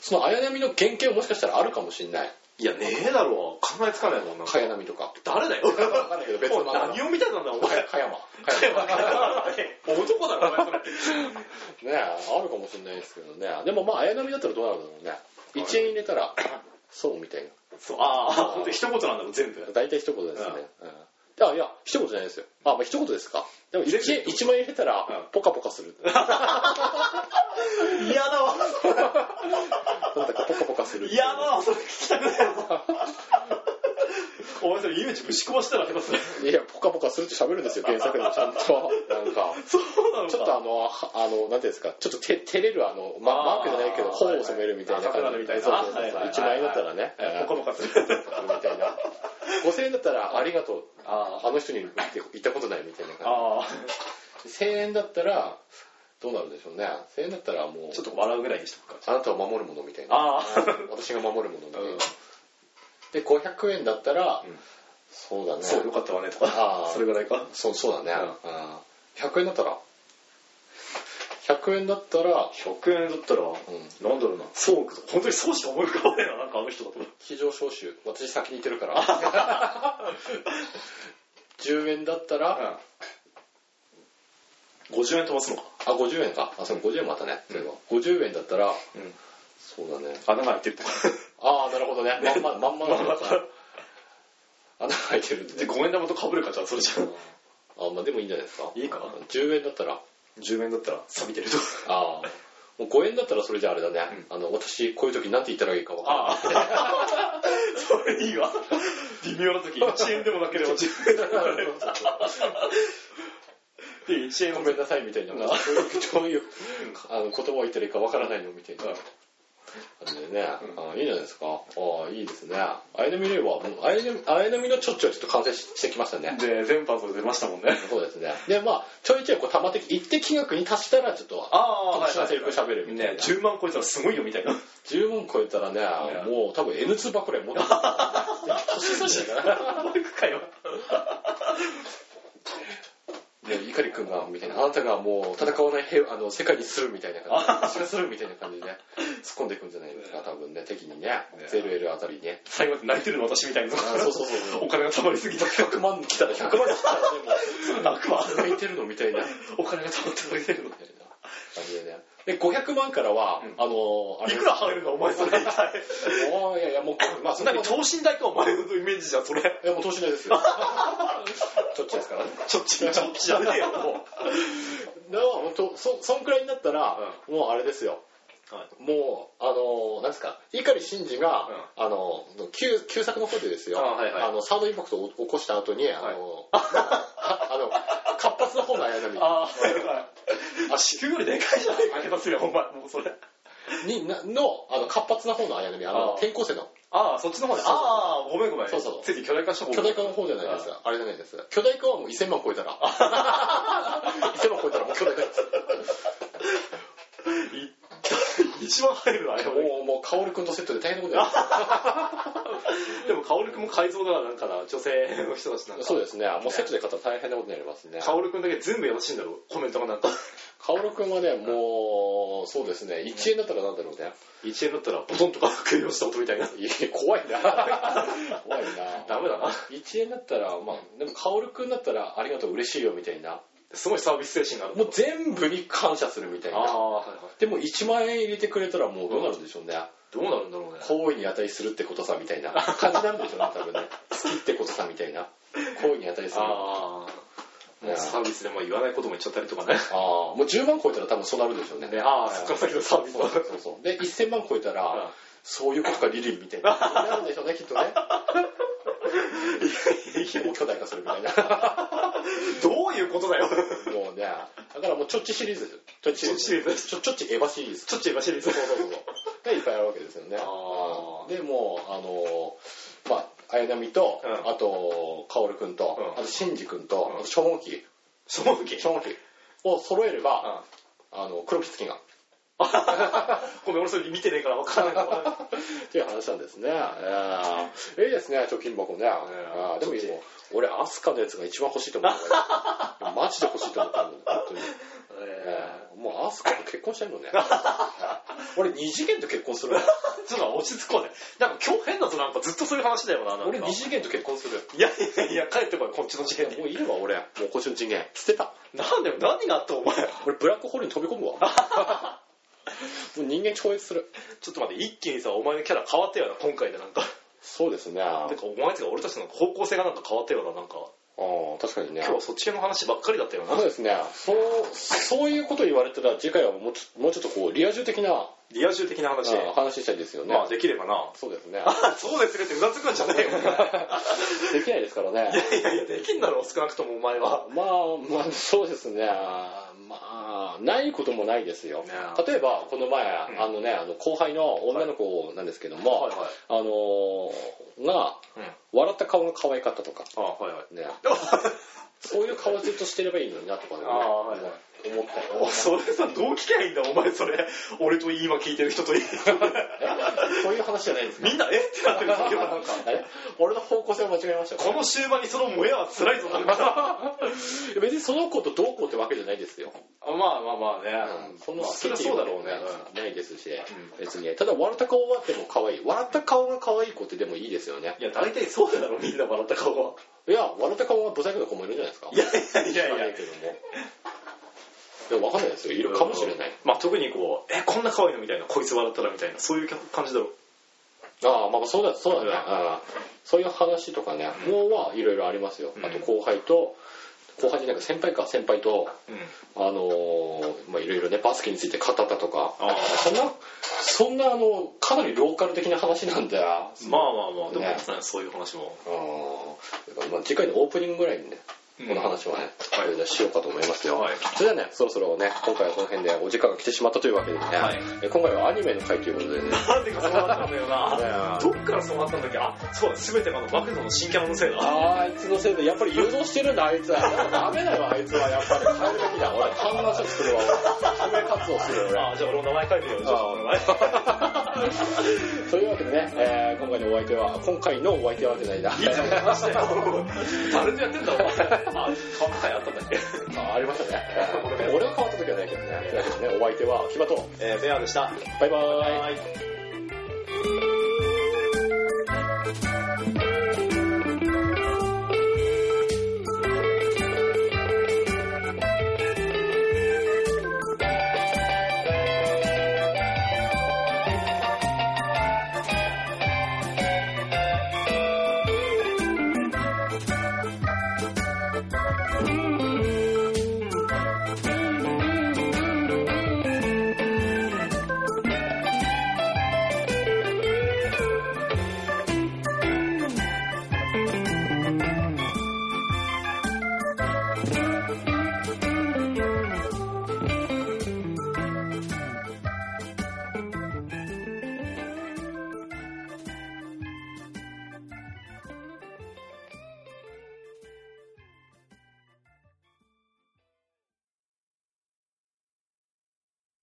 その綾波の原型もしかしたらあるかもしんない
いやねえだろ考えつかないもんな
茅波と
(laughs)
か
誰だよも
分かんないけど別の
う何を見たんだお前
茅山
(laughs) 男だろお前それ
ねあるかもしんないですけどねでもまあ綾波だったらどうなるんだろうね1円入れたらそうみたいな
そうああ本当一言なんだもん全部
大体一言ですね。うんあ、いや、一言じゃないですよ。あ、まあ、一言ですか。でも
全然
1、一万円入れたら
うん、
ポカポカする。
嫌だわ
なんだかポカポカする。
(laughs) 嫌だわそれ聞きたくない (laughs) わお前それイメージぶち壊したら下手する
いや、ポカポカするって喋るん
(laughs)
ですよ、原作でもちゃんと。なんか。
そうなのか
ちょっとあの、はあの、なんていうんですか、ちょっとて照れるあの、ま、マ
あー
ークじゃないけど、本を染めるみたいな
はいはい
感じ
あ
そうそう
赤くなるみたいなはいはいはいはい
1万円だったらね、うん
ポカポカする
みたいな。5000円だったら、ありがとう。
(laughs) あ
あの人に言って言ったことないみたいな
あ
感
ああ
じ。1000円だったら、どうなるでしょうね。1000円だったらもう
ちょ、っと笑うぐらいにしとくか
あなたを守るものみたいな。
ああ
私が守るもので、
うん
で500円だったら、
うん
そうだね
そうよかったわねとか
あー
それぐらいか
そうそうだね、うん100円だったら100円だったら、
100円だったら、
うん、
なんだろうな。そう、本当にそうしか思い浮かばないな、なんかあの人だと。
非常招集私先に行ってるから (laughs) 10円だったら、
50円飛ばすのか。
あ50円かあその50円もあったね、そういえば50円だったら、
ん
そうだね
穴が開いてるとか。
ああなるほどねまんま (laughs) まんまなのか穴が開いてるんで
(laughs) で、5円玉と被るか、じゃあ、それじゃん。
あまあでもいいんじゃないですか
いいか
10円だったら
10円だったら、錆びてるとか。
ああもう5円だったらそれじゃあれだね、あの私こういう時なんて言ったらいいか分かんない
ああ。それいいわ。微妙な時、1円でもなければ10円だから。で、1円
ご
も
めんなさいみたいな、そういうどういうあの言葉を言ったらいいかわからないのみたいな。なんでね、あいいじゃないですか。ああ、いいですね。あやなみれば、もうあやなあやなみのちょっちょはちょっと完成ししてきましたね。
で、全パート出ましたもんね。
そうですね。で、まあ、ちょいちょいこう溜まってき、一定金額に達したら、ちょっと、
あ
特殊なセリフ喋るみたい
ね、
な。
10万超えたらすごいよみたいな。
10万超えたらね、もう多分 N2 ばくらい持 (laughs) ってた。年差しだから
(laughs) マイクかよ。
で、碇君が、みたいな、あなたがもう戦わない平和あの世界にするみたいな感じで、私がするみたいな感じでね、突っ込んでいくんじゃないですか、多分ね、敵にね、ZL あたりにね。
最後まで泣いてるの私みたいな。
あそうそうそうそう
お金が貯まりすぎた。
100万来たら100万来たらね、
泣くわ。
もう、泣いてるのみたいな、み
お金が貯まってくれてるの。
たいな感じでね。で、500万からは、あの、あ
いくら入るのお前そ (laughs) れ。
もう、いやいや、もう、まあ、そんなに
何、等身大かお前のイメージじゃん、それ。
いや、もう投資ないです (laughs) よ。ちょっちですからね。
ちょっち、ちょっちじゃねえよ、も
だから本当そそんくらいになったら、もうあれですよ、
は
もうあのーなんですか碇シンジが、あのー旧旧作の方でですよ
あはいはい
のサードインパクトを起こした後にあのー、あの活発な方の綾波
う。ああ、はいはい。あ、地球よりでかいじゃないか。ありますよ、お前、もうそれ。
になのあの活発な方の綾波あの
あ
転校生の
ああ、そっちの方ね。ああ、ごめんごめん。
そうそう
ついて巨大化した方
巨大化の方じゃないですあれじゃないです巨大化はもう1000万超えたら1000万超えたらもう巨大化 (laughs) です
い一番入るわ、あれ。
もうもう薫君とセットで大変なことになる
でも、カオルくんも改造だから、なんかな、女性の人たちなんか。
そうですねもうセットで買ったら大変なことになりますね
カオルくんだけ全部やらしいんだろ、コメントがなんか。
カオル君はね、もう、そうですね、1円だったらなんだろうね。
1円だったら、ボトンとか食いをした音みたいな。
いや怖いな。 (laughs) 怖いな。
ダメだな。
1円だったら、まあ、でもカオル君だったら、ありがとう、嬉しいよ、みたいな。
すごいサービス精神がある。
もう全部に感謝するみたい
あ
な。
あ、はいはい。
でも1万円入れてくれたらもうどうなるんでしょうね。
どうなるんだろうね。
好意に値するってことさ、みたいな感じなんでしょうね、多分ね。好きってことさ、みたいな。好意に値する。あ
ああ。もうサービスでも言わないことも言っちゃったりとかね。
あ、もう10万超えたら多分そうなるでしょうね。
ね、ああ、そっから先のサービス
そう
は。
そうそう。で、1000万超えた
うん
ら、そういうことか、リリンみたいな。なるんでしょうね、きっと (laughs) ね。もう巨大化するみたいな。
どういうこと (laughs) だよ。
もうね、だからもうちょっちシリーズですよ。ちょっちシリーズ。
シリーズ。
ちょちょっちエヴァシリーズ。
ちょっちエヴァシリーズ。
そうそうそうそう。がいっぱいあるわけですよね。
あー
で、もう、あのー、まあ、綾波と、
うん
あと、カオルくんと、
うん
あと、シンジくんと
う、
あ
ん
と、ショーンキ、
その時
シ。ョーンキを揃えれば、あの、黒キツキが、
ごめん、俺それ見てねえから分からないわ
(laughs)
か
っていう話なんですね。えーいいですね、貯金箱ね。あーでもいいよ俺、アスカのやつが一番欲しいと思
(laughs)
う。マジで欲しいと思ったの、本当に。
らない。
えーもうアスカと結婚して
(laughs)
るのね。俺二次元と結婚するわ。
ちょっと落ち着こうね。なんか今日変だぞ、なんかずっとそういう話だよな、なんか。
俺二次元と結婚する。
いやいやいや、帰ってこい、こっちの次元に。
もういいわ、俺。もうこっちの次元。捨てた。
なんだよ、何があったお前。
俺ブラックホールに飛び込むわ。も
(laughs)
う人間超越する。
ちょっと待って、一気にさ、お前のキャラ変わったよな、今回でなんか。
そうです
(laughs)
ね。あ
なんかお前たちが俺たちの方向性がなんか変わったよな、なんか。
ー確かにね
今日。はそっち系の話ばっかりだったよな
そう。ですね。そう、そういうこと言われたら次回はもうちょもうちょっとこう、リア充的な
リア充的な話。
あー話したいですよね
ま。あ、できればな。
そうですね。 (laughs)
そうですねってうなずくんじゃねえよ。
できないですからね。
(laughs) いやいや、できんだろ、少なくともお前は。
まあ、まあ、そうですね。まあ、ないこともないですよ
ね。
例えば、この前、
ん
あのね、あの後輩の女の子なんですけども、
はいはい
あのーが、
うん
笑った顔が可愛かったとか、
あはいはい。
ね、そういう顔ずっとしてればいいのになとかね、
あはいはい
思思ったよ。
おそれさどう聞けばいいんだお前それ俺と今聞いてる人とい
(laughs)
(laughs) い
そういう話じゃないんですか
みんなえってなってるんだけど
なんかあれ俺の方向性を間違えましたか
この終盤にその萌えは辛いぞなんか
(laughs) 別にその子とどうこうってわけじゃないですよ。
あまあまあまあね、
うんそんな
まあ
好
そ
き
りゃ
ってい
そうだろうね、
ことないですし、別に。ただ笑った顔はでも可愛い。笑った顔が可愛い子ってでもいいですよね。
いや大体そうだろみんな笑った顔はい
や、笑った顔がブサイクな子もいるんじゃないですか。
いやいやいやい
知ら
や
なけども。でもわかんないですよ。いるかもしれない。
まあ特にこうえこんな可愛いのみたいなこいつ笑ったらみたいなそういう感じだろう
ああ、まあまあそうだ、そうだね。ああそういう話とかね、もうはいろいろありますよ
う。ん
あと後輩と、後輩じゃなくて先輩か、先輩と、
うん
あのーまあいろいろね、バスケについて語ったとか
ああ、
そんな、そんなあの、かなりローカル的な話なんだよ。
まあまあまあでも、
ね
そういう話も
あーだからまあ次回のオープニングぐらいにね、この話はね、
はい
じゃあしようかと思いますよ。
はい
それではね、そろそろね、今回はこの辺でお時間が来てしまったというわけでね、
はい
え今回はアニメの回ということでね、
なんでかそうなったんだよ (laughs) な
ね
どっからそうなったんだっけあそうだ全てがあのマクドの新キャラのせいだ
あーあいつのせいで、やっぱり誘導してるんだ、あいつは。ダメだよ、あいつは。やっぱり変えるべきだ。俺、単な話をするわ。俺。決め活動するわ。
あじゃあ俺の名前書いてよじゃあ俺の名前
というわけでね、えー今回のお相手は、今回のお相手はじゃないな。
マ (laughs) ジで誰とやってんだお前あそんな回あったんだっけ
あありましたね。俺は変わった時はないけどね。というわけでね、お相手は、キバと、
えー、ベアでした
バイバーイ。
い